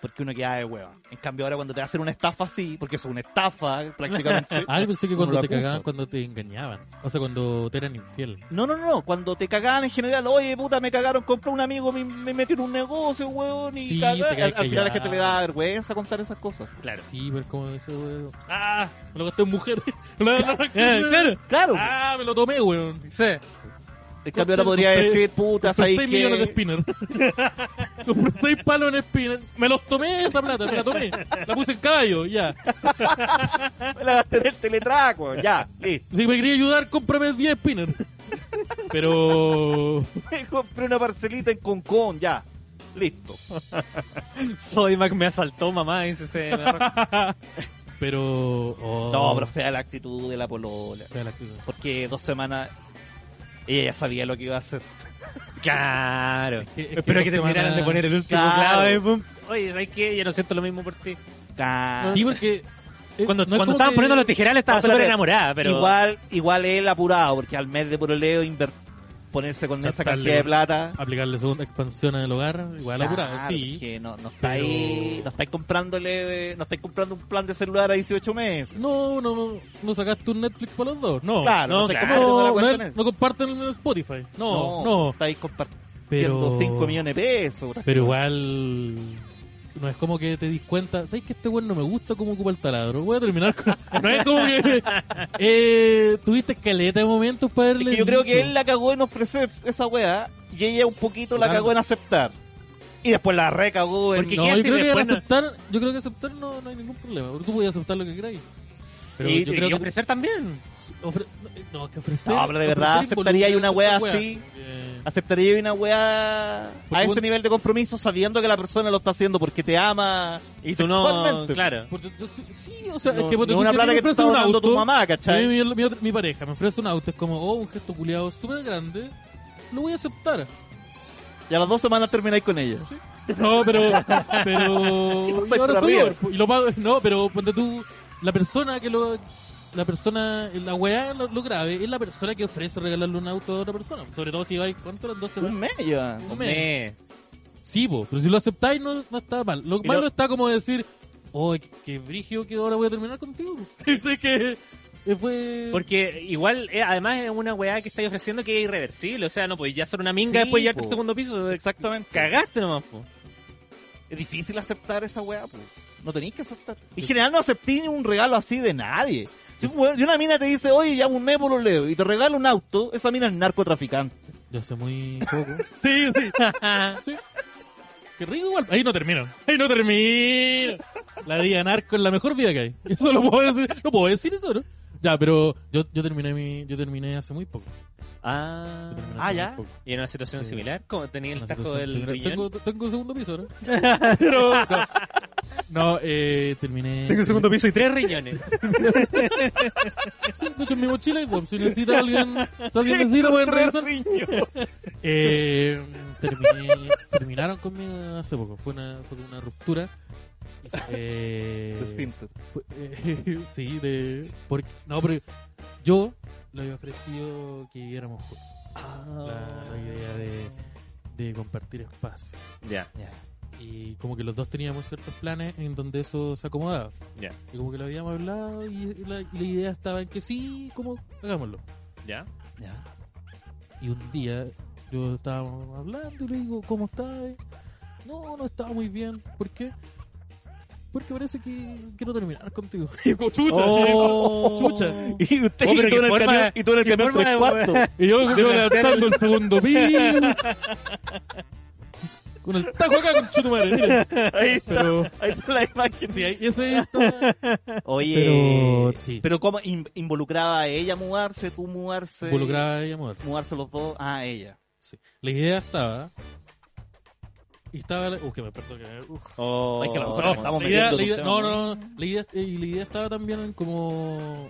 Speaker 1: Porque uno quedaba de hueva. En cambio, ahora cuando te hacen una estafa así, porque es una estafa prácticamente.
Speaker 3: Ah, yo pensé que
Speaker 1: Uno
Speaker 3: cuando
Speaker 1: lo
Speaker 3: te
Speaker 1: apunta.
Speaker 3: cagaban, cuando te engañaban. O sea, cuando te eran infiel.
Speaker 1: No, no, no, no. Cuando te cagaban en general, oye, puta, me cagaron, compré un amigo, me, me metí en un negocio, weón, y
Speaker 3: Sí,
Speaker 1: cagá".
Speaker 3: te
Speaker 1: Al,
Speaker 3: quedas
Speaker 1: al final la
Speaker 3: callado. Eh,
Speaker 1: gente le da vergüenza contar esas cosas.
Speaker 2: Claro.
Speaker 3: Sí, pero como eso, weón. Ah, me lo gasté en mujeres. No, no, no,
Speaker 2: claro.
Speaker 1: Eh, Claro.
Speaker 3: Ah, me lo tomé, weón.
Speaker 1: sí. En cambio, ahora
Speaker 3: Compré-
Speaker 1: podría
Speaker 3: compré-
Speaker 1: decir, puta,
Speaker 3: Compré
Speaker 1: ¿sabéis
Speaker 3: 6 millones de
Speaker 1: que...
Speaker 3: spinner. Compré 6 palos en spinner. Me los tomé esa plata, me la tomé. La puse en caballo, ya.
Speaker 1: Me la gasté en el teletraco, ya, listo.
Speaker 3: Si me quería ayudar, cómprame 10 spinner. Pero.
Speaker 1: compré una parcelita en Concón, ya, listo.
Speaker 2: Soy Mac me asaltó, mamá, dice ese.
Speaker 3: Pero. oh,
Speaker 1: No, pero fea la actitud de la polola.
Speaker 3: fea la actitud.
Speaker 1: Porque dos semanas ella ya sabía lo que iba a hacer.
Speaker 2: claro. Este
Speaker 3: que- es que
Speaker 2: Espero que
Speaker 3: no te van
Speaker 2: terminaran
Speaker 3: a-
Speaker 2: de poner el
Speaker 3: pues,
Speaker 2: último
Speaker 1: Claro.
Speaker 2: clave. pum. Oye, ¿sabes qué? Yo no siento lo mismo por ti.
Speaker 1: Ca-
Speaker 3: Sí, pues, porque. eh,
Speaker 2: Cuando,
Speaker 3: no
Speaker 2: cuando
Speaker 3: es como
Speaker 2: estaban
Speaker 3: que- Ah,
Speaker 2: poniendo los tijerales estaba
Speaker 1: No, espérate.
Speaker 2: súper enamorada, pero...
Speaker 1: Igual, igual él apurado, porque al mes de pololeo inver- ponerse con esa
Speaker 3: Gastarle.
Speaker 1: cantidad de plata.
Speaker 3: Aplicarle segunda expansión al hogar, igual apurado,
Speaker 1: Claro,
Speaker 3: Ah, sí.
Speaker 1: porque no, no estáis
Speaker 3: Pero-
Speaker 1: no estáis comprándole, eh, no estáis comprando un plan de celular a 18 meses.
Speaker 3: No, no, no sacaste un Netflix para los dos, no.
Speaker 1: claro, no,
Speaker 2: no,
Speaker 1: estáis
Speaker 2: claro.
Speaker 1: comprando la
Speaker 3: No, no,
Speaker 1: cuenta
Speaker 3: es-
Speaker 1: en él.
Speaker 3: no comparten en Spotify. No, no.
Speaker 1: estáis compartiendo
Speaker 3: pero
Speaker 1: 5 millones de pesos.
Speaker 3: Pero igual. No es como que te dis cuenta, ¿sabes que este weón no me gusta cómo ocupa el taladro? Voy a terminar con. No es como que. Eh, tuviste caleta de momentos para
Speaker 1: Es
Speaker 3: verle.
Speaker 1: que yo creo que él la cagó en ofrecer esa weá y ella un poquito la
Speaker 3: Claro.
Speaker 1: cagó en aceptar. Y después la recagó en...
Speaker 5: Porque- ¿Y
Speaker 3: No,
Speaker 5: qué
Speaker 3: yo
Speaker 5: si
Speaker 3: creo que
Speaker 5: después no-
Speaker 3: aceptar, yo creo que aceptar no, no hay ningún problema. Tú puedes aceptar lo que queráis. Pero
Speaker 5: y,
Speaker 3: yo
Speaker 5: y
Speaker 3: creo que-
Speaker 5: ofrecer también.
Speaker 3: Ofre- No, que ofrecer.
Speaker 1: No, pero de verdad,
Speaker 3: ofrecer
Speaker 1: ¿aceptaría ahí una
Speaker 3: involucra
Speaker 1: wea
Speaker 3: esa
Speaker 1: así?
Speaker 3: Eh,
Speaker 1: ¿Aceptaría una weá
Speaker 3: Porque
Speaker 1: a este
Speaker 3: vos-
Speaker 1: nivel de compromiso sabiendo que la persona lo está haciendo porque te ama
Speaker 5: Y tú no.
Speaker 1: sexualmente?
Speaker 5: Claro.
Speaker 3: porque Pues, yo sí- sí, o sea,
Speaker 1: No,
Speaker 3: es que ponte
Speaker 1: no
Speaker 3: tú,
Speaker 1: una
Speaker 3: si a mí
Speaker 1: plata
Speaker 3: me
Speaker 1: que te
Speaker 3: ofrece
Speaker 1: está
Speaker 3: un
Speaker 1: donando tu
Speaker 3: auto,
Speaker 1: mamá,
Speaker 3: a mí
Speaker 1: ¿cachai?
Speaker 3: mi, mi otra- mi pareja me ofrece un auto, es como, oh, un gesto culiado súper grande, lo voy a aceptar.
Speaker 1: Y a las dos semanas termináis con ella.
Speaker 3: No, pero. pero
Speaker 1: Y
Speaker 3: y,
Speaker 1: pasáis
Speaker 3: ahora
Speaker 1: por
Speaker 3: soy yo,
Speaker 1: arriba.
Speaker 3: po, y lo pago. No, pero ponte tú. La persona que lo. La persona. La weá lo, lo grave es la persona que ofrece regalarle un auto a otra persona. Sobre todo si vais. ¿Cuánto eran? ¿Dos
Speaker 1: Un
Speaker 3: semanas?
Speaker 1: mes, ya.
Speaker 3: Un mes. Sí, po, pero si lo aceptáis no, no está mal. Lo
Speaker 5: Y
Speaker 3: malo
Speaker 5: lo-
Speaker 3: está como decir. Oh, qué, qué brígido que ahora voy a terminar contigo. Pensé que. eh, Fue.
Speaker 5: Porque igual, eh, además es una weá que estáis ofreciendo que es irreversible. O sea, no podéis ya hacer una minga
Speaker 1: Sí,
Speaker 5: después de llevarte
Speaker 1: po.
Speaker 5: al segundo piso.
Speaker 1: Exactamente.
Speaker 5: Cagaste nomás, po.
Speaker 1: Es difícil aceptar esa weá, pues. No tenéis que aceptar. En general no acepté ni un regalo así de nadie. Si, un weón- si una mina te dice, oye, ya un mes por lo leo y te regala un auto, esa mina es narcotraficante.
Speaker 3: Yo sé muy poco. sí, sí. sí. Qué rico igual. Ahí no termino. Ahí no termino. La vida narco es la mejor vida que hay. Eso lo puedo decir. No puedo decir eso, ¿no? Ya, pero yo, yo terminé mi, yo terminé hace muy poco.
Speaker 5: Ah.
Speaker 3: Yo terminé
Speaker 1: Ah,
Speaker 3: hace
Speaker 1: ya.
Speaker 3: muy poco.
Speaker 5: ¿Y en una situación
Speaker 3: Sí.
Speaker 5: similar? ¿Cómo tenía el
Speaker 3: Una
Speaker 5: tajo
Speaker 3: situación
Speaker 5: del
Speaker 3: terrible.
Speaker 5: riñón?
Speaker 3: tengo, tengo segundo piso, ¿no? Pero, no, no, eh, terminé.
Speaker 5: piso y tres riñones.
Speaker 3: Sí, de hecho, en mi mochila y pues, si necesita alguien, si alguien necesita pueden revisar. Eh, terminé, terminaron conmigo hace poco. Fue una, fue una ruptura. Eh,
Speaker 1: Despinto.
Speaker 3: fue- eh, sí, de. Porque, no, pero yo le había ofrecido que viviéramos juntos. La, la idea de, de compartir espacio.
Speaker 5: Ya.
Speaker 3: Y como que los dos teníamos ciertos planes en donde eso se acomodaba.
Speaker 5: Ya.
Speaker 3: Y como que lo habíamos hablado y la, y la idea estaba en que sí, como hagámoslo.
Speaker 5: ¿Ya?
Speaker 3: Y un día yo estábamos hablando y le digo, ¿cómo estás? No, no estaba muy bien. ¿Por qué? Porque parece que quiero terminar contigo. Y yo, chucha,
Speaker 2: Oh.
Speaker 3: chucha.
Speaker 1: Y usted
Speaker 5: Oh, pero
Speaker 1: y, tú
Speaker 5: qué
Speaker 1: en el
Speaker 5: forma-
Speaker 1: camión, y tú en el
Speaker 5: qué
Speaker 1: camión
Speaker 5: forma
Speaker 1: tres
Speaker 5: de-
Speaker 1: cuartos.
Speaker 3: Y yo, yo levantando el segundo piso. Con el tajo acá con chuto madre, mire.
Speaker 1: Ahí está,
Speaker 3: Pero.
Speaker 1: ahí está la imagen.
Speaker 3: Sí, ahí- ese está
Speaker 1: Oye, pero,
Speaker 3: Pero, sí.
Speaker 1: ¿cómo in- involucraba a ella mudarse, tú mudarse?
Speaker 3: involucrada ella mujer.
Speaker 1: Mudarse los dos a ella.
Speaker 3: La idea estaba. Y estaba. la- Uh, que me perdón. Que, uf.
Speaker 5: Oh,
Speaker 1: Ay, que a lo mejor
Speaker 3: No,
Speaker 1: estamos
Speaker 3: la idea-
Speaker 1: metiendo
Speaker 3: la idea-
Speaker 1: tu
Speaker 3: no,
Speaker 1: tema,
Speaker 3: no, no. La idea, eh, y la idea estaba también en como.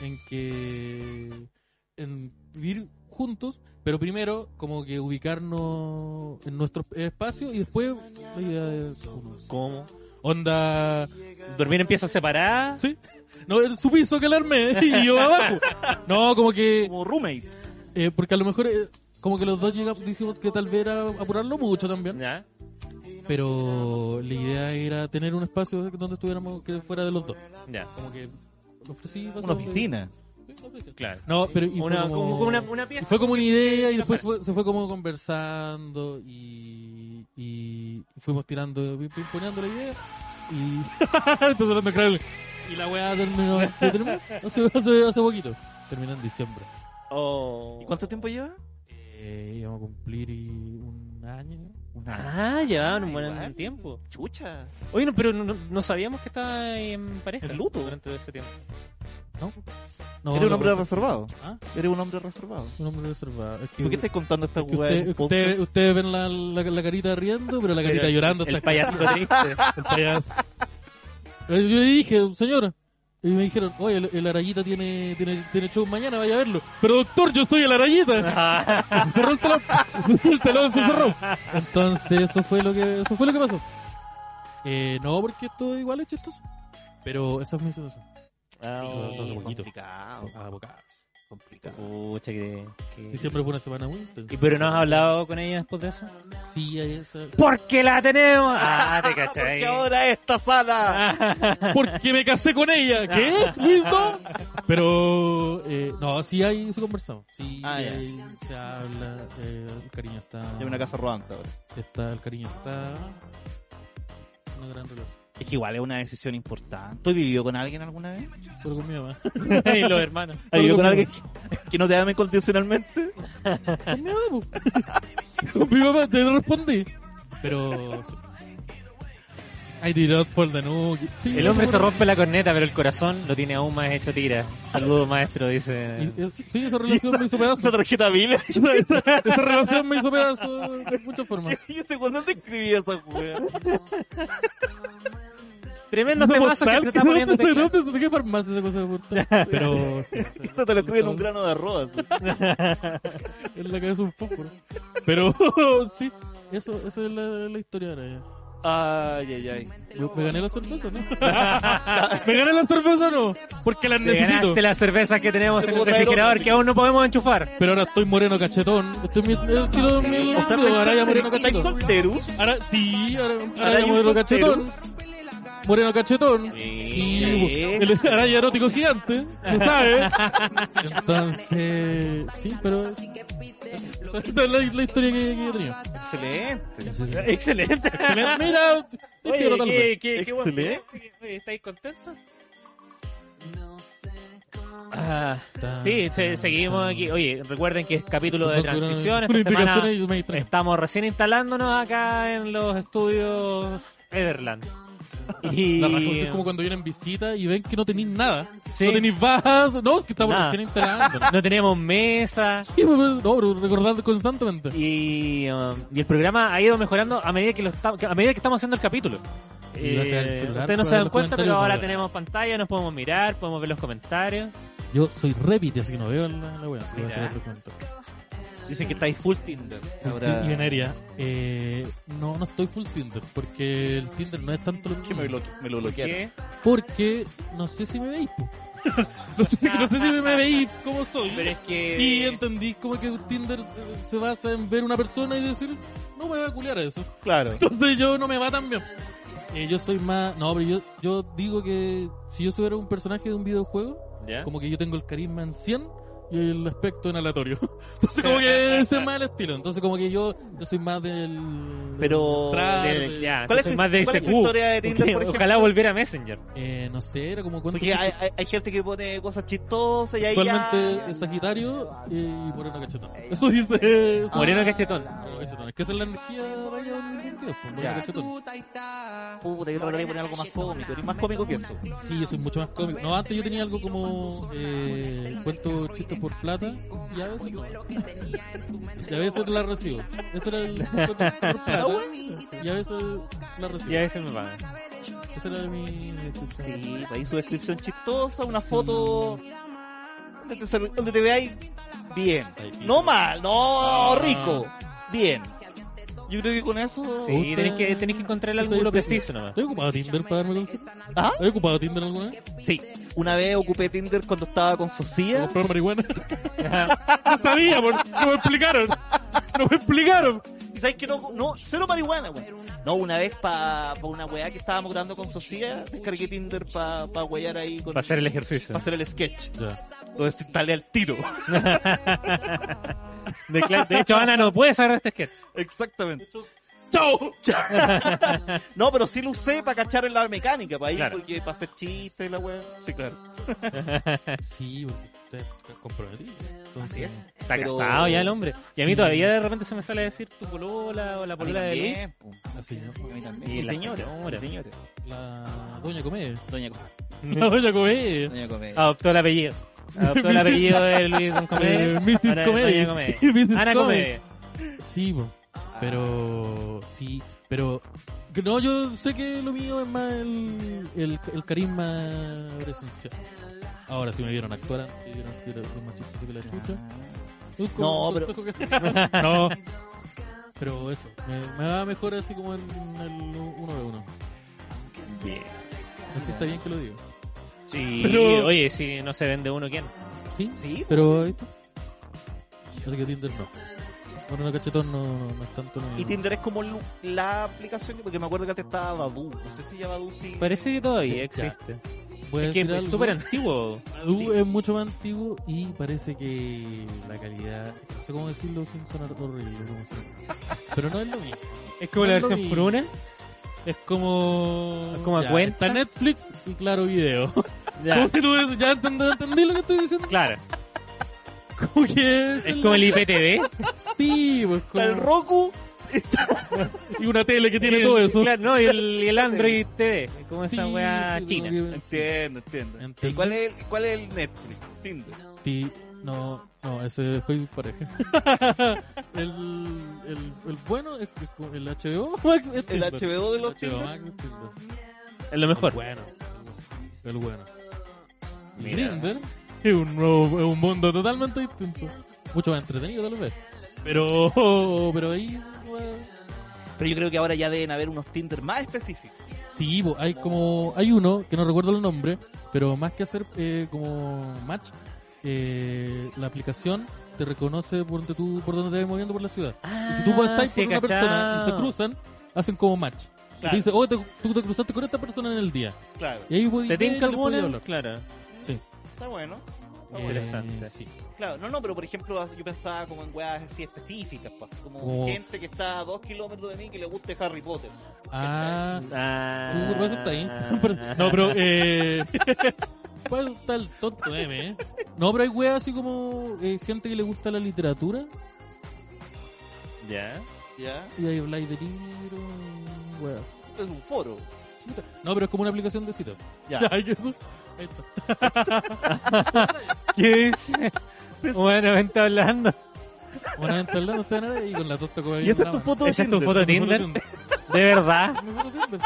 Speaker 3: En que. En vivir juntos, pero primero como que ubicarnos en nuestro espacio y después la idea de.
Speaker 5: ¿Cómo?
Speaker 3: Onda.
Speaker 5: ¿Dormir en piezas separadas?
Speaker 3: Sí. No, en su piso que la armé y yo abajo. No, como que.
Speaker 1: Como roommate.
Speaker 3: eh, porque a lo mejor. eh, como que los dos llegamos, dijimos que tal vez era apurarlo mucho también.
Speaker 5: ¿Ya?
Speaker 3: Pero la idea era tener un espacio donde estuviéramos que fuera de los dos.
Speaker 5: Ya.
Speaker 3: como que ofrecí
Speaker 1: Una oficina.
Speaker 5: Claro.
Speaker 3: no pero y
Speaker 5: Una,
Speaker 3: fue como,
Speaker 5: como una, una
Speaker 3: y
Speaker 5: pieza.
Speaker 3: fue como una idea y después fue- se fue como conversando y, y fuimos tirando pimponeando la idea y Estoy sonando increíble. y la weá terminó, que terminó hace, hace, hace poquito terminó en diciembre
Speaker 5: Oh.
Speaker 1: ¿Y cuánto tiempo lleva?
Speaker 3: eh, íbamos a cumplir y un año
Speaker 1: Un
Speaker 5: Ah, llevaban un buen
Speaker 1: Igual.
Speaker 5: tiempo.
Speaker 1: Chucha.
Speaker 5: Oye, no, pero no, no- no sabíamos que estaba en pareja.
Speaker 1: En luto.
Speaker 5: Durante ese tiempo.
Speaker 3: no, no
Speaker 1: Era un
Speaker 3: no,
Speaker 1: hombre
Speaker 3: no,
Speaker 1: reservado.
Speaker 3: ¿Ah?
Speaker 1: Eres un hombre reservado.
Speaker 3: un hombre reservado es que,
Speaker 1: ¿Por qué estás contando esta
Speaker 3: es que
Speaker 1: weá? en
Speaker 3: usted-
Speaker 1: un podcast?
Speaker 3: ustedes ustedes ven la, la, la carita riendo pero la carita
Speaker 5: Pero el-
Speaker 3: llorando
Speaker 5: El
Speaker 3: está-
Speaker 5: payasito triste.
Speaker 3: El payaso. Pero Yo le dije, señor. Y me dijeron, oye, el, el Arayita tiene, tiene, tiene show mañana, vaya a verlo. Pero doctor, yo soy el Arayita.
Speaker 5: Ah,
Speaker 3: Se cerró el telón. El telón se cerró. Entonces, eso fue lo que, eso fue lo que pasó. Eh, no, porque esto igual es chistoso. Pero esa es mi situación.
Speaker 5: Ah,
Speaker 3: Sí,
Speaker 5: oh.
Speaker 3: poquito.
Speaker 1: complicado,
Speaker 3: Ah, boca.
Speaker 1: complicado.
Speaker 5: Pucha, que- que-
Speaker 3: Diciembre fue una semana muy
Speaker 5: ¿Y
Speaker 3: intensa.
Speaker 5: pero no has hablado con ella después de eso?
Speaker 3: Sí, ahí esa-
Speaker 5: ¡Porque la tenemos! Ah, te cachai.
Speaker 1: Porque ahora esta
Speaker 3: Ah.
Speaker 1: sala.
Speaker 3: Porque me casé con ella. ¿Qué? ¿Listo? Pero, eh, no, sí ahí se conversamos. Sí,
Speaker 1: Ah, ya.
Speaker 3: ahí se habla, eh, el cariño está...
Speaker 1: Hay una casa rodante ahora.
Speaker 3: Está, el cariño está... Una gran relación.
Speaker 1: Es que igual es una decisión importante. ¿Tú has vivido con alguien alguna vez?
Speaker 3: Solo con mi mamá.
Speaker 5: y los hermanos.
Speaker 1: ¿Has vivido con
Speaker 3: Solo con mi
Speaker 1: alguien que, que no te ama incondicionalmente?
Speaker 3: Con mi mamá, po. Con mi mamá, te lo respondí. Pero. I did not for the nookie. Sí,
Speaker 2: El hombre se
Speaker 3: seguro.
Speaker 2: rompe la corneta, pero el corazón lo tiene aún más hecho tira. Saludos, maestro, dice.
Speaker 3: Y- y- Sí, esa relación me hizo pedazo.
Speaker 1: Esa tarjeta Vila.
Speaker 3: Esa, esa- esa relación me hizo pedazo de muchas formas.
Speaker 1: Yo sé cuándo te escribí esa juega.
Speaker 2: Tremendos temazos que
Speaker 3: Tal
Speaker 2: se
Speaker 3: que
Speaker 2: está poniendo. este
Speaker 3: no sé
Speaker 2: teclado.
Speaker 3: dónde, ¿De qué farmacia esa cosa de puerta? Pero.
Speaker 1: Eso te lo escribí en un grano de arroz.
Speaker 3: En la cabeza un fósforo. Pero sí, eso, eso es la, la historia ahora ya.
Speaker 1: Ay, ay, ay.
Speaker 3: Yo- me gané la cerveza, ¿no? me gané la cerveza, no. Porque las
Speaker 2: Te
Speaker 3: necesito.
Speaker 2: ganaste las cervezas que tenemos en
Speaker 1: Te
Speaker 2: el
Speaker 1: puedo traer
Speaker 2: refrigerador
Speaker 1: otra,
Speaker 2: que aún no podemos enchufar.
Speaker 3: Pero ahora estoy moreno cachetón. Estoy mi el estilo de mi-
Speaker 1: O sea,
Speaker 3: Ah, ahora ya moreno
Speaker 1: ¿estáis
Speaker 3: cachetón.
Speaker 1: solteros?
Speaker 3: Ahora sí, ahora, ahora
Speaker 1: Ahora
Speaker 3: ya
Speaker 1: hay un
Speaker 3: moreno
Speaker 1: soltero.
Speaker 3: cachetón. Moreno cachetón. Sí,
Speaker 1: Sí.
Speaker 3: el araña erótico gigante, tú sabes. Entonces, sí, pero. o sea, Esta es la, la historia que, que yo tenía.
Speaker 1: Excelente.
Speaker 2: Excelente.
Speaker 3: Excelente. Mira, te
Speaker 2: Oye,
Speaker 3: quiero tal
Speaker 2: qué,
Speaker 3: vez.
Speaker 2: qué, qué buen
Speaker 1: Excelente.
Speaker 2: video. Oye, ¿Estáis contentos? Ah, sí, se-
Speaker 3: Ah,
Speaker 2: seguimos aquí. Oye, recuerden que es capítulo de transición. Esta
Speaker 3: Una
Speaker 2: semana
Speaker 3: implicación ahí, me distrae.
Speaker 2: estamos recién instalándonos acá en los estudios Everland. Y
Speaker 3: La razón es como cuando vienen visitas y ven que no tenéis nada.
Speaker 2: Sí.
Speaker 3: No tenéis bajas. No, es que estamos
Speaker 2: Nada.
Speaker 3: recién instalando.
Speaker 2: no teníamos mesa.
Speaker 3: Sí, pues, no, pero recordad constantemente.
Speaker 2: Y, um, y el programa ha ido mejorando a medida que, lo esta- que- a medida que estamos haciendo el capítulo. Eh,
Speaker 3: Sí, gracias al celular,
Speaker 2: ustedes no
Speaker 3: pues,
Speaker 2: se dan cuenta, pero
Speaker 3: los comentarios,
Speaker 2: ahora
Speaker 3: no.
Speaker 2: tenemos pantalla, nos podemos mirar, podemos ver los comentarios.
Speaker 3: Yo soy repite, así que no veo la, la wea. Lo voy a
Speaker 1: Mira.
Speaker 3: hacer otro cuento.
Speaker 1: Dicen que estáis full Tinder. Ahora.
Speaker 3: Y Veneria, eh, no, no estoy full Tinder, porque el Tinder no es tanto lo
Speaker 1: Que me,
Speaker 3: mismo.
Speaker 1: bloque- me lo bloquearon.
Speaker 2: ¿Qué?
Speaker 3: Porque no sé si me veis. po. no, sé, no sé si me veis cómo soy.
Speaker 2: Pero es que.
Speaker 3: Y
Speaker 1: Eh.
Speaker 3: entendí como que Tinder eh, se basa en ver una persona y decir, no me voy a culiar a eso.
Speaker 1: Claro.
Speaker 3: Entonces yo no me va tan bien. Eh, yo soy más... No, pero yo, yo digo que si yo fuera un personaje de un videojuego,
Speaker 2: ¿Ya?
Speaker 3: como que yo tengo el carisma en 100 y el aspecto en aleatorio. Entonces como que ese es más el estilo. Entonces como que yo, yo soy más del...
Speaker 1: Pero-
Speaker 3: del-
Speaker 2: Del- ya,
Speaker 1: ¿Cuál es
Speaker 2: soy
Speaker 1: tu-
Speaker 2: más de
Speaker 1: cuál es tu
Speaker 2: ICQ.
Speaker 1: historia de Tinder,
Speaker 2: Porque
Speaker 1: por ejemplo?
Speaker 2: Ojalá volviera a Messenger.
Speaker 3: Eh, no sé, era como cuánto...
Speaker 1: Porque hay, hay, hay gente que pone cosas chistosas y ahí
Speaker 3: Actualmente
Speaker 1: ya...
Speaker 3: es Sagitario eh, y Moreno Cachetón. Eso dice... eso
Speaker 2: Moreno Cachetón.
Speaker 3: Moreno Cachetón. Es que esa es la energía de 2022, pues, Moreno
Speaker 1: Ya.
Speaker 3: Cachetón.
Speaker 1: Puta, yo trataré de poner algo más cómico. Eres más cómico que eso.
Speaker 3: Sí, yo soy mucho más cómico. No, antes yo tenía algo como eh, cuento chistes por plata y a veces no. Y a veces la recibo. Eso era el cuento por plata y a veces la recibo.
Speaker 2: Y a veces me pagan.
Speaker 3: Esa era mi...
Speaker 1: Sí, ahí su descripción chistosa, una foto donde te, salu- donde te veáis bien. No mal, no rico, bien. Yo creo que con eso...
Speaker 2: Sí, tenés que, tenés que encontrar el ángulo preciso nomás.
Speaker 3: ¿Estoy ocupado Tinder para darme consejos?
Speaker 1: ¿Ah?
Speaker 3: ¿Estoy ocupado Tinder alguna vez?
Speaker 1: Sí. Una vez ocupé Tinder cuando estaba con
Speaker 3: ¿Para
Speaker 1: Socia.
Speaker 3: comprar marihuana? no sabía, por- no me explicaron. No me explicaron.
Speaker 1: Y sabes que no, no, cero marihuana, güey. No, una vez para una weá que estábamos grabando con Socia, descargué Tinder para pa wear ahí con...
Speaker 2: Para hacer el ejercicio.
Speaker 1: pa hacer el sketch.
Speaker 3: Ya.
Speaker 1: Lo desinstalé al tiro.
Speaker 2: De, cla- de hecho, Ana no puede sacar este sketch.
Speaker 1: Exactamente.
Speaker 3: ¡Chao!
Speaker 1: No, pero sí lo usé para cachar en la mecánica, para ir,
Speaker 2: Claro.
Speaker 1: porque para hacer chistes, la weá. Sí, claro.
Speaker 3: Sí, porque usted es comprometido.
Speaker 1: Así es.
Speaker 2: Está
Speaker 1: Pero-
Speaker 2: casado ya el hombre. Y a mí
Speaker 3: Sí.
Speaker 2: todavía de repente se me sale a decir tu polola o la
Speaker 1: A mí
Speaker 2: polola de Luis.
Speaker 1: también, po.
Speaker 3: Así es.
Speaker 1: A mí también.
Speaker 2: Y
Speaker 1: Mi
Speaker 2: la
Speaker 1: señora,
Speaker 2: señora.
Speaker 1: mi señora.
Speaker 3: La doña comedia.
Speaker 1: Doña Comedia.
Speaker 3: La doña comedia.
Speaker 1: Doña Comedia.
Speaker 2: Adoptó el apellido. Adoptó el apellido de Luis Don Comedia.
Speaker 3: Eh, Mrs.
Speaker 2: Ahora es Doña
Speaker 3: Comedia.
Speaker 2: Comedia.
Speaker 3: Mrs.
Speaker 2: Ana Comedia.
Speaker 3: Sí, po.
Speaker 2: Ah,
Speaker 1: Ah.
Speaker 3: pero sí, pero que no, yo sé que lo mío es más el, el, el carisma presencial. Ahora si me vieron actuar, antes, si vieron que era soy más chistoso que la chucha. Yo con-
Speaker 1: Ah. No, pero-
Speaker 3: con- con- no. Pero eso, me, me va mejor así como en el uno de uno.
Speaker 2: Bien.
Speaker 3: Así está bien que lo digo.
Speaker 2: Sí,
Speaker 3: Pero-
Speaker 2: oye, si no se vende uno, ¿quién?
Speaker 3: Sí,
Speaker 1: Sí,
Speaker 3: pero ahí está. Así que Tinder no. Bueno, no cachetón no, no, no es tanto lo mío.
Speaker 1: Y Tinder es como lu- la aplicación, porque me acuerdo que antes estaba Badu. No sé si ya Badu sí.
Speaker 2: Parece que todavía
Speaker 3: Ya.
Speaker 2: existe.
Speaker 3: Voy a
Speaker 2: Es que
Speaker 3: decir
Speaker 2: es
Speaker 3: algo.
Speaker 2: súper antiguo.
Speaker 3: Badu es mucho más antiguo y parece que la calidad, no sé cómo decirlo sin sonar horrible, como suena. pero no es lo mismo.
Speaker 2: Es como la
Speaker 3: Es lo
Speaker 2: versión
Speaker 3: mismo.
Speaker 2: pruna.
Speaker 3: Es como...
Speaker 2: Es como a cuenta.
Speaker 3: Está Netflix y claro video.
Speaker 2: Ya,
Speaker 3: Como que tú ya entendí, entendí lo que estoy diciendo.
Speaker 2: claro.
Speaker 3: Como que es,
Speaker 2: Es como el IPTV.
Speaker 3: tipo, es como...
Speaker 1: El Roku
Speaker 3: Y una tele que tiene
Speaker 5: Y el-
Speaker 3: todo eso.
Speaker 5: Claro, no, y el, y el Android TV, como esa
Speaker 3: Sí,
Speaker 5: weá
Speaker 3: sí,
Speaker 5: china.
Speaker 3: obvio.
Speaker 1: Entiendo, entiendo.
Speaker 3: Entiendo.
Speaker 1: ¿Y cuál es, el, cuál es el Netflix? Tinder.
Speaker 3: Ti- No, no, ese fue mi pareja. el, el, el bueno es es como el HBO Max. es
Speaker 1: El
Speaker 3: Tinder.
Speaker 1: HBO de los
Speaker 3: El HBO
Speaker 1: Tinder.
Speaker 3: Max es Tinder.
Speaker 5: Es lo mejor.
Speaker 3: Bueno, el bueno. Y
Speaker 4: Mira.
Speaker 3: Grindr es un, nuevo- es un mundo totalmente distinto. Mucho más entretenido, tal vez. Pero, pero ahí. bueno,
Speaker 1: Pero yo creo que ahora ya deben haber unos Tinder más específicos.
Speaker 3: Sí, bo, hay como hay uno que no recuerdo el nombre, pero más que hacer eh, como match, eh, la aplicación te reconoce por donde tú por donde te vas moviendo por la ciudad. Y si tú
Speaker 5: Ah,
Speaker 3: estás
Speaker 5: sí,
Speaker 3: con una
Speaker 5: cachao.
Speaker 3: persona y se cruzan, hacen como match. Y
Speaker 1: Claro.
Speaker 3: te dice, oh, te- tú te cruzaste con esta persona en el día.
Speaker 1: Claro.
Speaker 3: Y ahí voy
Speaker 5: ¿Te tinca alguna?
Speaker 3: hablar.
Speaker 5: Claro.
Speaker 3: Sí.
Speaker 1: Está bueno. Está
Speaker 3: Eh,
Speaker 1: bueno.
Speaker 5: Interesante.
Speaker 3: sí.
Speaker 1: Claro, no, no, pero por ejemplo, yo pensaba como en weas así específicas, pues, como
Speaker 3: Como-
Speaker 1: gente que está a dos kilómetros de mí que le guste Harry Potter.
Speaker 3: Ah,
Speaker 5: Ah,
Speaker 3: Uh, por eso está
Speaker 2: Ah.
Speaker 3: Instagram. Pero- No, pero eh. ¿Cuál está el tonto M, eh? No, pero hay weas así como eh, gente que le gusta la literatura
Speaker 5: Ya.
Speaker 1: ¿Ya?
Speaker 3: y ahí habláis de libros. y weas.
Speaker 1: Es un foro.
Speaker 3: No, pero es como una aplicación de citas.
Speaker 1: Ya.
Speaker 3: Ay, que eso- Ahí está.
Speaker 5: ¿Qué es? bueno, vente hablando.
Speaker 3: Una venta al lado, está en la y con la tosta como ahí
Speaker 1: ¿Y
Speaker 3: en
Speaker 1: esa
Speaker 3: la
Speaker 1: es tu
Speaker 3: mano.
Speaker 1: foto de
Speaker 5: ¿Esa es tu
Speaker 1: Tinder?
Speaker 5: foto de Tinder? ¿De verdad?
Speaker 3: Mi foto de Tinder.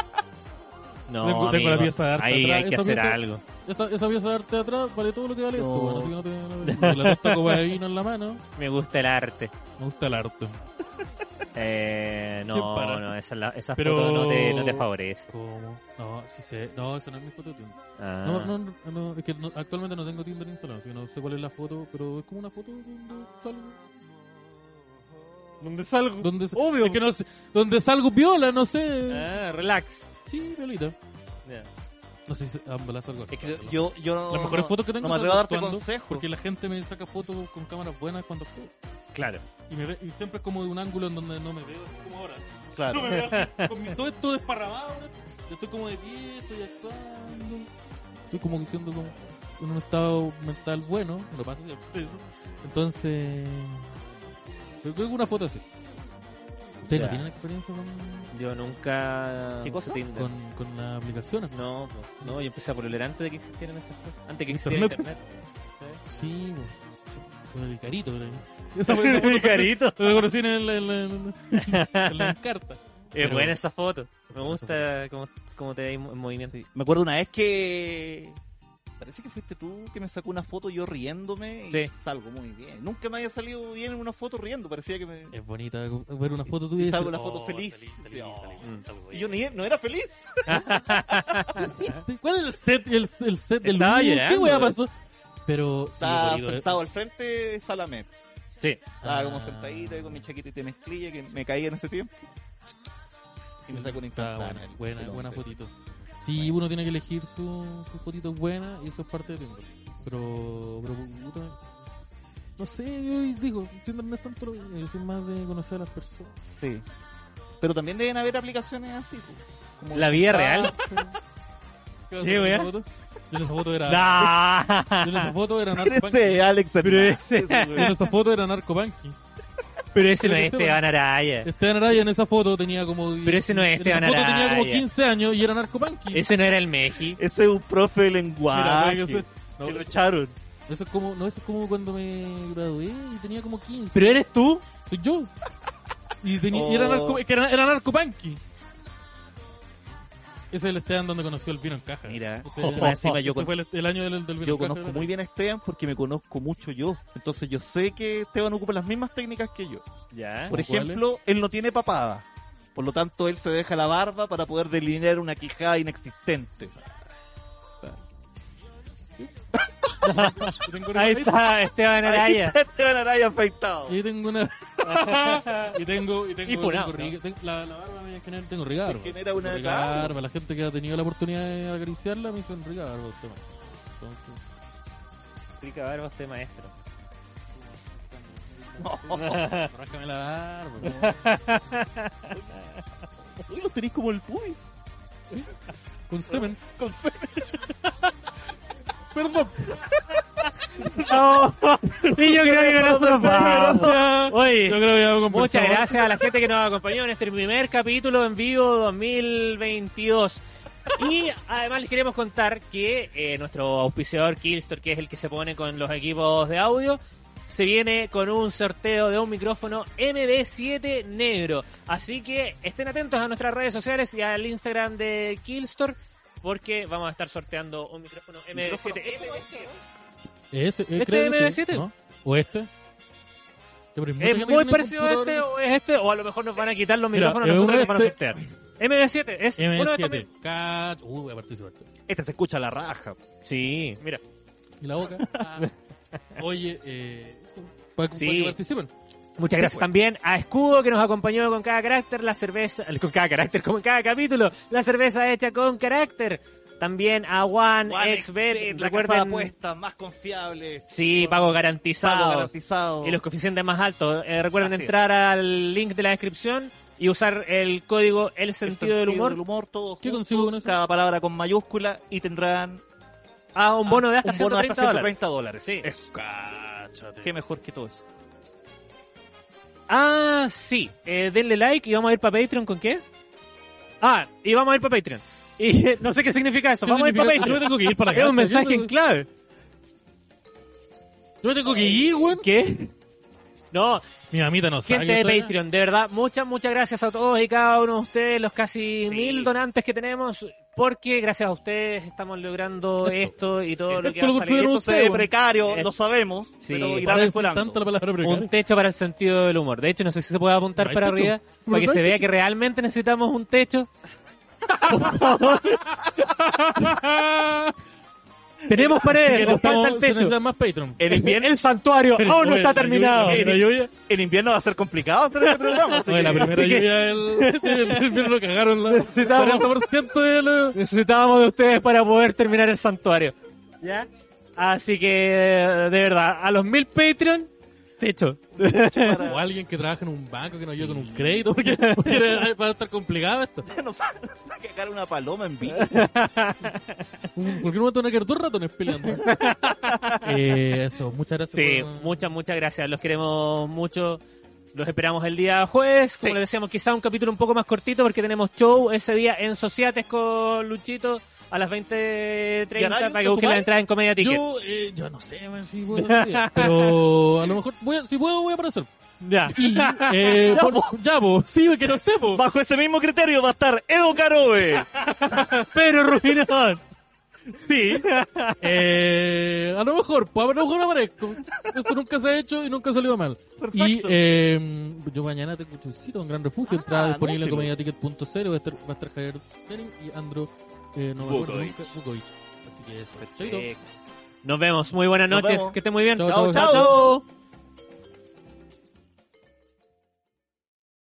Speaker 5: No,
Speaker 3: Tengo- tengo la
Speaker 5: amigo.
Speaker 3: pieza de arte
Speaker 5: Ahí
Speaker 3: atrás,
Speaker 5: hay que
Speaker 3: esa
Speaker 5: hacer
Speaker 3: pieza-
Speaker 5: algo.
Speaker 3: Esa, esa pieza de arte atrás vale todo lo que vale
Speaker 1: No.
Speaker 3: esto, bueno, así que no te- no te- La tosta como de vino en la mano.
Speaker 5: Me gusta el arte.
Speaker 3: Me gusta el arte.
Speaker 5: Eh,
Speaker 3: Sin
Speaker 5: no,
Speaker 3: parar.
Speaker 5: no, esa, es la- esa
Speaker 3: Pero-
Speaker 5: foto no te, no te favorece.
Speaker 3: ¿Cómo? No, sí sé. No, esa no es mi foto de Tinder.
Speaker 5: Ah.
Speaker 3: No, no, no, no, es que no- actualmente no tengo Tinder instalado, así que no sé cuál es la foto, pero es como una foto donde salgo.
Speaker 5: ¿Dónde salgo?
Speaker 3: Donde, sa-
Speaker 5: Obvio.
Speaker 3: Es que no sé, donde salgo viola, no sé.
Speaker 5: Ah, relax.
Speaker 3: Sí, violita.
Speaker 5: Ya.
Speaker 3: No sé si ambas algo así.
Speaker 1: Es que yo, yo no,
Speaker 3: Las mejores
Speaker 1: no-
Speaker 3: fotos que tengo
Speaker 1: no me
Speaker 3: son
Speaker 1: atrevo a darte
Speaker 3: actuando,
Speaker 1: consejos.
Speaker 3: porque la gente me saca fotos con cámaras buenas cuando actúo.
Speaker 5: Claro.
Speaker 3: Y, me ve- y siempre es como de un ángulo en donde no me veo, así como ahora. No
Speaker 1: Claro.
Speaker 3: me veo así, con mi todo esto desparramado. Yo estoy como de pie, estoy actuando. Estoy como diciendo como en un estado mental bueno, lo paso siempre. eso. Entonces, yo creo que una foto así. ¿Ustedes
Speaker 5: Ya.
Speaker 3: no tienen experiencia con,
Speaker 5: Yo nunca.
Speaker 1: ¿Qué
Speaker 5: usé
Speaker 1: cosa?
Speaker 5: Tinder.
Speaker 3: con, con las aplicaciones?
Speaker 5: No, po. no, yo empecé a pololear antes de que existieran esas cosas. Antes que existiera
Speaker 3: Internet.
Speaker 5: internet.
Speaker 3: Sí, bo. con el carito. por ahí. Esa fue- esa foto-
Speaker 5: carito.
Speaker 3: Lo conocí en, el, en, la- en la- en la carta.
Speaker 5: Es
Speaker 3: Pero-
Speaker 5: buena esa foto. Me gusta cómo, cómo te veis en movimiento.
Speaker 1: Me acuerdo una vez que. Parece que fuiste tú que me sacó una foto yo riéndome y
Speaker 5: Sí.
Speaker 1: salgo muy bien. Nunca me había salido bien en una foto riendo, parecía que me.
Speaker 3: Es bonita ver una foto tuya. y
Speaker 1: Estaba con
Speaker 3: decir,
Speaker 1: la foto feliz. Sí, oh.
Speaker 5: Mm.
Speaker 1: Y yo ni, no era feliz.
Speaker 3: ¿Cuál es el set, el, el set del
Speaker 5: Estaba
Speaker 3: video? ¿Qué
Speaker 5: llorando,
Speaker 3: weá
Speaker 5: bro.
Speaker 3: pasó? Pero. sí,
Speaker 1: Estaba
Speaker 3: bonito, eh.
Speaker 1: sentado al frente de Salamet.
Speaker 5: Sí.
Speaker 1: Estaba como
Speaker 3: Ah.
Speaker 1: sentadito ahí con mi chaquetita de mezclilla que me caía en ese tiempo. Y me sacó una
Speaker 3: Está
Speaker 1: instantánea.
Speaker 3: buena,
Speaker 1: el
Speaker 3: buena,
Speaker 1: pelón,
Speaker 3: buena
Speaker 1: pero-
Speaker 3: fotito. Sí, uno tiene que elegir su- sus fotitos buenas y eso es parte de Tinder. Pero. pero puta, no sé, yo digo, Tinder no es tanto lo mío, yo soy más de conocer a las personas.
Speaker 1: Sí. Pero también deben haber aplicaciones así. pues. Como-
Speaker 5: La vida real.
Speaker 3: ¿Qué
Speaker 5: Sí, weá.
Speaker 3: Yo en esa foto era. Yo en esa
Speaker 5: No.
Speaker 3: foto era
Speaker 1: Mira
Speaker 3: narcopanqui.
Speaker 1: Este Alex pues, Hernández,
Speaker 3: Yo en esa foto era narcopanqui.
Speaker 5: Pero ese no
Speaker 3: Creo que
Speaker 5: es
Speaker 3: este
Speaker 5: Esteban Araya.
Speaker 3: Esteban Araya en esa foto tenía como.
Speaker 5: Pero ese no es Esteban
Speaker 3: En esa foto tenía como
Speaker 5: Araya.
Speaker 3: 15 años y era narcopanqui.
Speaker 5: Ese no era el Meji.
Speaker 1: Ese es un profe de
Speaker 3: Mira,
Speaker 1: lenguaje.
Speaker 3: weá, que eso- no,
Speaker 1: que lo echaron.
Speaker 3: eso es como, no, eso es como cuando me gradué y tenía como 15.
Speaker 5: Pero eres tú.
Speaker 3: Soy yo. Y, tenía, y era,
Speaker 1: Oh.
Speaker 3: narco, es que era, era narcopanqui. Ese es el Esteban donde conoció el vino en caja.
Speaker 1: Mira,
Speaker 3: Ese-
Speaker 1: más encima yo
Speaker 3: ese
Speaker 1: con-
Speaker 3: fue el, el año del, del vino
Speaker 1: Yo
Speaker 3: en caja.
Speaker 1: conozco muy bien a Esteban porque me conozco mucho yo. Entonces yo sé que Esteban ocupa las mismas técnicas que yo.
Speaker 5: Ya.
Speaker 1: Por
Speaker 3: ¿Cómo cuáles?
Speaker 1: ejemplo, él no tiene papada. Por lo tanto, él se deja la barba para poder delinear una quijada inexistente.
Speaker 3: Yo tengo una-
Speaker 5: Ahí está Esteban
Speaker 1: Ahí
Speaker 5: Araya.
Speaker 1: está Esteban Araya afeitado.
Speaker 3: Y tengo una. y tengo. Y tengo.
Speaker 5: Y funado,
Speaker 3: tengo rica- tengo- la, la barba me genera, tengo rigarba.
Speaker 1: Te genera una-
Speaker 3: Tengo
Speaker 1: claro.
Speaker 3: rigarba. La gente que ha tenido la oportunidad de acariciarla me dicen rigarba. usted más. Entonces,
Speaker 5: Rica Barba, usted maestro.
Speaker 3: arráncame la barba.
Speaker 1: Uy, los tenéis como el pubis.
Speaker 3: Con semen.
Speaker 1: Con semen.
Speaker 3: Perdón.
Speaker 2: No. Y yo creo que con eso nos vamos.
Speaker 3: Yo
Speaker 2: Oye,
Speaker 3: creo que ya hemos
Speaker 2: muchas
Speaker 3: conversado.
Speaker 2: gracias a la gente que nos acompañó en este primer capítulo en vivo 2022. Y además les queremos contar que eh, nuestro auspiciador Killstore, que es el que se pone con los equipos de audio, se viene con un sorteo de un micrófono MB7 negro. Así que estén atentos a nuestras redes sociales y al Instagram de Killstore, porque vamos a estar sorteando un micrófono
Speaker 1: Micrófono
Speaker 2: MB7.
Speaker 3: Este, eh,
Speaker 2: ¿Este
Speaker 3: creo que
Speaker 2: MB7?
Speaker 3: sí, ¿no? ¿O este? Que, pero hay mucha gente
Speaker 2: Es
Speaker 3: que
Speaker 2: muy
Speaker 3: tiene
Speaker 2: parecido a este
Speaker 3: computador-
Speaker 2: o es este, o a lo mejor nos van a quitar los
Speaker 3: Mira,
Speaker 2: micrófonos
Speaker 3: es
Speaker 2: nosotros y
Speaker 3: un
Speaker 2: nos van a
Speaker 3: este.
Speaker 2: sortear. MB7, es uno de estos
Speaker 3: MB7.
Speaker 2: mismos.
Speaker 3: Cat. Uh, voy a participar.
Speaker 1: Este se escucha la raja.
Speaker 2: Sí, mira.
Speaker 3: Y la boca. Ah. Oye, eh, para,
Speaker 2: Sí.
Speaker 3: para que participen.
Speaker 2: Muchas gracias también a Escudo que nos acompañó con cada carácter, la cerveza, con cada carácter, con cada capítulo, la cerveza hecha con carácter. También a One, XBet,
Speaker 1: la casa de
Speaker 2: recuerden.
Speaker 1: apuestas más confiable.
Speaker 2: Sí, pago garantizado.
Speaker 1: Pago garantizado.
Speaker 2: Y los coeficientes más altos. Eh, recuerden
Speaker 1: Así es.
Speaker 2: entrar al link de la descripción y usar el código El
Speaker 1: El
Speaker 2: Sentido, del, humor
Speaker 1: todo
Speaker 3: ¿Qué
Speaker 1: junto,
Speaker 3: consigo con eso?
Speaker 1: cada palabra con mayúscula y tendrán
Speaker 2: a un bono de hasta
Speaker 1: Ah, un bono de
Speaker 2: 130
Speaker 1: hasta
Speaker 2: dólares.
Speaker 1: 130 dólares.
Speaker 2: Sí.
Speaker 1: Eso. Qué mejor que todo eso.
Speaker 2: Ah, sí. Eh, denle like y vamos a ir para Patreon con qué? Ah, y vamos a ir para Patreon. Y eh, no sé qué significa eso.
Speaker 3: ¿Qué
Speaker 2: Vamos a ir para
Speaker 3: significa? Yo
Speaker 2: Patreon.
Speaker 3: tengo que ir para la
Speaker 2: Es
Speaker 3: casa,
Speaker 2: un mensaje en
Speaker 3: yo-
Speaker 2: clave.
Speaker 3: Yo tengo que ir, weón.
Speaker 2: ¿Qué? No,
Speaker 3: Mi mamita no sabe.
Speaker 2: gente
Speaker 3: que
Speaker 2: de
Speaker 3: estoy acá.
Speaker 2: Patreon, de verdad, muchas, muchas gracias a todos y cada uno de ustedes, los casi mil donantes que tenemos, porque gracias a ustedes estamos logrando esto, y todo lo que
Speaker 3: Esto lo
Speaker 2: va a salir.
Speaker 3: construyeron
Speaker 1: Esto se ve
Speaker 3: bueno.
Speaker 1: precario,
Speaker 2: Eh,
Speaker 1: lo sabemos,
Speaker 2: sí.
Speaker 1: pero irá
Speaker 3: Parece
Speaker 1: mejorando.
Speaker 3: tanta la palabra precaria.
Speaker 2: Un techo para el sentido del humor. De hecho, no sé si se puede apuntar
Speaker 3: No hay
Speaker 2: para
Speaker 3: techo.
Speaker 2: arriba
Speaker 3: No
Speaker 2: para que
Speaker 3: hay
Speaker 2: se vea
Speaker 3: techo.
Speaker 2: que realmente necesitamos un techo. Tenemos paredes,
Speaker 3: Pero
Speaker 2: nos falta
Speaker 3: estamos-
Speaker 2: el
Speaker 3: se
Speaker 2: techo.
Speaker 3: necesitan más Patreon.
Speaker 1: En invierno,
Speaker 2: El santuario
Speaker 3: Pero,
Speaker 2: aún no
Speaker 3: oye,
Speaker 2: está
Speaker 3: la
Speaker 2: terminado.
Speaker 3: lluvia, la lluvia.
Speaker 1: en invierno va a ser complicado hacer este programa. así
Speaker 3: Oye, la
Speaker 1: que-
Speaker 3: primera
Speaker 2: que-
Speaker 3: lluvia del del invierno cagaron la 40% de los...
Speaker 2: Necesitábamos de ustedes para poder terminar el santuario. ¿Ya? Así que, de verdad, a los mil Patreon, techo.
Speaker 3: O alguien que trabaja en un banco que no ayuda con un crédito, porque, porque era- va a estar complicado esto.
Speaker 1: nos va a cagar una paloma en vivo.
Speaker 3: Un- ¿Por qué no van a tener que haber dos ratones peleando? Eh, eso, muchas gracias.
Speaker 2: Sí,
Speaker 3: por-
Speaker 2: muchas, muchas gracias. Los queremos mucho. Los esperamos el día jueves. Como
Speaker 1: Sí.
Speaker 2: les decíamos, quizá un capítulo un poco más cortito porque tenemos show ese día en Sociates con Luchito a las 20.30
Speaker 1: ¿Y a
Speaker 2: para que
Speaker 1: Dario,
Speaker 2: busquen la
Speaker 1: Tucumán?
Speaker 2: entrada en Comedia Ticket.
Speaker 3: Yo, eh, yo no sé, man, si puedo, no sé, pero a lo mejor, voy a- si puedo, voy a aparecer.
Speaker 2: Ya.
Speaker 3: Eh, por- ya, po, sí, que no sé, po.
Speaker 1: Bajo ese mismo criterio va a estar Edo Caroe.
Speaker 2: Pero Rubinón.
Speaker 3: Sí. Eh, a lo mejor, pues, a lo mejor aparezco. Esto nunca se ha hecho y nunca ha salido mal.
Speaker 1: Perfecto.
Speaker 3: Y eh, yo mañana tengo un sitio en Gran Refugio,
Speaker 1: Ah,
Speaker 3: entrada disponible en
Speaker 1: lógico.
Speaker 3: comediaticket.cl, va a estar, va a estar Javier Terin y Andro eh, no me acuerdo
Speaker 1: Vukovic.
Speaker 3: nunca, Vukovic. Así que eso. Chaito.
Speaker 2: Eh, Nos vemos. Muy buenas
Speaker 1: Nos
Speaker 2: noches.
Speaker 1: vemos.
Speaker 2: Que estén muy bien.
Speaker 3: Chao,
Speaker 1: Chao,
Speaker 3: chao.
Speaker 1: chao.